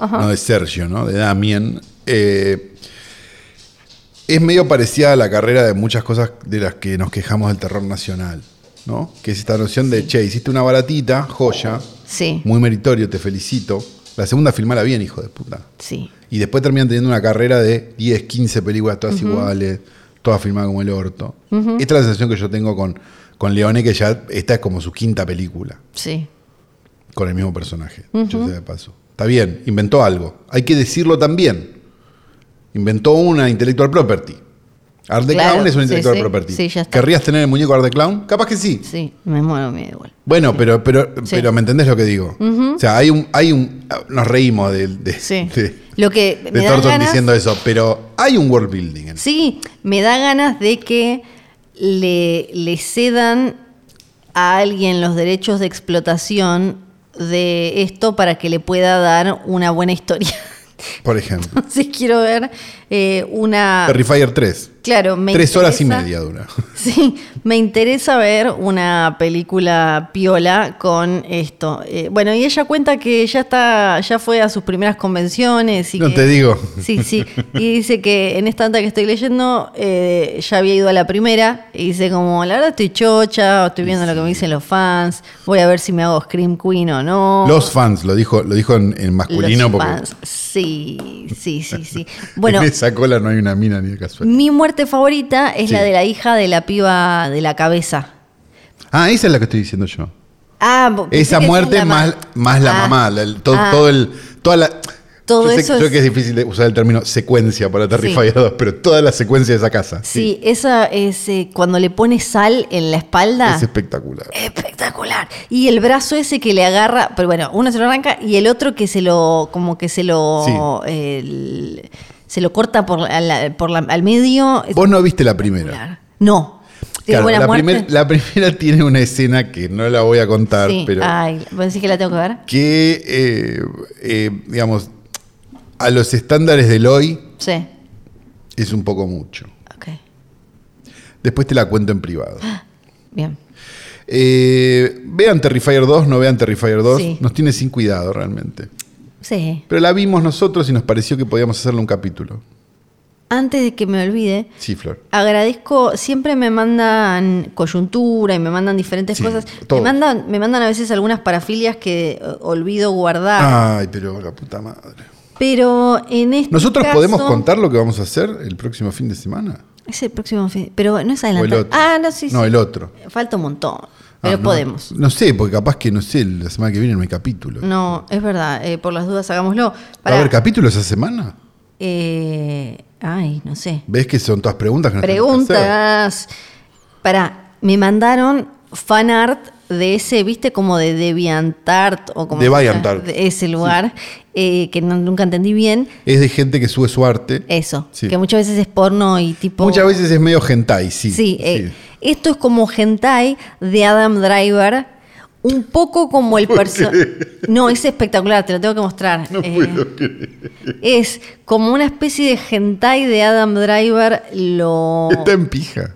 [SPEAKER 2] Ajá.
[SPEAKER 1] no de Sergio, ¿no? De Damien, eh, es medio parecida a la carrera de muchas cosas de las que nos quejamos del terror nacional, ¿no? Que es esta noción de, che, hiciste una baratita, joya,
[SPEAKER 2] Sí,
[SPEAKER 1] muy meritorio, te felicito. La segunda filmala bien, hijo de puta.
[SPEAKER 2] sí.
[SPEAKER 1] Y después terminan teniendo una carrera de 10, 15 películas todas iguales, todas filmadas como el orto. Esta es la sensación que yo tengo con, con Leone, que ya esta es como su quinta película,
[SPEAKER 2] Sí,
[SPEAKER 1] con el mismo personaje. Yo sé de paso. Está bien, inventó algo. Hay que decirlo también. Inventó una intellectual property. Art the
[SPEAKER 2] Claro,
[SPEAKER 1] Clown es una
[SPEAKER 2] sí,
[SPEAKER 1] intellectual
[SPEAKER 2] sí.
[SPEAKER 1] property.
[SPEAKER 2] Sí, ya está.
[SPEAKER 1] ¿Querrías tener el muñeco Art the Clown? Capaz que sí.
[SPEAKER 2] sí, me muero, me da igual.
[SPEAKER 1] Bueno, pero, pero,
[SPEAKER 2] Sí.
[SPEAKER 1] pero me entendés lo que digo. O sea, hay un, hay un. Nos reímos de, de-
[SPEAKER 2] Sí.
[SPEAKER 1] de-
[SPEAKER 2] Lo que me
[SPEAKER 1] de
[SPEAKER 2] dan
[SPEAKER 1] Thornton
[SPEAKER 2] ganas-
[SPEAKER 1] diciendo eso, pero hay un world building. en-
[SPEAKER 2] Sí, me da ganas de que le, le cedan a alguien los derechos de explotación de esto para que le pueda dar una buena historia.
[SPEAKER 1] Por ejemplo,
[SPEAKER 2] Entonces quiero ver eh, una...
[SPEAKER 1] Terrifier 3.
[SPEAKER 2] Claro, me
[SPEAKER 1] Tres horas y
[SPEAKER 2] interesa-
[SPEAKER 1] media dura.
[SPEAKER 2] Sí, me interesa ver una película piola con esto. Eh, bueno, y ella cuenta que ya está, ya fue a sus primeras convenciones y
[SPEAKER 1] no
[SPEAKER 2] que-
[SPEAKER 1] te digo.
[SPEAKER 2] Sí, sí. Y dice que en esta anta que estoy leyendo eh, ya había ido a la primera y dice como, la verdad estoy chocha, estoy viendo lo que me dicen los fans, voy a ver si me hago Scream Queen o no.
[SPEAKER 1] Los fans, lo dijo, lo dijo en, en
[SPEAKER 2] Los
[SPEAKER 1] masculino porque
[SPEAKER 2] fans. Sí, sí, sí, sí. Bueno, Mm.
[SPEAKER 1] en esa cola no hay una mina ni de casual.
[SPEAKER 2] mi muerte favorita es
[SPEAKER 1] Sí.
[SPEAKER 2] la de la hija de la piba de la cabeza.
[SPEAKER 1] Ah, esa es la que estoy diciendo yo.
[SPEAKER 2] Ah, bo- pensé
[SPEAKER 1] Esa
[SPEAKER 2] que
[SPEAKER 1] muerte
[SPEAKER 2] es la
[SPEAKER 1] más, más la
[SPEAKER 2] Ah,
[SPEAKER 1] mamá, la- el- todo,
[SPEAKER 2] ah,
[SPEAKER 1] todo el, toda la...
[SPEAKER 2] Todo
[SPEAKER 1] yo sé,
[SPEAKER 2] eso
[SPEAKER 1] yo creo
[SPEAKER 2] es-
[SPEAKER 1] que es difícil de usar el término secuencia para Terrifier 2, pero toda la secuencia de esa casa.
[SPEAKER 2] Sí, esa es eh, cuando le pone sal en la espalda.
[SPEAKER 1] Es espectacular.
[SPEAKER 2] Espectacular. Y el brazo ese que le agarra, pero bueno, uno se lo arranca y el otro que se lo, como que se lo, el- se lo corta por, la- la- por la- al medio. Es
[SPEAKER 1] Vos no viste la primera.
[SPEAKER 2] espectacular. No. ¿Tiene
[SPEAKER 1] Claro,
[SPEAKER 2] buena
[SPEAKER 1] la,
[SPEAKER 2] muerte?
[SPEAKER 1] primer- la primera tiene una escena que no la voy a contar,
[SPEAKER 2] sí.
[SPEAKER 1] pero...
[SPEAKER 2] Ay, ¿vos decís que la tengo que ver?
[SPEAKER 1] que, eh, eh, digamos, a los estándares del hoy
[SPEAKER 2] Sí.
[SPEAKER 1] es un poco mucho.
[SPEAKER 2] Ok.
[SPEAKER 1] Después te la cuento en privado.
[SPEAKER 2] Bien.
[SPEAKER 1] Eh, vean Terrifier 2, no vean Terrifier 2,
[SPEAKER 2] Sí.
[SPEAKER 1] nos tiene sin cuidado realmente.
[SPEAKER 2] Sí.
[SPEAKER 1] Pero la vimos nosotros y nos pareció que podíamos hacerle un capítulo.
[SPEAKER 2] Antes de que me olvide,
[SPEAKER 1] Sí, Flor.
[SPEAKER 2] Agradezco, siempre me mandan coyuntura y me mandan diferentes
[SPEAKER 1] Sí,
[SPEAKER 2] cosas.
[SPEAKER 1] todo.
[SPEAKER 2] Me mandan, me mandan a veces algunas parafilias que eh, olvido guardar.
[SPEAKER 1] Ay, pero la puta madre.
[SPEAKER 2] Pero en este
[SPEAKER 1] ¿Nosotros podemos
[SPEAKER 2] caso-
[SPEAKER 1] contar lo que vamos a hacer el próximo fin de semana?
[SPEAKER 2] Es el próximo fin. Pero no es
[SPEAKER 1] ¿O el
[SPEAKER 2] adelantado.
[SPEAKER 1] otro?
[SPEAKER 2] Ah, no, sí,
[SPEAKER 1] No,
[SPEAKER 2] sí.
[SPEAKER 1] el otro.
[SPEAKER 2] Falta un montón.
[SPEAKER 1] Ah,
[SPEAKER 2] Pero
[SPEAKER 1] no,
[SPEAKER 2] podemos.
[SPEAKER 1] No, sé, porque capaz que, no sé, la semana que viene no hay capítulo.
[SPEAKER 2] No, es verdad. eh, por las dudas, hagámoslo.
[SPEAKER 1] ¿Va a
[SPEAKER 2] Pará.
[SPEAKER 1] haber capítulo esa semana?
[SPEAKER 2] Eh, ay, no sé.
[SPEAKER 1] ¿Ves que son todas preguntas que nos tenemos que hacer?
[SPEAKER 2] Preguntas. Para, me mandaron fan art de ese, viste, como de DeviantArt o como...
[SPEAKER 1] DeviantArt.
[SPEAKER 2] De ese lugar, eh, que no- nunca entendí bien.
[SPEAKER 1] Es de gente que sube su arte.
[SPEAKER 2] Eso,
[SPEAKER 1] Sí.
[SPEAKER 2] que muchas veces es porno y tipo...
[SPEAKER 1] Muchas veces es medio hentai, sí.
[SPEAKER 2] Sí, eh, esto es como hentai de Adam Driver, un poco como el personaje. No, es espectacular, te lo tengo que mostrar. Eh, es como una especie de hentai de Adam Driver, lo
[SPEAKER 1] Está en pija.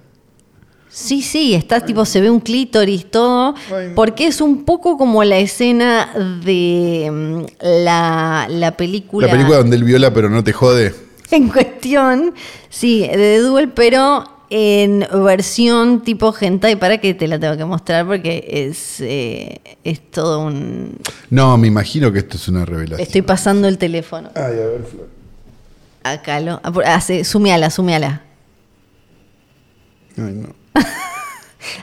[SPEAKER 2] Sí, sí, está tipo, se ve un clítoris, todo,
[SPEAKER 1] Ay, no.
[SPEAKER 2] porque es un poco como la escena de mm, la, la película.
[SPEAKER 1] La película donde él viola, pero no te jode.
[SPEAKER 2] En cuestión, sí, de Duel, pero en versión tipo hentai, para que te la tengo que mostrar porque es, eh, es todo un...
[SPEAKER 1] No, me imagino que esto es una revelación.
[SPEAKER 2] Estoy pasando el teléfono.
[SPEAKER 1] Ay, a ver, Flor.
[SPEAKER 2] Acá lo... ah, Hace, sumiala, sumiala.
[SPEAKER 1] Ay, no.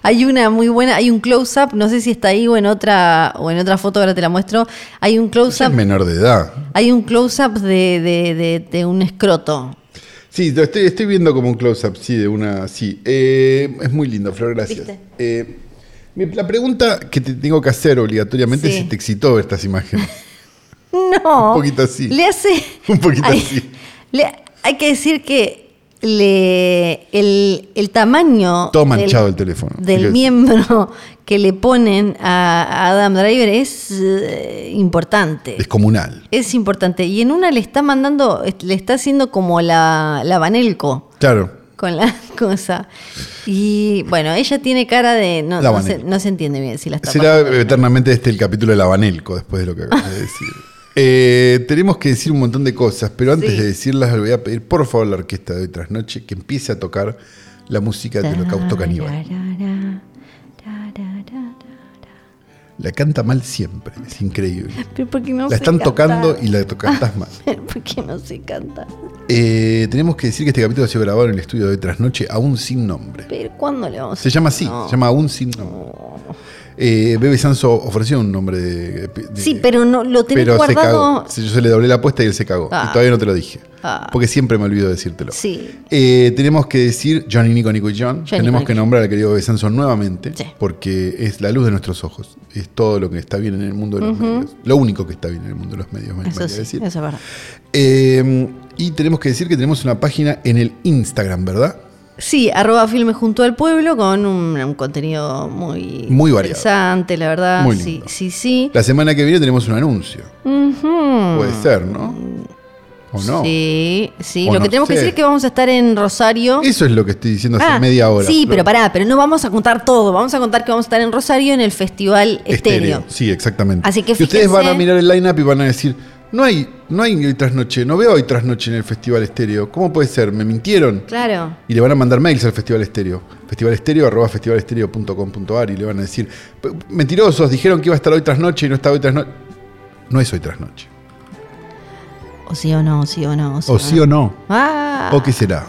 [SPEAKER 2] Hay una muy buena, hay un close-up, no sé si está ahí o en otra, o en otra foto, ahora te la muestro. Hay un
[SPEAKER 1] Es
[SPEAKER 2] close-up,
[SPEAKER 1] menor de edad.
[SPEAKER 2] hay un close-up de, de- de- de un escroto.
[SPEAKER 1] Sí, lo estoy, estoy viendo como un close-up, sí, de una. Sí. Eh, es muy lindo, Flor, gracias.
[SPEAKER 2] ¿Viste?
[SPEAKER 1] Eh, mi- la pregunta que te tengo que hacer obligatoriamente
[SPEAKER 2] Sí.
[SPEAKER 1] es si te excitó ver estas imágenes.
[SPEAKER 2] No.
[SPEAKER 1] Un poquito así.
[SPEAKER 2] Le hace.
[SPEAKER 1] Un poquito
[SPEAKER 2] Hay-
[SPEAKER 1] así.
[SPEAKER 2] le- hay que decir que le, el, el tamaño.
[SPEAKER 1] Todo
[SPEAKER 2] del-
[SPEAKER 1] manchado el teléfono.
[SPEAKER 2] Del
[SPEAKER 1] Quiero decir.
[SPEAKER 2] miembro que le ponen a, a Adam Driver es eh, importante.
[SPEAKER 1] Descomunal.
[SPEAKER 2] Es importante. Y en una le está mandando, le está haciendo como la, la Vanelco
[SPEAKER 1] Claro.
[SPEAKER 2] con la cosa. Y bueno, ella tiene cara de. No,
[SPEAKER 1] La
[SPEAKER 2] no se,
[SPEAKER 1] Vanelco.
[SPEAKER 2] no se entiende bien si la está
[SPEAKER 1] Será
[SPEAKER 2] pasando.
[SPEAKER 1] eternamente este el capítulo de la Vanelco, después de lo que acabas de decir. Eh, tenemos que decir un montón de cosas, pero antes
[SPEAKER 2] Sí.
[SPEAKER 1] de decirlas, le voy a pedir por favor a la orquesta de hoy tras noche que empiece a tocar la música del Holocausto Caníbal. La canta mal siempre, es increíble.
[SPEAKER 2] Pero porque no
[SPEAKER 1] La
[SPEAKER 2] sé
[SPEAKER 1] están
[SPEAKER 2] cantar.
[SPEAKER 1] tocando y la cantas mal.
[SPEAKER 2] Pero porque no se canta.
[SPEAKER 1] Eh, tenemos que decir que este capítulo ha sido grabado en el estudio de hoy tras noche, aún sin nombre.
[SPEAKER 2] Pero ¿cuándo le vamos a
[SPEAKER 1] Se llama así,
[SPEAKER 2] No.
[SPEAKER 1] se llama aún sin nombre. Eh, Bebe Sanso ofreció un nombre de, de-
[SPEAKER 2] Sí, pero no lo tenés
[SPEAKER 1] Pero se
[SPEAKER 2] guardado.
[SPEAKER 1] cagó. Sí, Yo se le doblé la apuesta y él se cagó.
[SPEAKER 2] Ah.
[SPEAKER 1] Y todavía no te lo dije.
[SPEAKER 2] Ah.
[SPEAKER 1] Porque siempre me olvido decírtelo.
[SPEAKER 2] Sí.
[SPEAKER 1] Eh, tenemos que decir Johnny Nico Nico y John.
[SPEAKER 2] Johnny,
[SPEAKER 1] tenemos
[SPEAKER 2] Nico.
[SPEAKER 1] que nombrar al querido Besanzo nuevamente.
[SPEAKER 2] Sí.
[SPEAKER 1] Porque es la luz de nuestros ojos. Es todo lo que está bien en el mundo de los medios. Lo único que está bien en el mundo de los medios, me
[SPEAKER 2] Eso
[SPEAKER 1] gustaría
[SPEAKER 2] sí,
[SPEAKER 1] decir.
[SPEAKER 2] eso es verdad.
[SPEAKER 1] Eh, y tenemos que decir que tenemos una página en el Instagram, ¿verdad?
[SPEAKER 2] Sí, arroba filme junto al pueblo con un, un contenido muy,
[SPEAKER 1] Muy variado.
[SPEAKER 2] interesante, la verdad.
[SPEAKER 1] Muy
[SPEAKER 2] sí,
[SPEAKER 1] lindo.
[SPEAKER 2] sí, sí.
[SPEAKER 1] La semana que viene tenemos un anuncio.
[SPEAKER 2] Ujú.
[SPEAKER 1] Puede ser, ¿no? ¿O no?
[SPEAKER 2] Mm. Sí, sí.
[SPEAKER 1] O
[SPEAKER 2] lo que
[SPEAKER 1] no
[SPEAKER 2] tenemos que
[SPEAKER 1] sé.
[SPEAKER 2] decir es que vamos a estar en Rosario.
[SPEAKER 1] Eso es lo que estoy diciendo hace
[SPEAKER 2] Ah,
[SPEAKER 1] media hora.
[SPEAKER 2] Sí,
[SPEAKER 1] Flor.
[SPEAKER 2] pero pará, pero no vamos a contar todo. Vamos a contar que vamos a estar en Rosario en el Festival Estéreo.
[SPEAKER 1] Sí, exactamente.
[SPEAKER 2] Así
[SPEAKER 1] Y
[SPEAKER 2] que
[SPEAKER 1] ustedes
[SPEAKER 2] fíjense-
[SPEAKER 1] van a mirar el line-up y van a decir, no hay, no hay hoy trasnoche, no veo hoy trasnoche en el Festival Estéreo. ¿Cómo puede ser? ¿Me mintieron?
[SPEAKER 2] Claro.
[SPEAKER 1] Y le van a mandar mails al Festival Estéreo. Festivalestéreo arroba festivalestereo.com.ar y le van a decir, "P- mentirosos, dijeron que iba a estar hoy trasnoche y no está hoy trasnoche. No es hoy trasnoche.
[SPEAKER 2] O sí o no, o sí o no.
[SPEAKER 1] O sí o no.
[SPEAKER 2] Ah.
[SPEAKER 1] ¿O qué será?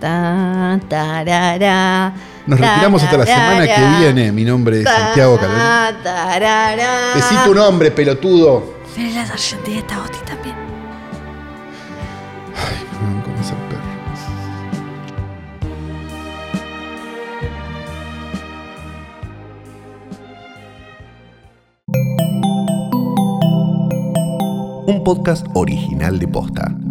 [SPEAKER 2] Ta, tarara,
[SPEAKER 1] Nos retiramos hasta la
[SPEAKER 2] tarara,
[SPEAKER 1] semana que viene. Mi nombre es
[SPEAKER 2] ta,
[SPEAKER 1] Santiago Calderón.
[SPEAKER 2] tarara.
[SPEAKER 1] Decí tu nombre, pelotudo.
[SPEAKER 2] Pero la sargento y esta hostia también.
[SPEAKER 1] Mm, ¿Cómo es el perro?
[SPEAKER 3] un podcast original de Posta.